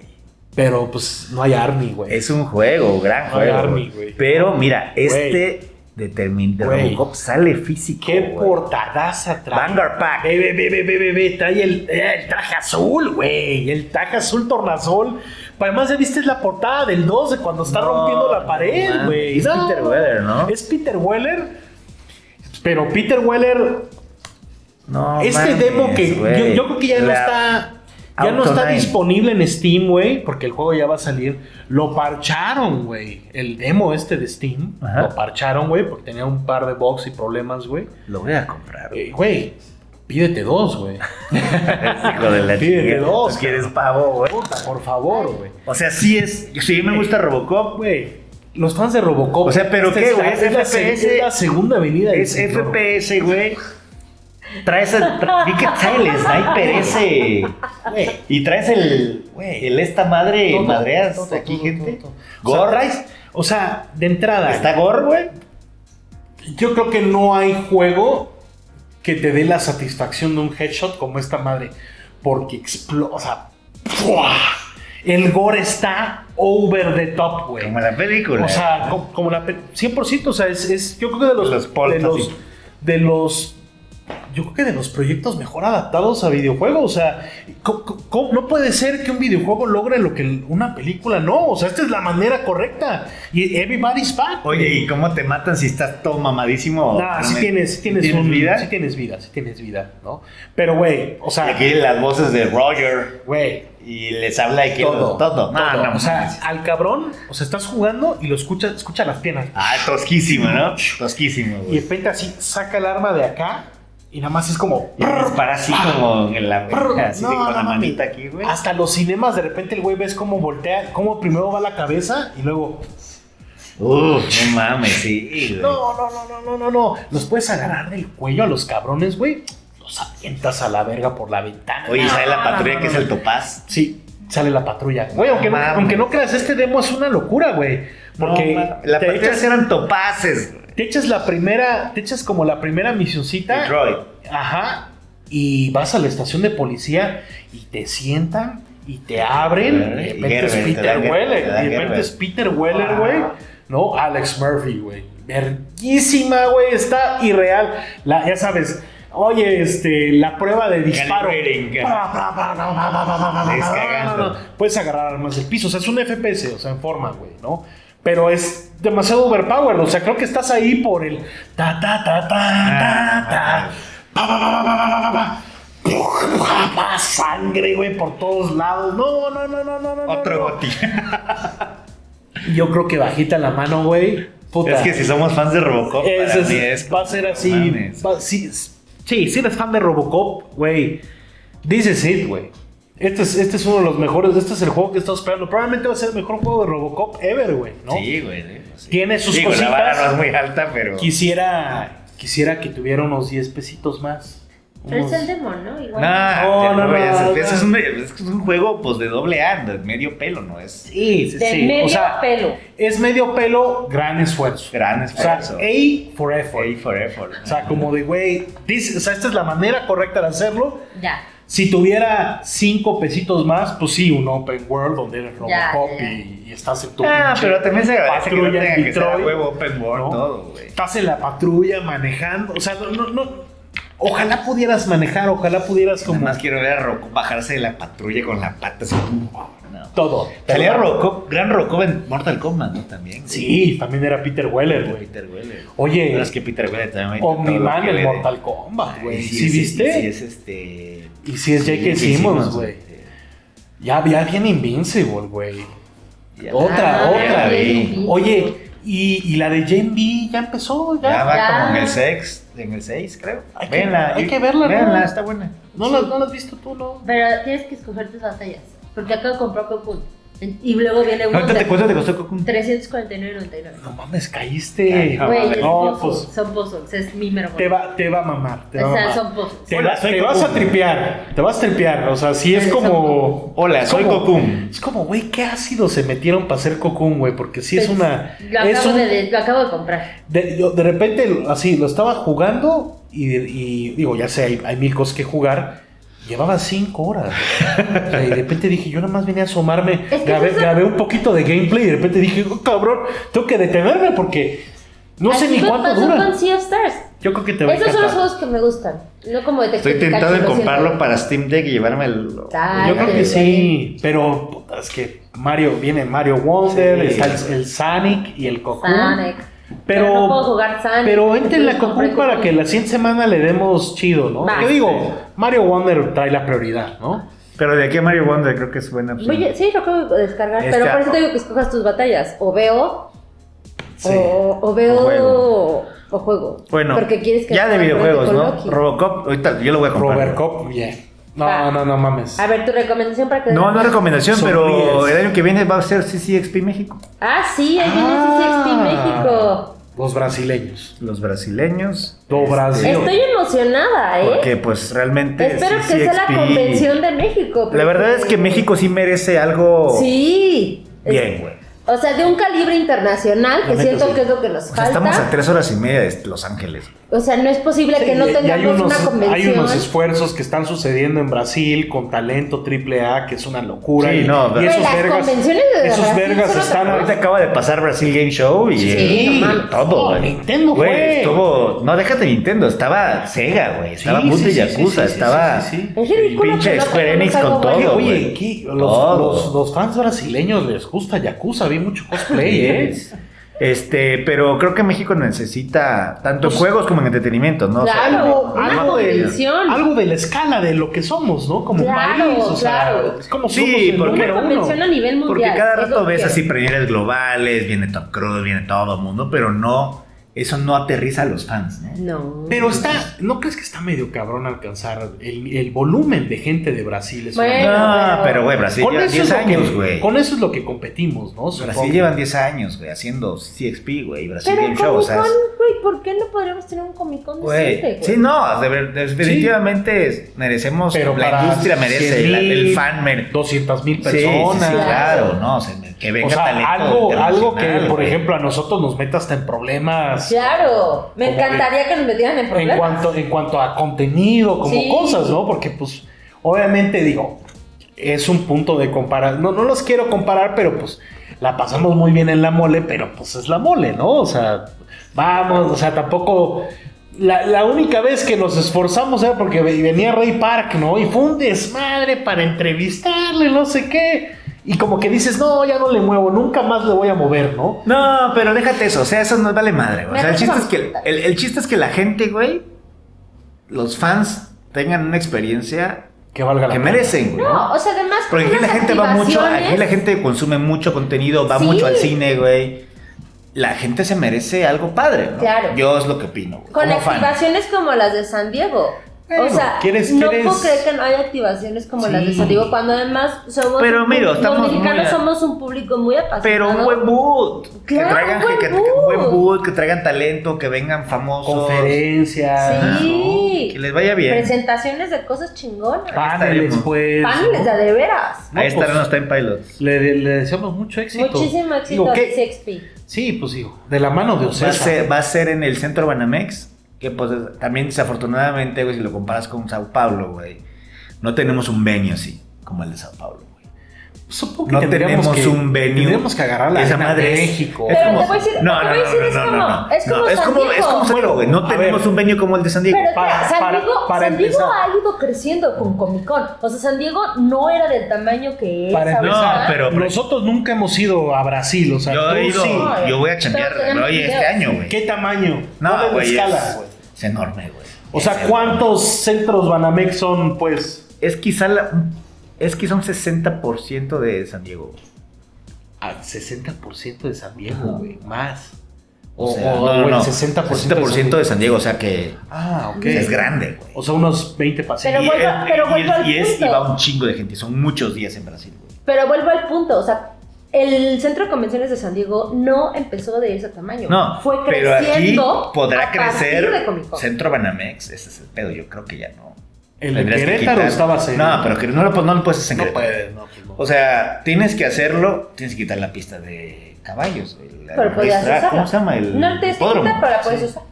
[SPEAKER 1] Pero pues no hay Army, güey.
[SPEAKER 3] Es un juego, gran
[SPEAKER 1] No
[SPEAKER 3] juego.
[SPEAKER 1] hay Army,
[SPEAKER 3] güey.
[SPEAKER 1] güey.
[SPEAKER 3] Pero mira,
[SPEAKER 1] Güey.
[SPEAKER 3] este de Terminator
[SPEAKER 1] Güey.
[SPEAKER 3] Robocop sale físico.
[SPEAKER 1] Qué Eh,
[SPEAKER 3] güey.
[SPEAKER 1] portadaza trae.
[SPEAKER 3] Vanguard Pack.
[SPEAKER 1] Ve, ve, ve, ve, ve, ve, ve, trae el, eh, el traje azul, güey. El traje azul tornasol. Además, ¿ya viste la portada del 2 de cuando está
[SPEAKER 3] No,
[SPEAKER 1] rompiendo la pared,
[SPEAKER 3] mames,
[SPEAKER 1] güey?
[SPEAKER 3] es Peter Weller, ¿no?
[SPEAKER 1] Es Peter Weller. Pero Peter Weller,
[SPEAKER 3] No
[SPEAKER 1] este
[SPEAKER 3] mames,
[SPEAKER 1] demo que yo,
[SPEAKER 3] güey.
[SPEAKER 1] yo creo que ya no
[SPEAKER 3] La-
[SPEAKER 1] está. Ya no está
[SPEAKER 3] Autonine.
[SPEAKER 1] disponible en Steam, güey, porque el juego ya va a salir. Lo parcharon, güey. El demo este de Steam.
[SPEAKER 3] Ajá.
[SPEAKER 1] Lo parcharon, güey, porque tenía un par de bugs y problemas, güey.
[SPEAKER 3] Lo voy a comprar.
[SPEAKER 1] Eh, Güey, pídete dos, güey.
[SPEAKER 3] Hijo de la
[SPEAKER 1] Pídete
[SPEAKER 3] chingada.
[SPEAKER 1] dos,
[SPEAKER 3] ¿Tú quieres pavo, güey?
[SPEAKER 1] Puta, por favor, güey.
[SPEAKER 3] O sea, sí es. Sí, me gusta Robocop, güey.
[SPEAKER 1] Güey, los fans de Robocop.
[SPEAKER 3] O sea, ¿pero
[SPEAKER 1] esta
[SPEAKER 3] qué,
[SPEAKER 1] es la-
[SPEAKER 3] güey?
[SPEAKER 1] Es, la
[SPEAKER 3] FPS.
[SPEAKER 1] se- es la segunda avenida. del
[SPEAKER 3] Es
[SPEAKER 1] señor.
[SPEAKER 3] FPS, güey. Traes el. tra- Vi que trae el sniper ese.
[SPEAKER 1] Güey,
[SPEAKER 3] Y traes el. Güey, el esta madre.
[SPEAKER 1] todo,
[SPEAKER 3] madreas
[SPEAKER 1] todo,
[SPEAKER 3] aquí,
[SPEAKER 1] todo,
[SPEAKER 3] gente.
[SPEAKER 1] todo, todo. O sea,
[SPEAKER 3] Gore.
[SPEAKER 1] traes- O sea, de entrada.
[SPEAKER 3] ¿Está gore, güey?
[SPEAKER 1] Yo creo que no hay juego que te dé la satisfacción de un headshot como esta madre. Porque explota. O sea, ¡pua! el gore está over the top, güey.
[SPEAKER 3] Como la película. ¿eh?
[SPEAKER 1] O sea, co- como, la pe- 100%, o sea, es, es- yo creo que de los,
[SPEAKER 3] Los portas,
[SPEAKER 1] de los
[SPEAKER 3] sí.
[SPEAKER 1] de los yo creo que de los proyectos mejor adaptados a videojuegos, o sea, co- co- co- no puede ser que un videojuego logre lo que el- una película no, o sea, esta es la manera correcta y everybody's back.
[SPEAKER 3] Oye, ¿y cómo te matan si estás todo mamadísimo?
[SPEAKER 1] Nah, si
[SPEAKER 3] Realmente,
[SPEAKER 1] tienes, sí tienes, un-
[SPEAKER 3] vida.
[SPEAKER 1] sí tienes vida, sí tienes vida, ¿no? Pero güey, o
[SPEAKER 3] Y
[SPEAKER 1] sea,
[SPEAKER 3] aquí las voces de Roger.
[SPEAKER 1] güey,
[SPEAKER 3] Y les habla de que
[SPEAKER 1] todo,
[SPEAKER 3] todo. No,
[SPEAKER 1] todo.
[SPEAKER 3] no,
[SPEAKER 1] o sea, al cabrón, o sea, estás jugando y lo escuchas, escucha las piernas.
[SPEAKER 3] Ah, tosquísimo, ¿no? Tosquísimo,
[SPEAKER 1] Y de
[SPEAKER 3] güey.
[SPEAKER 1] repente así saca el arma de acá y nada más es como.
[SPEAKER 3] Y
[SPEAKER 1] (laughs)
[SPEAKER 3] dispara así como en la
[SPEAKER 1] Prr,
[SPEAKER 3] así
[SPEAKER 1] no,
[SPEAKER 3] de con
[SPEAKER 1] no
[SPEAKER 3] la
[SPEAKER 1] mames. Ah,
[SPEAKER 3] manita aquí, güey.
[SPEAKER 1] Hasta los cinemas, de repente el güey ves cómo voltea, cómo primero va la cabeza y luego.
[SPEAKER 3] Uf, no mames, sí, güey.
[SPEAKER 1] No, no, no, no, no, no, no. Los puedes agarrar del cuello a los cabrones, güey. Los avientas a la verga por la ventana.
[SPEAKER 3] Oye,
[SPEAKER 1] No,
[SPEAKER 3] sale la patrulla
[SPEAKER 1] no, no,
[SPEAKER 3] que es
[SPEAKER 1] no.
[SPEAKER 3] el topaz.
[SPEAKER 1] Sí, sale la patrulla. Güey, aunque no,
[SPEAKER 3] Mames.
[SPEAKER 1] aunque no creas, este demo es una locura, güey. Porque
[SPEAKER 3] No, ma- la
[SPEAKER 1] te,
[SPEAKER 3] patrulla
[SPEAKER 1] echas,
[SPEAKER 3] eran topaces. güey.
[SPEAKER 1] te echas la primera, te echas como la primera misioncita.
[SPEAKER 3] Detroit.
[SPEAKER 1] Ajá. Y vas a la estación de policía y te sientan y te abren. Y de
[SPEAKER 3] Y
[SPEAKER 1] repente es
[SPEAKER 3] Gerber, te
[SPEAKER 1] Peter
[SPEAKER 3] dan Gerber,
[SPEAKER 1] Weller.
[SPEAKER 3] te dan
[SPEAKER 1] Y de repente
[SPEAKER 3] Gerber.
[SPEAKER 1] es Peter Weller, güey. No, Alex Murphy, güey. Verguísima, güey. Está irreal. La, ya sabes. Oye, este, la prueba de disparo.
[SPEAKER 3] Calibrating.
[SPEAKER 1] Pa, pa, pa, pa, pa, pa, pa, pa, pa,
[SPEAKER 3] Descagando.
[SPEAKER 1] pa, pa. Puedes agarrar armas del piso. O sea, es un FPS, o sea, en forma, güey, ¿no? Pero es demasiado overpowered. O sea, creo que estás ahí por el ta, ta, ta, ta,
[SPEAKER 3] Ah,
[SPEAKER 1] ta, ta. Pa, pa, pa, pa, pa, pa, pa, pa. Puj, pa, pa, Sangre, güey, por todos lados. No, no, no, no, no, no.
[SPEAKER 3] Otro
[SPEAKER 1] no.
[SPEAKER 3] goti.
[SPEAKER 1] Yo creo que bajita la mano, güey. Puta.
[SPEAKER 3] Es que si somos fans de Robocop,
[SPEAKER 1] Es-
[SPEAKER 3] para
[SPEAKER 1] es-
[SPEAKER 3] mí es-
[SPEAKER 1] va a ser así.
[SPEAKER 3] Mames.
[SPEAKER 1] va- sí, es- sí, si eres fan de Robocop, güey. This is it, güey. Este es, este es uno de los mejores. Este es el juego que estamos esperando. Probablemente va a ser el mejor juego de Robocop ever, güey, ¿no?
[SPEAKER 3] Sí, güey. sí, sí.
[SPEAKER 1] Tiene sus
[SPEAKER 3] Digo,
[SPEAKER 1] cositas.
[SPEAKER 3] La vara no es muy alta, pero.
[SPEAKER 1] Quisiera, quisiera que tuviera unos 10 pesitos más.
[SPEAKER 2] Pero es
[SPEAKER 1] unos-
[SPEAKER 2] el demon, ¿no? Igual.
[SPEAKER 3] Nah,
[SPEAKER 1] No,
[SPEAKER 3] ya
[SPEAKER 1] no, no,
[SPEAKER 3] es,
[SPEAKER 1] no.
[SPEAKER 3] es un, es un juego pues de doble A, de medio pelo, ¿no? Es
[SPEAKER 1] Sí, sí,
[SPEAKER 2] de
[SPEAKER 1] sí,
[SPEAKER 2] medio
[SPEAKER 1] o sea,
[SPEAKER 2] pelo.
[SPEAKER 1] es medio pelo, gran esfuerzo.
[SPEAKER 3] gran
[SPEAKER 1] O sea,
[SPEAKER 3] esfuerzo.
[SPEAKER 1] A for effort.
[SPEAKER 3] A for effort.
[SPEAKER 1] O sea, como de, güey, this- o sea, esta es la manera correcta de hacerlo.
[SPEAKER 2] Ya.
[SPEAKER 1] Si tuviera cinco pesitos más, pues sí, un open world donde eres
[SPEAKER 2] Ya,
[SPEAKER 1] Robocop
[SPEAKER 2] ya, ya.
[SPEAKER 1] y, y estás en tu
[SPEAKER 3] Ah,
[SPEAKER 1] pinche
[SPEAKER 3] pero también se agradece que no
[SPEAKER 1] patrulla en
[SPEAKER 3] tenga que ser a
[SPEAKER 1] Detroit,
[SPEAKER 3] huevo open world
[SPEAKER 1] ¿no?
[SPEAKER 3] todo, güey.
[SPEAKER 1] Estás en la patrulla manejando, o sea, no, no, no. Ojalá pudieras manejar, ojalá pudieras como
[SPEAKER 3] Nada más quiero ver a Rocco bajarse de la patrulla con la pata así. No.
[SPEAKER 1] todo.
[SPEAKER 3] Salía
[SPEAKER 1] Todo.
[SPEAKER 3] Rocco, gran Rocco en Mortal Kombat, ¿no? También. güey.
[SPEAKER 1] Sí, también era Peter Weller, güey.
[SPEAKER 3] Peter Weller.
[SPEAKER 1] Oye,
[SPEAKER 3] Pero es que Peter Weller también.
[SPEAKER 1] Omniman en Mortal Kombat, güey. ¿Sí, viste?
[SPEAKER 3] Sí, es este.
[SPEAKER 1] Y si es Jake
[SPEAKER 3] sí,
[SPEAKER 1] Simmons, güey. Ya, ya viene Invincible, güey.
[SPEAKER 3] Ya-
[SPEAKER 1] Otra,
[SPEAKER 3] Ah,
[SPEAKER 1] otra.
[SPEAKER 3] ya vi.
[SPEAKER 2] Invincible.
[SPEAKER 1] Oye, y, y la de Gen B ya empezó, ya.
[SPEAKER 3] Ya va
[SPEAKER 2] Ya.
[SPEAKER 3] como en el 6, en el 6, creo.
[SPEAKER 1] Hay que- hay que verla, ¿no?
[SPEAKER 3] Véanla, está buena.
[SPEAKER 1] ¿No, la, no la has visto tú, ¿no?
[SPEAKER 2] Pero tienes que escoger tus batallas. Porque acabo de comprar Cocoon. Y luego viene uno
[SPEAKER 3] ¿Cuánto te,
[SPEAKER 2] de
[SPEAKER 3] cuánto te costó Cocoon?
[SPEAKER 2] 349.99.
[SPEAKER 1] No mames, caíste.
[SPEAKER 3] Ay,
[SPEAKER 2] Güey, es
[SPEAKER 1] Ah, no,
[SPEAKER 2] puzzle,
[SPEAKER 1] pues
[SPEAKER 2] son puzzles, es mi mero
[SPEAKER 1] te
[SPEAKER 2] bueno.
[SPEAKER 1] va, te va a mamar. Te va
[SPEAKER 2] O
[SPEAKER 1] a
[SPEAKER 2] sea,
[SPEAKER 1] mamar.
[SPEAKER 2] son puzzles.
[SPEAKER 1] Te,
[SPEAKER 3] Hola,
[SPEAKER 1] va-
[SPEAKER 3] soy
[SPEAKER 1] te vas
[SPEAKER 3] Cocoon.
[SPEAKER 1] a tripear, te vas a tripear. O sea, sí es
[SPEAKER 2] Eres
[SPEAKER 1] como.
[SPEAKER 3] Hola,
[SPEAKER 1] es
[SPEAKER 3] soy
[SPEAKER 1] como-
[SPEAKER 3] Cocoon.
[SPEAKER 1] Es como, güey, qué ácido se metieron para hacer Cocoon, güey. Porque sí es
[SPEAKER 2] Pues,
[SPEAKER 1] una.
[SPEAKER 2] Lo
[SPEAKER 1] es
[SPEAKER 2] acabo,
[SPEAKER 1] un-
[SPEAKER 2] de, de- lo acabo de comprar.
[SPEAKER 1] De, yo de repente, lo- así, lo estaba jugando y, y digo, ya sé, hay, hay mil cosas que jugar. Llevaba cinco horas. O sea, y de repente dije, yo nada más venía a asomarme.
[SPEAKER 2] Es que
[SPEAKER 1] grabé,
[SPEAKER 2] eso-
[SPEAKER 1] grabé un poquito de gameplay y de repente dije, oh, cabrón, tengo que detenerme porque no sé
[SPEAKER 2] Así
[SPEAKER 1] ni
[SPEAKER 2] me
[SPEAKER 1] cuánto
[SPEAKER 2] pasó
[SPEAKER 1] dura.
[SPEAKER 2] con Sea of Stars.
[SPEAKER 1] Yo creo que te va a
[SPEAKER 2] Esos son los
[SPEAKER 1] encantar.
[SPEAKER 2] juegos que me gustan. No como de
[SPEAKER 3] Estoy
[SPEAKER 2] Detective
[SPEAKER 3] tentado en
[SPEAKER 2] Pikachu, lo
[SPEAKER 3] comprarlo
[SPEAKER 2] siento.
[SPEAKER 3] para Steam Deck y llevarme el.
[SPEAKER 2] Dale.
[SPEAKER 1] Yo creo que
[SPEAKER 2] Ay,
[SPEAKER 1] sí, pero puta, es que Mario, viene Mario Wonder,
[SPEAKER 3] Sí.
[SPEAKER 1] está el, el Sonic y el Cocoon.
[SPEAKER 2] Sonic.
[SPEAKER 1] Pero,
[SPEAKER 2] Pero no puedo jugar Sonic.
[SPEAKER 1] Pero entren la
[SPEAKER 2] Entonces compré
[SPEAKER 1] Cocoon para
[SPEAKER 2] Cocoon.
[SPEAKER 1] que la siguiente semana le demos chido, ¿no?
[SPEAKER 2] Va.
[SPEAKER 1] Que digo, Mario Wonder trae la prioridad, ¿no?
[SPEAKER 3] Pero de aquí a Mario Wonder creo que es buena opción.
[SPEAKER 2] Oye, sí, lo acabo de descargar.
[SPEAKER 3] Está-
[SPEAKER 2] Pero por eso te digo que escojas tus batallas. O veo.
[SPEAKER 1] Sí.
[SPEAKER 3] Oh.
[SPEAKER 2] O, o veo.
[SPEAKER 3] O
[SPEAKER 2] O
[SPEAKER 3] juego.
[SPEAKER 2] juego.
[SPEAKER 3] bueno,
[SPEAKER 2] Porque quieres que
[SPEAKER 3] ya de
[SPEAKER 2] sea
[SPEAKER 3] videojuegos,
[SPEAKER 2] Roberto
[SPEAKER 3] ¿no?
[SPEAKER 2] Loki.
[SPEAKER 3] Robocop, ahorita yo lo voy a comprar.
[SPEAKER 1] Robert Cop, yeah. No,
[SPEAKER 2] Va.
[SPEAKER 1] no, no mames.
[SPEAKER 2] A ver, tu recomendación para que.
[SPEAKER 3] No, no recomendación, pero
[SPEAKER 1] Sonríes.
[SPEAKER 3] el año que viene va a ser CCXP México.
[SPEAKER 2] Ah, sí, ahí viene
[SPEAKER 1] Ah.
[SPEAKER 2] CCXP México.
[SPEAKER 1] Los brasileños.
[SPEAKER 3] Los brasileños. Este,
[SPEAKER 1] Lo Brasil.
[SPEAKER 2] Estoy emocionada, ¿eh?
[SPEAKER 3] Porque pues realmente
[SPEAKER 2] Espero que sea la
[SPEAKER 3] CCXP
[SPEAKER 2] convención de México.
[SPEAKER 3] La verdad es
[SPEAKER 2] porque-
[SPEAKER 3] que México sí merece algo
[SPEAKER 2] Sí.
[SPEAKER 3] bien, güey.
[SPEAKER 2] O sea, de un calibre internacional,
[SPEAKER 1] La
[SPEAKER 2] que
[SPEAKER 1] neta,
[SPEAKER 2] siento
[SPEAKER 1] sí.
[SPEAKER 2] que es lo que nos
[SPEAKER 3] O sea,
[SPEAKER 2] falta.
[SPEAKER 3] estamos a tres horas y media de Los Ángeles.
[SPEAKER 2] O sea, no es posible que no
[SPEAKER 1] Y- y
[SPEAKER 2] tengamos
[SPEAKER 1] hay unos,
[SPEAKER 2] una
[SPEAKER 1] hay
[SPEAKER 2] convención.
[SPEAKER 1] unos esfuerzos que están sucediendo en Brasil con talento AAA, que es una locura.
[SPEAKER 3] Sí,
[SPEAKER 1] y,
[SPEAKER 3] no,
[SPEAKER 1] y
[SPEAKER 3] Güey,
[SPEAKER 1] esos
[SPEAKER 2] las
[SPEAKER 1] vergas,
[SPEAKER 2] convenciones de
[SPEAKER 1] esos
[SPEAKER 2] Brasil
[SPEAKER 1] vergas
[SPEAKER 2] son otra
[SPEAKER 1] están
[SPEAKER 3] Ahorita
[SPEAKER 1] ahorita.
[SPEAKER 3] acaba de pasar Brasil Game Show y eh,
[SPEAKER 2] Sí, no mames.
[SPEAKER 3] todo, güey.
[SPEAKER 1] Oh, Nintendo
[SPEAKER 3] Güey,
[SPEAKER 1] fue.
[SPEAKER 3] estuvo- no, déjate Nintendo, estaba Sega, güey, estaba
[SPEAKER 1] Sí,
[SPEAKER 3] Punto
[SPEAKER 1] sí,
[SPEAKER 3] y
[SPEAKER 1] sí,
[SPEAKER 3] Yakuza,
[SPEAKER 1] sí, sí,
[SPEAKER 3] estaba
[SPEAKER 1] sí, sí, sí.
[SPEAKER 2] Es ridículo
[SPEAKER 3] pinche
[SPEAKER 2] que no
[SPEAKER 3] Square
[SPEAKER 2] tengamos
[SPEAKER 3] Enix
[SPEAKER 2] algo
[SPEAKER 3] con
[SPEAKER 2] bueno.
[SPEAKER 1] Oye,
[SPEAKER 3] todo,
[SPEAKER 1] oye,
[SPEAKER 3] güey.
[SPEAKER 1] ¿qué? los,
[SPEAKER 3] Todo.
[SPEAKER 1] los- los fans brasileños les gusta Yakuza, vi mucho cosplay, ¿eh?
[SPEAKER 3] Este, pero creo que México necesita tanto en
[SPEAKER 1] Pues,
[SPEAKER 3] juegos como en entretenimiento, ¿no? O sea,
[SPEAKER 2] Claro,
[SPEAKER 3] también-
[SPEAKER 2] una
[SPEAKER 1] algo de,
[SPEAKER 2] convención.
[SPEAKER 1] algo de la escala de lo que somos, ¿no? Como
[SPEAKER 2] Claro,
[SPEAKER 1] país, o sea,
[SPEAKER 2] claro.
[SPEAKER 1] es como
[SPEAKER 3] Sí,
[SPEAKER 1] somos el
[SPEAKER 3] porque-
[SPEAKER 1] número
[SPEAKER 2] Una
[SPEAKER 1] uno.
[SPEAKER 2] convención a nivel mundial.
[SPEAKER 3] Porque cada
[SPEAKER 2] es lo
[SPEAKER 3] rato
[SPEAKER 2] que
[SPEAKER 3] ves
[SPEAKER 2] quiero.
[SPEAKER 3] así premieres globales, viene Top Cruise, viene todo el mundo, pero no, eso no aterriza a los fans, ¿no?
[SPEAKER 2] No.
[SPEAKER 1] Pero está, ¿no crees que está medio cabrón alcanzar el, el volumen de gente de Brasil? Es una-
[SPEAKER 2] Bueno,
[SPEAKER 3] No,
[SPEAKER 2] pero-
[SPEAKER 3] pero güey, Brasil
[SPEAKER 1] con,
[SPEAKER 3] lleva
[SPEAKER 1] eso
[SPEAKER 3] 10
[SPEAKER 1] es lo que-
[SPEAKER 3] años, güey.
[SPEAKER 1] con eso es lo que competimos, ¿no?
[SPEAKER 3] Brasil
[SPEAKER 1] Supongo.
[SPEAKER 3] llevan 10 años, güey, haciendo CXP, güey, Brasil
[SPEAKER 2] Pero
[SPEAKER 3] Game Show, o
[SPEAKER 2] Comic
[SPEAKER 3] sea,
[SPEAKER 2] Con,
[SPEAKER 3] es-
[SPEAKER 2] güey, ¿por qué no podríamos tener un Comic Con
[SPEAKER 3] güey.
[SPEAKER 2] decente, güey?
[SPEAKER 3] Sí, no, de ver- definitivamente merecemos,
[SPEAKER 1] Pero
[SPEAKER 3] la
[SPEAKER 1] para
[SPEAKER 3] industria merece,
[SPEAKER 1] 100,000,
[SPEAKER 3] la- el fan merece.
[SPEAKER 1] 200 mil
[SPEAKER 3] Sí, sí,
[SPEAKER 1] personas.
[SPEAKER 3] sí, claro, no, o sea, que venga
[SPEAKER 1] O sea,
[SPEAKER 3] talento
[SPEAKER 1] algo, algo que,
[SPEAKER 3] internacional,
[SPEAKER 1] por
[SPEAKER 3] güey.
[SPEAKER 1] ejemplo, a nosotros nos meta hasta en problemas.
[SPEAKER 2] Claro. Me
[SPEAKER 1] Como
[SPEAKER 2] encantaría que nos metieran en
[SPEAKER 1] en
[SPEAKER 2] problemas.
[SPEAKER 1] cuanto, en cuanto a contenido, como
[SPEAKER 2] Sí.
[SPEAKER 1] cosas, ¿no? Porque, pues, obviamente, digo, es un punto de comparar. No, no los quiero comparar, pero pues la pasamos muy bien en la mole, pero pues es la mole, ¿no? O sea, vamos, o sea, tampoco. La, la única vez que nos esforzamos era porque ve- venía Ray Park, ¿no? Y fue un desmadre para entrevistarle, no sé qué. Y como que dices, no, ya no le muevo, nunca más le voy a mover, ¿no?
[SPEAKER 3] No, pero déjate eso, o sea, eso nos vale madre, güey. O sea, el
[SPEAKER 2] Me
[SPEAKER 3] chiste es
[SPEAKER 2] parece
[SPEAKER 3] que el, el chiste es que la gente, güey, los fans tengan una experiencia
[SPEAKER 1] Que valga la
[SPEAKER 3] que
[SPEAKER 1] pena.
[SPEAKER 3] merecen, güey.
[SPEAKER 2] No, o sea, además.
[SPEAKER 3] Porque aquí
[SPEAKER 2] unas
[SPEAKER 3] la gente va mucho, aquí la
[SPEAKER 2] activaciones-
[SPEAKER 3] gente consume mucho contenido, va
[SPEAKER 2] Sí.
[SPEAKER 3] mucho al cine, güey. La gente se merece algo padre, ¿no?
[SPEAKER 2] Claro.
[SPEAKER 3] Yo es lo que opino, güey.
[SPEAKER 2] Con
[SPEAKER 3] como fan.
[SPEAKER 2] activaciones como las de San Diego.
[SPEAKER 1] Bueno,
[SPEAKER 2] o sea,
[SPEAKER 1] ¿quieres-
[SPEAKER 2] no
[SPEAKER 1] quieres-
[SPEAKER 2] puedo creer que no haya activaciones como las de
[SPEAKER 1] Sí.
[SPEAKER 2] San Diego, cuando además somos.
[SPEAKER 3] Pero,
[SPEAKER 2] un-
[SPEAKER 3] amigo,
[SPEAKER 2] los
[SPEAKER 3] estamos muy
[SPEAKER 2] mexicanos
[SPEAKER 3] a-
[SPEAKER 2] somos un público muy apasionado.
[SPEAKER 3] Pero un buen boot.
[SPEAKER 2] Claro,
[SPEAKER 3] que traigan
[SPEAKER 2] buen
[SPEAKER 3] que, que-
[SPEAKER 2] boot.
[SPEAKER 3] buen boot, que traigan talento, que vengan famosos.
[SPEAKER 1] Conferencias.
[SPEAKER 2] Sí. Sí.
[SPEAKER 3] Que les vaya bien.
[SPEAKER 2] Presentaciones de cosas chingonas.
[SPEAKER 1] Paneles,
[SPEAKER 3] estaremos.
[SPEAKER 1] pues.
[SPEAKER 2] Paneles de,
[SPEAKER 1] ¿no?
[SPEAKER 2] a de veras.
[SPEAKER 1] No,
[SPEAKER 3] Ahí estarán
[SPEAKER 1] pues,
[SPEAKER 3] los Time Pilots.
[SPEAKER 1] le, le deseamos mucho éxito.
[SPEAKER 2] Muchísimo éxito
[SPEAKER 1] Digo,
[SPEAKER 2] a
[SPEAKER 1] ¿qué?
[SPEAKER 2] Shakespeare.
[SPEAKER 1] Sí, pues digo, de la mano de
[SPEAKER 3] va, a
[SPEAKER 1] Ocesa.
[SPEAKER 3] ser, va a ser en el centro Banamex, que pues es- también desafortunadamente, güey, si lo comparas con Sao Paulo, güey, no tenemos un venio así como el de Sao Paulo, güey.
[SPEAKER 1] Supongo Pues, que
[SPEAKER 3] No
[SPEAKER 1] tendríamos
[SPEAKER 3] tenemos
[SPEAKER 1] que-
[SPEAKER 3] un venue.
[SPEAKER 1] Tendríamos que agarrar la
[SPEAKER 3] Esa
[SPEAKER 1] arena
[SPEAKER 3] madre
[SPEAKER 1] de
[SPEAKER 3] es- este
[SPEAKER 1] México.
[SPEAKER 2] Pero te voy a decir-
[SPEAKER 3] no,
[SPEAKER 2] te
[SPEAKER 3] no,
[SPEAKER 2] voy a decir,
[SPEAKER 3] no,
[SPEAKER 2] es
[SPEAKER 3] no,
[SPEAKER 2] como-
[SPEAKER 3] no, no.
[SPEAKER 2] es como
[SPEAKER 3] No, es
[SPEAKER 2] San
[SPEAKER 3] como, es
[SPEAKER 2] Diego.
[SPEAKER 3] como San Diego, güey. No
[SPEAKER 1] A
[SPEAKER 3] tenemos
[SPEAKER 1] ver.
[SPEAKER 3] un venio como el de San Diego.
[SPEAKER 2] Pero espera,
[SPEAKER 1] Para-
[SPEAKER 2] San,
[SPEAKER 1] para-
[SPEAKER 2] Diego,
[SPEAKER 1] para
[SPEAKER 2] San Diego
[SPEAKER 1] empezar.
[SPEAKER 2] ha ido creciendo con Comic Con. O sea, San Diego no era del tamaño que es.
[SPEAKER 1] Para
[SPEAKER 2] ahorita.
[SPEAKER 1] empezar,
[SPEAKER 3] No, pero-
[SPEAKER 1] nosotros nunca hemos ido a Brasil, o sea,
[SPEAKER 3] yo,
[SPEAKER 1] tú
[SPEAKER 3] he ido-
[SPEAKER 1] sí.
[SPEAKER 2] No,
[SPEAKER 3] yo voy a chambear,
[SPEAKER 2] pero tenemos
[SPEAKER 3] oye, este
[SPEAKER 2] videos.
[SPEAKER 3] año, güey.
[SPEAKER 1] ¿Qué tamaño? ¿Cuál
[SPEAKER 3] No,
[SPEAKER 1] es la
[SPEAKER 3] güey,
[SPEAKER 1] escala,
[SPEAKER 3] es,
[SPEAKER 1] güey?
[SPEAKER 3] es enorme, güey.
[SPEAKER 1] O
[SPEAKER 3] Es
[SPEAKER 1] sea,
[SPEAKER 3] enorme.
[SPEAKER 1] ¿cuántos centros Banamex son, pues?
[SPEAKER 3] Es quizá, la- es quizá un 60% de San Diego.
[SPEAKER 1] Al 60% de San Diego,
[SPEAKER 3] Ajá.
[SPEAKER 1] güey, más.
[SPEAKER 3] O,
[SPEAKER 1] O,
[SPEAKER 3] sea,
[SPEAKER 1] o-
[SPEAKER 3] no, no,
[SPEAKER 1] o el
[SPEAKER 3] no.
[SPEAKER 1] 60%,
[SPEAKER 3] 60% de San Diego, o sea que
[SPEAKER 1] Ah, ok.
[SPEAKER 3] es grande, güey.
[SPEAKER 1] O sea, unos 20 pasillos.
[SPEAKER 2] Pero
[SPEAKER 3] y,
[SPEAKER 2] vuelvo-
[SPEAKER 3] eh,
[SPEAKER 2] pero
[SPEAKER 3] y
[SPEAKER 2] vuelvo
[SPEAKER 3] es-
[SPEAKER 2] al
[SPEAKER 3] y es- y
[SPEAKER 2] punto.
[SPEAKER 3] va un chingo de gente, son muchos días en Brasil, güey.
[SPEAKER 2] Pero vuelvo al punto, o sea, el centro de convenciones de San Diego no empezó de ese tamaño.
[SPEAKER 3] No,
[SPEAKER 2] fue
[SPEAKER 3] pero aquí
[SPEAKER 2] creciendo.
[SPEAKER 3] podrá
[SPEAKER 2] a partir
[SPEAKER 3] crecer
[SPEAKER 2] de Comic Con.
[SPEAKER 3] Centro Banamex, ese es el pedo, yo creo que ya no.
[SPEAKER 1] el de
[SPEAKER 3] Tendrías que
[SPEAKER 1] Querétaro
[SPEAKER 3] quitar-
[SPEAKER 1] estaba cero.
[SPEAKER 3] No, pero que no lo, pues, no lo puedes hacer en
[SPEAKER 1] no
[SPEAKER 3] Querétaro.
[SPEAKER 1] puede, no, pues no.
[SPEAKER 3] O sea, tienes que hacerlo, tienes que quitar la pista de caballos. el- la
[SPEAKER 2] Pero podías
[SPEAKER 3] pista-
[SPEAKER 2] usarla.
[SPEAKER 3] ¿Cómo se llama? El
[SPEAKER 2] No te
[SPEAKER 3] hipódromo.
[SPEAKER 2] quitar, pero la puedes
[SPEAKER 3] Sí.
[SPEAKER 2] usar.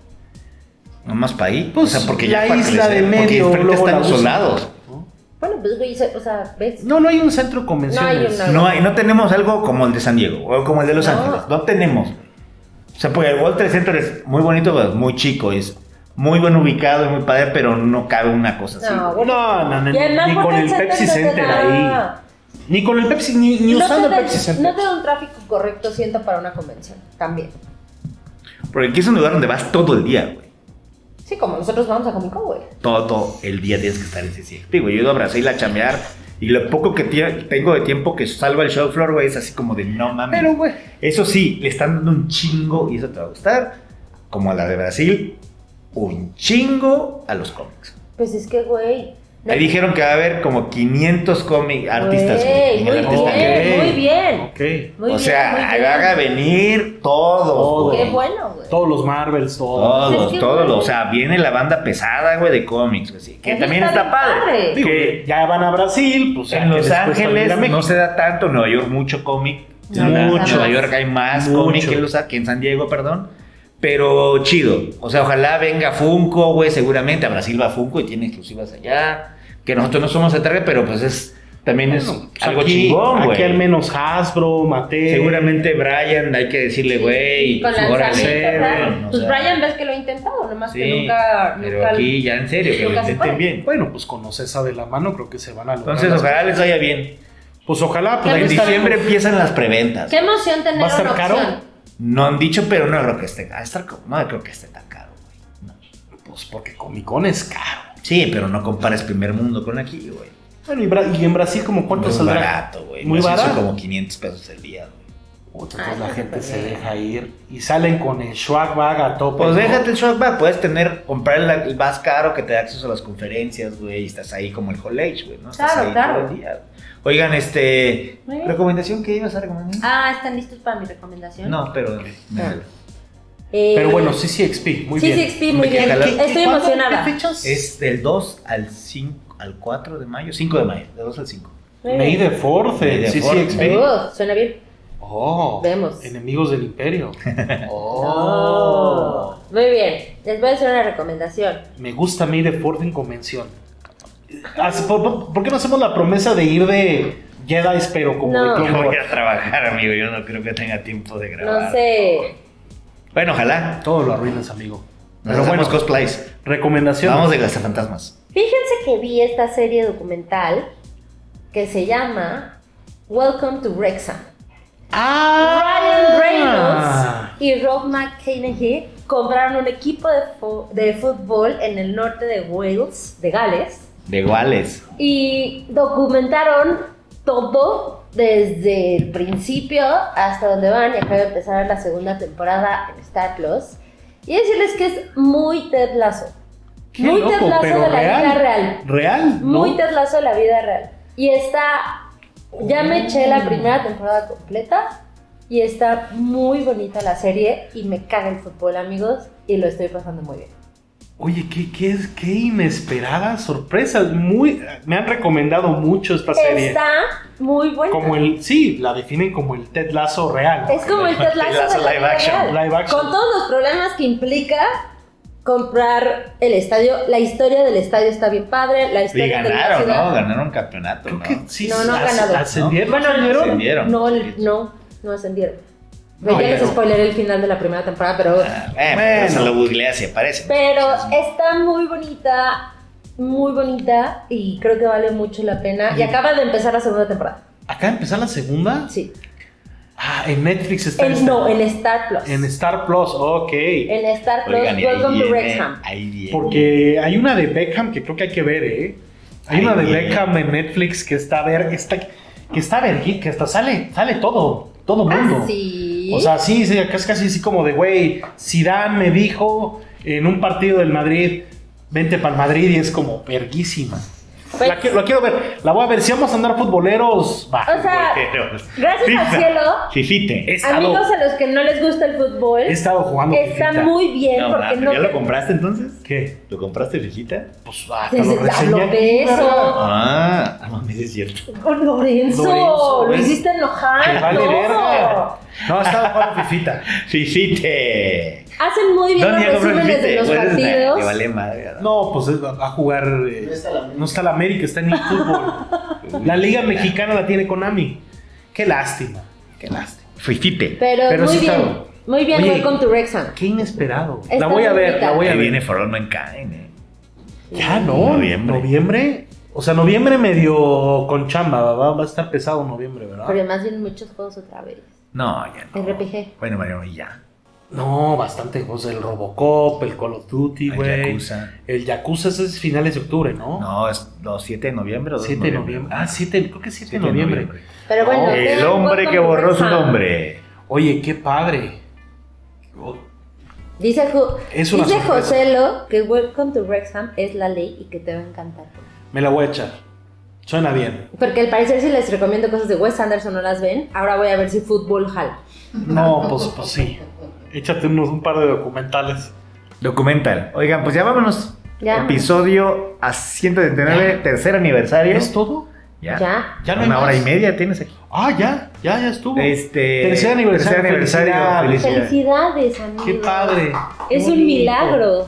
[SPEAKER 3] Nomás para ahí.
[SPEAKER 1] Pues,
[SPEAKER 3] o sea, porque
[SPEAKER 1] la
[SPEAKER 3] ya para
[SPEAKER 1] isla
[SPEAKER 3] crecer,
[SPEAKER 1] de
[SPEAKER 3] porque
[SPEAKER 1] medio,
[SPEAKER 3] enfrente
[SPEAKER 1] luego la
[SPEAKER 3] están
[SPEAKER 1] usan.
[SPEAKER 3] solados.
[SPEAKER 2] Bueno, pues güey, o sea, ves.
[SPEAKER 1] no, no hay un centro de
[SPEAKER 2] No hay
[SPEAKER 1] convenciones.
[SPEAKER 2] una-
[SPEAKER 3] No hay, no tenemos algo como el de San Diego o como el de Los
[SPEAKER 2] No.
[SPEAKER 3] Ángeles. No tenemos. O sea, porque el World Trade Center es muy bonito, pero es muy chico, es muy buen ubicado, es muy padre, pero no cabe una cosa así.
[SPEAKER 2] No,
[SPEAKER 3] güey.
[SPEAKER 1] No, no, no,
[SPEAKER 2] Y además,
[SPEAKER 1] ni
[SPEAKER 2] ¿por
[SPEAKER 1] con
[SPEAKER 2] qué
[SPEAKER 1] el
[SPEAKER 2] Center
[SPEAKER 1] Pepsi
[SPEAKER 2] no te
[SPEAKER 1] Center
[SPEAKER 2] da?
[SPEAKER 1] ahí. Ni con el Pepsi, ni, ni
[SPEAKER 2] No
[SPEAKER 1] usando
[SPEAKER 2] te
[SPEAKER 1] el
[SPEAKER 2] da-
[SPEAKER 1] Pepsi Center.
[SPEAKER 2] No te da un tráfico correcto, siento, para una convención. También.
[SPEAKER 3] Porque aquí es un lugar donde vas todo el día, güey.
[SPEAKER 2] Sí, como nosotros vamos a Comic Con, güey.
[SPEAKER 3] Todo el día tienes que estar en CCXP, güey. Yo he ido a Brasil a chambear y lo poco que tie- tengo de tiempo que salva el show floor, güey, es así como de no mames.
[SPEAKER 1] Pero, güey.
[SPEAKER 3] Eso sí, le están dando un chingo, y eso te va a gustar, como a la de Brasil, un chingo a los cómics.
[SPEAKER 2] Pues es que, güey. no-
[SPEAKER 3] Ahí dijeron que va a haber como 500 cómics artistas. güey, en
[SPEAKER 2] Güey,
[SPEAKER 3] el
[SPEAKER 2] muy
[SPEAKER 3] artista
[SPEAKER 2] bien,
[SPEAKER 3] que-
[SPEAKER 1] Ok.
[SPEAKER 2] muy bien.
[SPEAKER 1] Ok.
[SPEAKER 3] o
[SPEAKER 2] Muy bien, muy
[SPEAKER 3] sea,
[SPEAKER 2] bien.
[SPEAKER 3] haga venir todos.
[SPEAKER 1] Todo.
[SPEAKER 3] güey.
[SPEAKER 2] Qué bueno, güey.
[SPEAKER 1] Todos los Marvels, todo.
[SPEAKER 3] Todos,
[SPEAKER 2] Es que
[SPEAKER 3] todos.
[SPEAKER 2] bueno.
[SPEAKER 3] O sea, viene la banda pesada, güey, de cómics. güey, sí, Que
[SPEAKER 2] Eso
[SPEAKER 3] también está,
[SPEAKER 2] está bien
[SPEAKER 3] padre.
[SPEAKER 2] padre.
[SPEAKER 1] Digo,
[SPEAKER 3] Que
[SPEAKER 1] ya van a Brasil, pues ya
[SPEAKER 3] en
[SPEAKER 1] que
[SPEAKER 3] Los
[SPEAKER 1] después también a
[SPEAKER 3] Ángeles
[SPEAKER 1] México.
[SPEAKER 3] no se da tanto. En Nueva York mucho cómic.
[SPEAKER 2] No,
[SPEAKER 3] mucho.
[SPEAKER 2] nada
[SPEAKER 3] En Nueva
[SPEAKER 2] más.
[SPEAKER 3] York hay más
[SPEAKER 1] Mucho.
[SPEAKER 3] cómic que, en Los Á- que en San Diego, perdón. Pero chido. O sea, ojalá venga Funko, güey, seguramente. A Brasil va Funko y tiene exclusivas allá. Que nosotros no somos tarde, pero pues es... También es
[SPEAKER 1] Bueno, pues
[SPEAKER 3] algo
[SPEAKER 1] aquí-
[SPEAKER 3] chingón, güey.
[SPEAKER 1] Aquí al menos Hasbro, Mattel.
[SPEAKER 3] Seguramente Brian, hay que decirle, güey, pues,
[SPEAKER 2] Con
[SPEAKER 3] órale,
[SPEAKER 2] lanzamiento,
[SPEAKER 3] cabrón,
[SPEAKER 2] claro.
[SPEAKER 3] o
[SPEAKER 2] Pues
[SPEAKER 3] sea,
[SPEAKER 2] Brian ves que lo ha intentado, nomás que
[SPEAKER 3] sí,
[SPEAKER 2] nunca.
[SPEAKER 3] Pero
[SPEAKER 2] nunca-
[SPEAKER 3] aquí ya en serio, que lo
[SPEAKER 2] nunca se
[SPEAKER 3] intenten
[SPEAKER 2] puede.
[SPEAKER 3] bien.
[SPEAKER 1] Bueno, pues con esa de la mano creo que se van a lograr.
[SPEAKER 3] Entonces,
[SPEAKER 1] las-
[SPEAKER 3] ojalá les vaya bien.
[SPEAKER 1] Pues ojalá, pues
[SPEAKER 2] Ya
[SPEAKER 1] ahí
[SPEAKER 3] En
[SPEAKER 2] me está
[SPEAKER 1] estaremos.
[SPEAKER 3] diciembre empiezan las preventas.
[SPEAKER 2] Qué emoción tener
[SPEAKER 1] ¿Va a estar
[SPEAKER 2] una
[SPEAKER 1] caro?
[SPEAKER 2] opción.
[SPEAKER 3] No han dicho, pero no creo que esté. ah, estar como- no creo que esté tan caro, güey. No.
[SPEAKER 1] Pues porque Comic Con es caro.
[SPEAKER 3] Sí, pero no compares primer mundo con aquí, güey.
[SPEAKER 1] Bueno, y, Bra- y en Brasil, ¿como cuánto
[SPEAKER 3] Muy
[SPEAKER 1] saldrá?
[SPEAKER 3] barato, güey.
[SPEAKER 1] Muy
[SPEAKER 3] Nos hizo
[SPEAKER 1] barato.
[SPEAKER 3] como 500 pesos el día, güey.
[SPEAKER 1] Puta, entonces
[SPEAKER 2] Ay,
[SPEAKER 1] la
[SPEAKER 2] no
[SPEAKER 1] gente
[SPEAKER 2] te
[SPEAKER 1] se
[SPEAKER 2] creo.
[SPEAKER 1] deja ir y salen con el swag a tope.
[SPEAKER 3] Pues
[SPEAKER 1] ¿no?
[SPEAKER 3] déjate el shortback, puedes tener, comprar el, el más caro que te da acceso a las conferencias, güey, y estás ahí como el college, güey, ¿no? Estás
[SPEAKER 2] Claro,
[SPEAKER 3] ahí
[SPEAKER 2] claro.
[SPEAKER 3] todo el día, güey. Oigan, este,
[SPEAKER 2] Muy bien.
[SPEAKER 3] ¿recomendación que ibas a recomendar?
[SPEAKER 2] Ah, ¿están listos para mi recomendación?
[SPEAKER 3] No, pero.
[SPEAKER 2] Ah.
[SPEAKER 1] Pero bueno, CCXP, muy
[SPEAKER 2] sí,
[SPEAKER 1] bien.
[SPEAKER 2] sí, muy
[SPEAKER 3] Me
[SPEAKER 2] bien.
[SPEAKER 3] queja la-
[SPEAKER 2] Estoy
[SPEAKER 1] ¿Cuándo?
[SPEAKER 2] emocionada.
[SPEAKER 1] ¿Qué fechas?
[SPEAKER 3] Es del 2 al 5, al 4 de mayo, 5 de mayo, de 2 al 5.
[SPEAKER 2] Muy
[SPEAKER 1] May
[SPEAKER 2] bien.
[SPEAKER 1] the 4th,
[SPEAKER 3] May the
[SPEAKER 1] sí, sí,
[SPEAKER 3] Fourth.
[SPEAKER 1] XP.
[SPEAKER 2] Uh, suena bien.
[SPEAKER 1] Oh,
[SPEAKER 2] Vemos.
[SPEAKER 1] enemigos del
[SPEAKER 3] (laughs)
[SPEAKER 1] imperio.
[SPEAKER 2] Oh.
[SPEAKER 1] Oh,
[SPEAKER 2] Muy bien. Les voy a hacer una recomendación.
[SPEAKER 1] me gusta May the 4th en convención. Haz- ¿Por, por- por qué no hacemos la promesa de ir de Jedi, pero como de
[SPEAKER 2] No.
[SPEAKER 1] Clone
[SPEAKER 3] voy
[SPEAKER 1] Wars?
[SPEAKER 3] a trabajar, amigo, yo no creo que tenga tiempo de grabar.
[SPEAKER 2] No sé.
[SPEAKER 3] Bueno, ojalá.
[SPEAKER 1] Todo lo arruinas, amigo.
[SPEAKER 3] Pero
[SPEAKER 1] Pero
[SPEAKER 3] bueno,
[SPEAKER 1] bueno,
[SPEAKER 3] cosplays.
[SPEAKER 1] recomendación.
[SPEAKER 3] Vamos de Fantasmas.
[SPEAKER 2] Fíjense que vi esta serie documental que se llama Welcome to Wrexham.
[SPEAKER 1] ¡Ah!
[SPEAKER 2] Ryan Reynolds y Rob McConaughey compraron un equipo de, fu- de fútbol en el norte de Wales, de Gales,
[SPEAKER 3] De iguales.
[SPEAKER 2] y documentaron todo desde el principio hasta donde van y acaba de empezar la segunda temporada en Star Plus. Y decirles que es muy Ted Lasso.
[SPEAKER 1] Qué
[SPEAKER 2] muy
[SPEAKER 1] loco,
[SPEAKER 2] Ted Lasso
[SPEAKER 1] pero
[SPEAKER 2] de la
[SPEAKER 1] real.
[SPEAKER 2] vida real.
[SPEAKER 1] Real, ¿no?
[SPEAKER 2] Muy Ted Lasso de la vida real. Y está. Ya me eché
[SPEAKER 1] Mm.
[SPEAKER 2] la primera temporada completa. Y está muy bonita la serie. Y me caga el fútbol, amigos. Y lo estoy pasando muy bien.
[SPEAKER 1] Oye, qué, qué, es- qué inesperada sorpresa. Muy, me han recomendado mucho esta serie.
[SPEAKER 2] Está muy buena.
[SPEAKER 1] Como el, sí, la definen como el Ted Lasso real.
[SPEAKER 2] es como el Ted Lasso de la
[SPEAKER 3] Live
[SPEAKER 2] vida
[SPEAKER 3] action,
[SPEAKER 2] real.
[SPEAKER 1] live action.
[SPEAKER 2] Con todos los problemas que implica comprar el estadio. La historia del estadio está bien padre. La historia
[SPEAKER 3] Y
[SPEAKER 2] de la
[SPEAKER 3] ganaron,
[SPEAKER 2] ciudad-
[SPEAKER 3] ¿no? Ganaron un campeonato,
[SPEAKER 1] Creo
[SPEAKER 3] ¿no?
[SPEAKER 1] que sí.
[SPEAKER 2] No, no ha
[SPEAKER 1] as-
[SPEAKER 2] ganado.
[SPEAKER 1] ascendieron.
[SPEAKER 3] ¿No?
[SPEAKER 1] Bueno,
[SPEAKER 3] Ascendieron.
[SPEAKER 1] ascendieron.
[SPEAKER 2] No, el- no, no ascendieron.
[SPEAKER 1] No,
[SPEAKER 2] ya les
[SPEAKER 1] pero-
[SPEAKER 2] spoileré el final de la primera temporada, pero.
[SPEAKER 3] Ah, bueno,
[SPEAKER 1] Bueno.
[SPEAKER 3] se lo googleé así, aparece. Pues,
[SPEAKER 2] Pero está muy bonita, muy bonita y creo que vale mucho la pena. Y acaba de empezar la segunda temporada.
[SPEAKER 1] ¿Acaba de empezar la segunda?
[SPEAKER 2] Sí.
[SPEAKER 1] Ah, en Netflix está.
[SPEAKER 2] En-
[SPEAKER 1] esta-
[SPEAKER 2] no, en Star Plus.
[SPEAKER 1] en Star Plus, ok.
[SPEAKER 2] En Star Plus,
[SPEAKER 3] Oigan, y ahí
[SPEAKER 2] Welcome to
[SPEAKER 3] viene,
[SPEAKER 2] Wrexham.
[SPEAKER 3] ahí viene.
[SPEAKER 1] Porque hay una de Beckham que creo que hay que ver, ¿eh? Hay
[SPEAKER 3] Ay,
[SPEAKER 1] una de
[SPEAKER 3] bien.
[SPEAKER 1] Beckham en Netflix que está a ver, está, que está vergui- que hasta sale, sale todo, todo mundo.
[SPEAKER 2] Ah, sí.
[SPEAKER 1] O sea, sí, sí, casi, casi así como de, güey, Zidane me dijo en un partido del Madrid, vente para el Madrid y es como verguísima.
[SPEAKER 2] Pues-
[SPEAKER 1] la, qui- la quiero ver, la voy a ver, si vamos a andar futboleros, va.
[SPEAKER 2] O sea,
[SPEAKER 3] Pero-
[SPEAKER 2] gracias al
[SPEAKER 3] FIFA.
[SPEAKER 2] cielo,
[SPEAKER 3] Fifite.
[SPEAKER 1] He estado,
[SPEAKER 2] amigos a los que no les gusta el fútbol,
[SPEAKER 1] he estado jugando.
[SPEAKER 2] está
[SPEAKER 1] fifita.
[SPEAKER 2] muy bien
[SPEAKER 3] No,
[SPEAKER 2] porque
[SPEAKER 3] mames,
[SPEAKER 2] no.
[SPEAKER 3] ¿Ya lo compraste entonces?
[SPEAKER 1] ¿Qué?
[SPEAKER 3] ¿Lo compraste, Fifita?
[SPEAKER 1] Pues ah,
[SPEAKER 2] Desde-
[SPEAKER 1] lo reseñé.
[SPEAKER 2] habló de eso.
[SPEAKER 3] Ah, no mames, es cierto.
[SPEAKER 2] Con Lorenzo,
[SPEAKER 1] Lorenzo,
[SPEAKER 2] lo
[SPEAKER 1] ¿ves?
[SPEAKER 2] hiciste enojar.
[SPEAKER 1] Que vale
[SPEAKER 2] no.
[SPEAKER 1] verga. No, he estado jugando fifita.
[SPEAKER 3] Fifite.
[SPEAKER 2] Hacen muy bien
[SPEAKER 3] ¿Dónde ya
[SPEAKER 2] los
[SPEAKER 3] compró
[SPEAKER 2] resúmenes de
[SPEAKER 3] Fifite?
[SPEAKER 2] los
[SPEAKER 3] Pues, nah,
[SPEAKER 2] partidos.
[SPEAKER 3] Te vale madre. ¿no?
[SPEAKER 1] No, pues es- va va a jugar. eh, no está la América, está en el fútbol. la Liga Mexicana la tiene Konami. Qué lástima. Qué lástima.
[SPEAKER 3] Fifite.
[SPEAKER 2] Pero,
[SPEAKER 1] Pero
[SPEAKER 2] muy
[SPEAKER 1] sí
[SPEAKER 2] bien,
[SPEAKER 1] está-
[SPEAKER 2] muy bien,
[SPEAKER 1] Oye.
[SPEAKER 2] Welcome to Wrexham.
[SPEAKER 1] Qué inesperado.
[SPEAKER 2] Está
[SPEAKER 1] la voy a ver,
[SPEAKER 2] bonita.
[SPEAKER 1] la voy a
[SPEAKER 3] Ahí
[SPEAKER 1] ver.
[SPEAKER 3] viene For All Mankind, eh.
[SPEAKER 1] Ya, ¿no?
[SPEAKER 3] Noviembre.
[SPEAKER 1] Noviembre. O sea, noviembre medio con chamba. Va, va a estar pesado noviembre, ¿verdad?
[SPEAKER 2] Pero además vienen muchos juegos otra vez.
[SPEAKER 3] No, ya no.
[SPEAKER 2] RPG.
[SPEAKER 3] Bueno, Mariano, y ya.
[SPEAKER 1] No, bastante. O sea, el Robocop, el Call of Duty,
[SPEAKER 3] El
[SPEAKER 1] güey.
[SPEAKER 3] Yakuza.
[SPEAKER 1] El Yakuza ese es finales de octubre, ¿no?
[SPEAKER 3] No, es no, 7 de noviembre o 2
[SPEAKER 1] 7 de noviembre. Ah, 7, creo que 7 de
[SPEAKER 3] 7
[SPEAKER 1] noviembre.
[SPEAKER 2] Pero bueno,
[SPEAKER 3] El
[SPEAKER 2] vean
[SPEAKER 3] hombre
[SPEAKER 2] Welcome
[SPEAKER 3] que
[SPEAKER 2] to
[SPEAKER 3] borró su
[SPEAKER 2] Wrexham.
[SPEAKER 3] nombre.
[SPEAKER 1] Oye, qué padre. Oh, O-
[SPEAKER 2] Dice, Ju-
[SPEAKER 1] Es una
[SPEAKER 2] dice
[SPEAKER 1] sorpresa.
[SPEAKER 2] José Lo que Welcome to Wrexham es la ley y que te va a encantar.
[SPEAKER 1] Me la voy a echar. Suena bien.
[SPEAKER 2] Porque al parecer si les recomiendo cosas de Wes Anderson no las ven, ahora voy a ver si fútbol jala. (laughs)
[SPEAKER 1] No, pues, pues sí. Échate unos un par de documentales.
[SPEAKER 3] Documental. Oigan, pues ya vámonos.
[SPEAKER 2] Ya.
[SPEAKER 3] Episodio a 179, tercer aniversario.
[SPEAKER 1] ¿Es todo?
[SPEAKER 3] Ya.
[SPEAKER 2] Ya.
[SPEAKER 1] Ya no hay
[SPEAKER 3] Una hora
[SPEAKER 1] más.
[SPEAKER 3] y media tienes aquí.
[SPEAKER 1] Ah, ya, ya, ya estuvo.
[SPEAKER 3] Este.
[SPEAKER 1] Tercer aniversario,
[SPEAKER 3] Tercer aniversario.
[SPEAKER 1] felicidades.
[SPEAKER 3] felicidades.
[SPEAKER 2] Felicidades, amigos.
[SPEAKER 1] Qué padre.
[SPEAKER 2] Es
[SPEAKER 1] Qué
[SPEAKER 2] un
[SPEAKER 1] bonito.
[SPEAKER 2] milagro.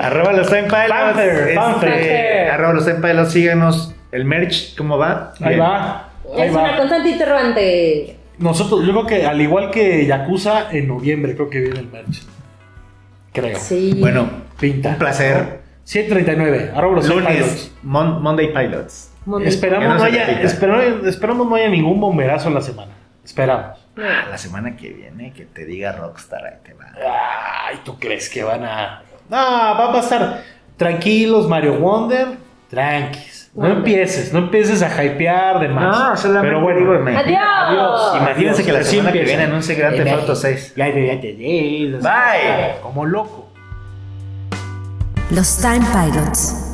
[SPEAKER 3] Arroba los Time Pilots.
[SPEAKER 1] Panther,
[SPEAKER 3] Este,
[SPEAKER 1] Panther.
[SPEAKER 3] Arroba los Time Pilots. Síganos. El merch, ¿cómo va?
[SPEAKER 1] Ahí
[SPEAKER 3] Bien.
[SPEAKER 1] va. Ahí
[SPEAKER 2] es una
[SPEAKER 1] va.
[SPEAKER 2] constante interrogante.
[SPEAKER 1] Nosotros, yo creo que al igual que Yakuza, en noviembre creo que viene el merch. Creo.
[SPEAKER 2] Sí.
[SPEAKER 3] Bueno,
[SPEAKER 1] Pinta.
[SPEAKER 3] Un placer.
[SPEAKER 1] 139. Ahora los
[SPEAKER 3] lunes,
[SPEAKER 1] Pilots.
[SPEAKER 3] Mon- Monday Pilots.
[SPEAKER 2] Momento.
[SPEAKER 1] Esperamos
[SPEAKER 3] Que
[SPEAKER 1] no,
[SPEAKER 3] no se
[SPEAKER 1] haya,
[SPEAKER 3] repita.
[SPEAKER 1] esperamos, esperamos no haya ningún bomberazo en la semana. Esperamos.
[SPEAKER 3] Ah, la semana que viene, que te diga Rockstar, ahí te va.
[SPEAKER 1] Ay, ¿tú crees que van a.? No, va a pasar. Tranquilos, Mario Wonder. Tranquis. No
[SPEAKER 2] Wonder.
[SPEAKER 1] empieces, no empieces a hypear de más.
[SPEAKER 3] No, Ah, solamente
[SPEAKER 1] Pero bueno,
[SPEAKER 3] digo, me-
[SPEAKER 2] Adiós.
[SPEAKER 3] Imagínense que la
[SPEAKER 1] Pero sí
[SPEAKER 3] semana que
[SPEAKER 1] empieza.
[SPEAKER 3] viene anuncie Grand Theft Auto 6.
[SPEAKER 1] Ya, ya, ya, ya, ya, ya.
[SPEAKER 3] Bye.
[SPEAKER 1] Como loco.
[SPEAKER 4] Los Time Pilots.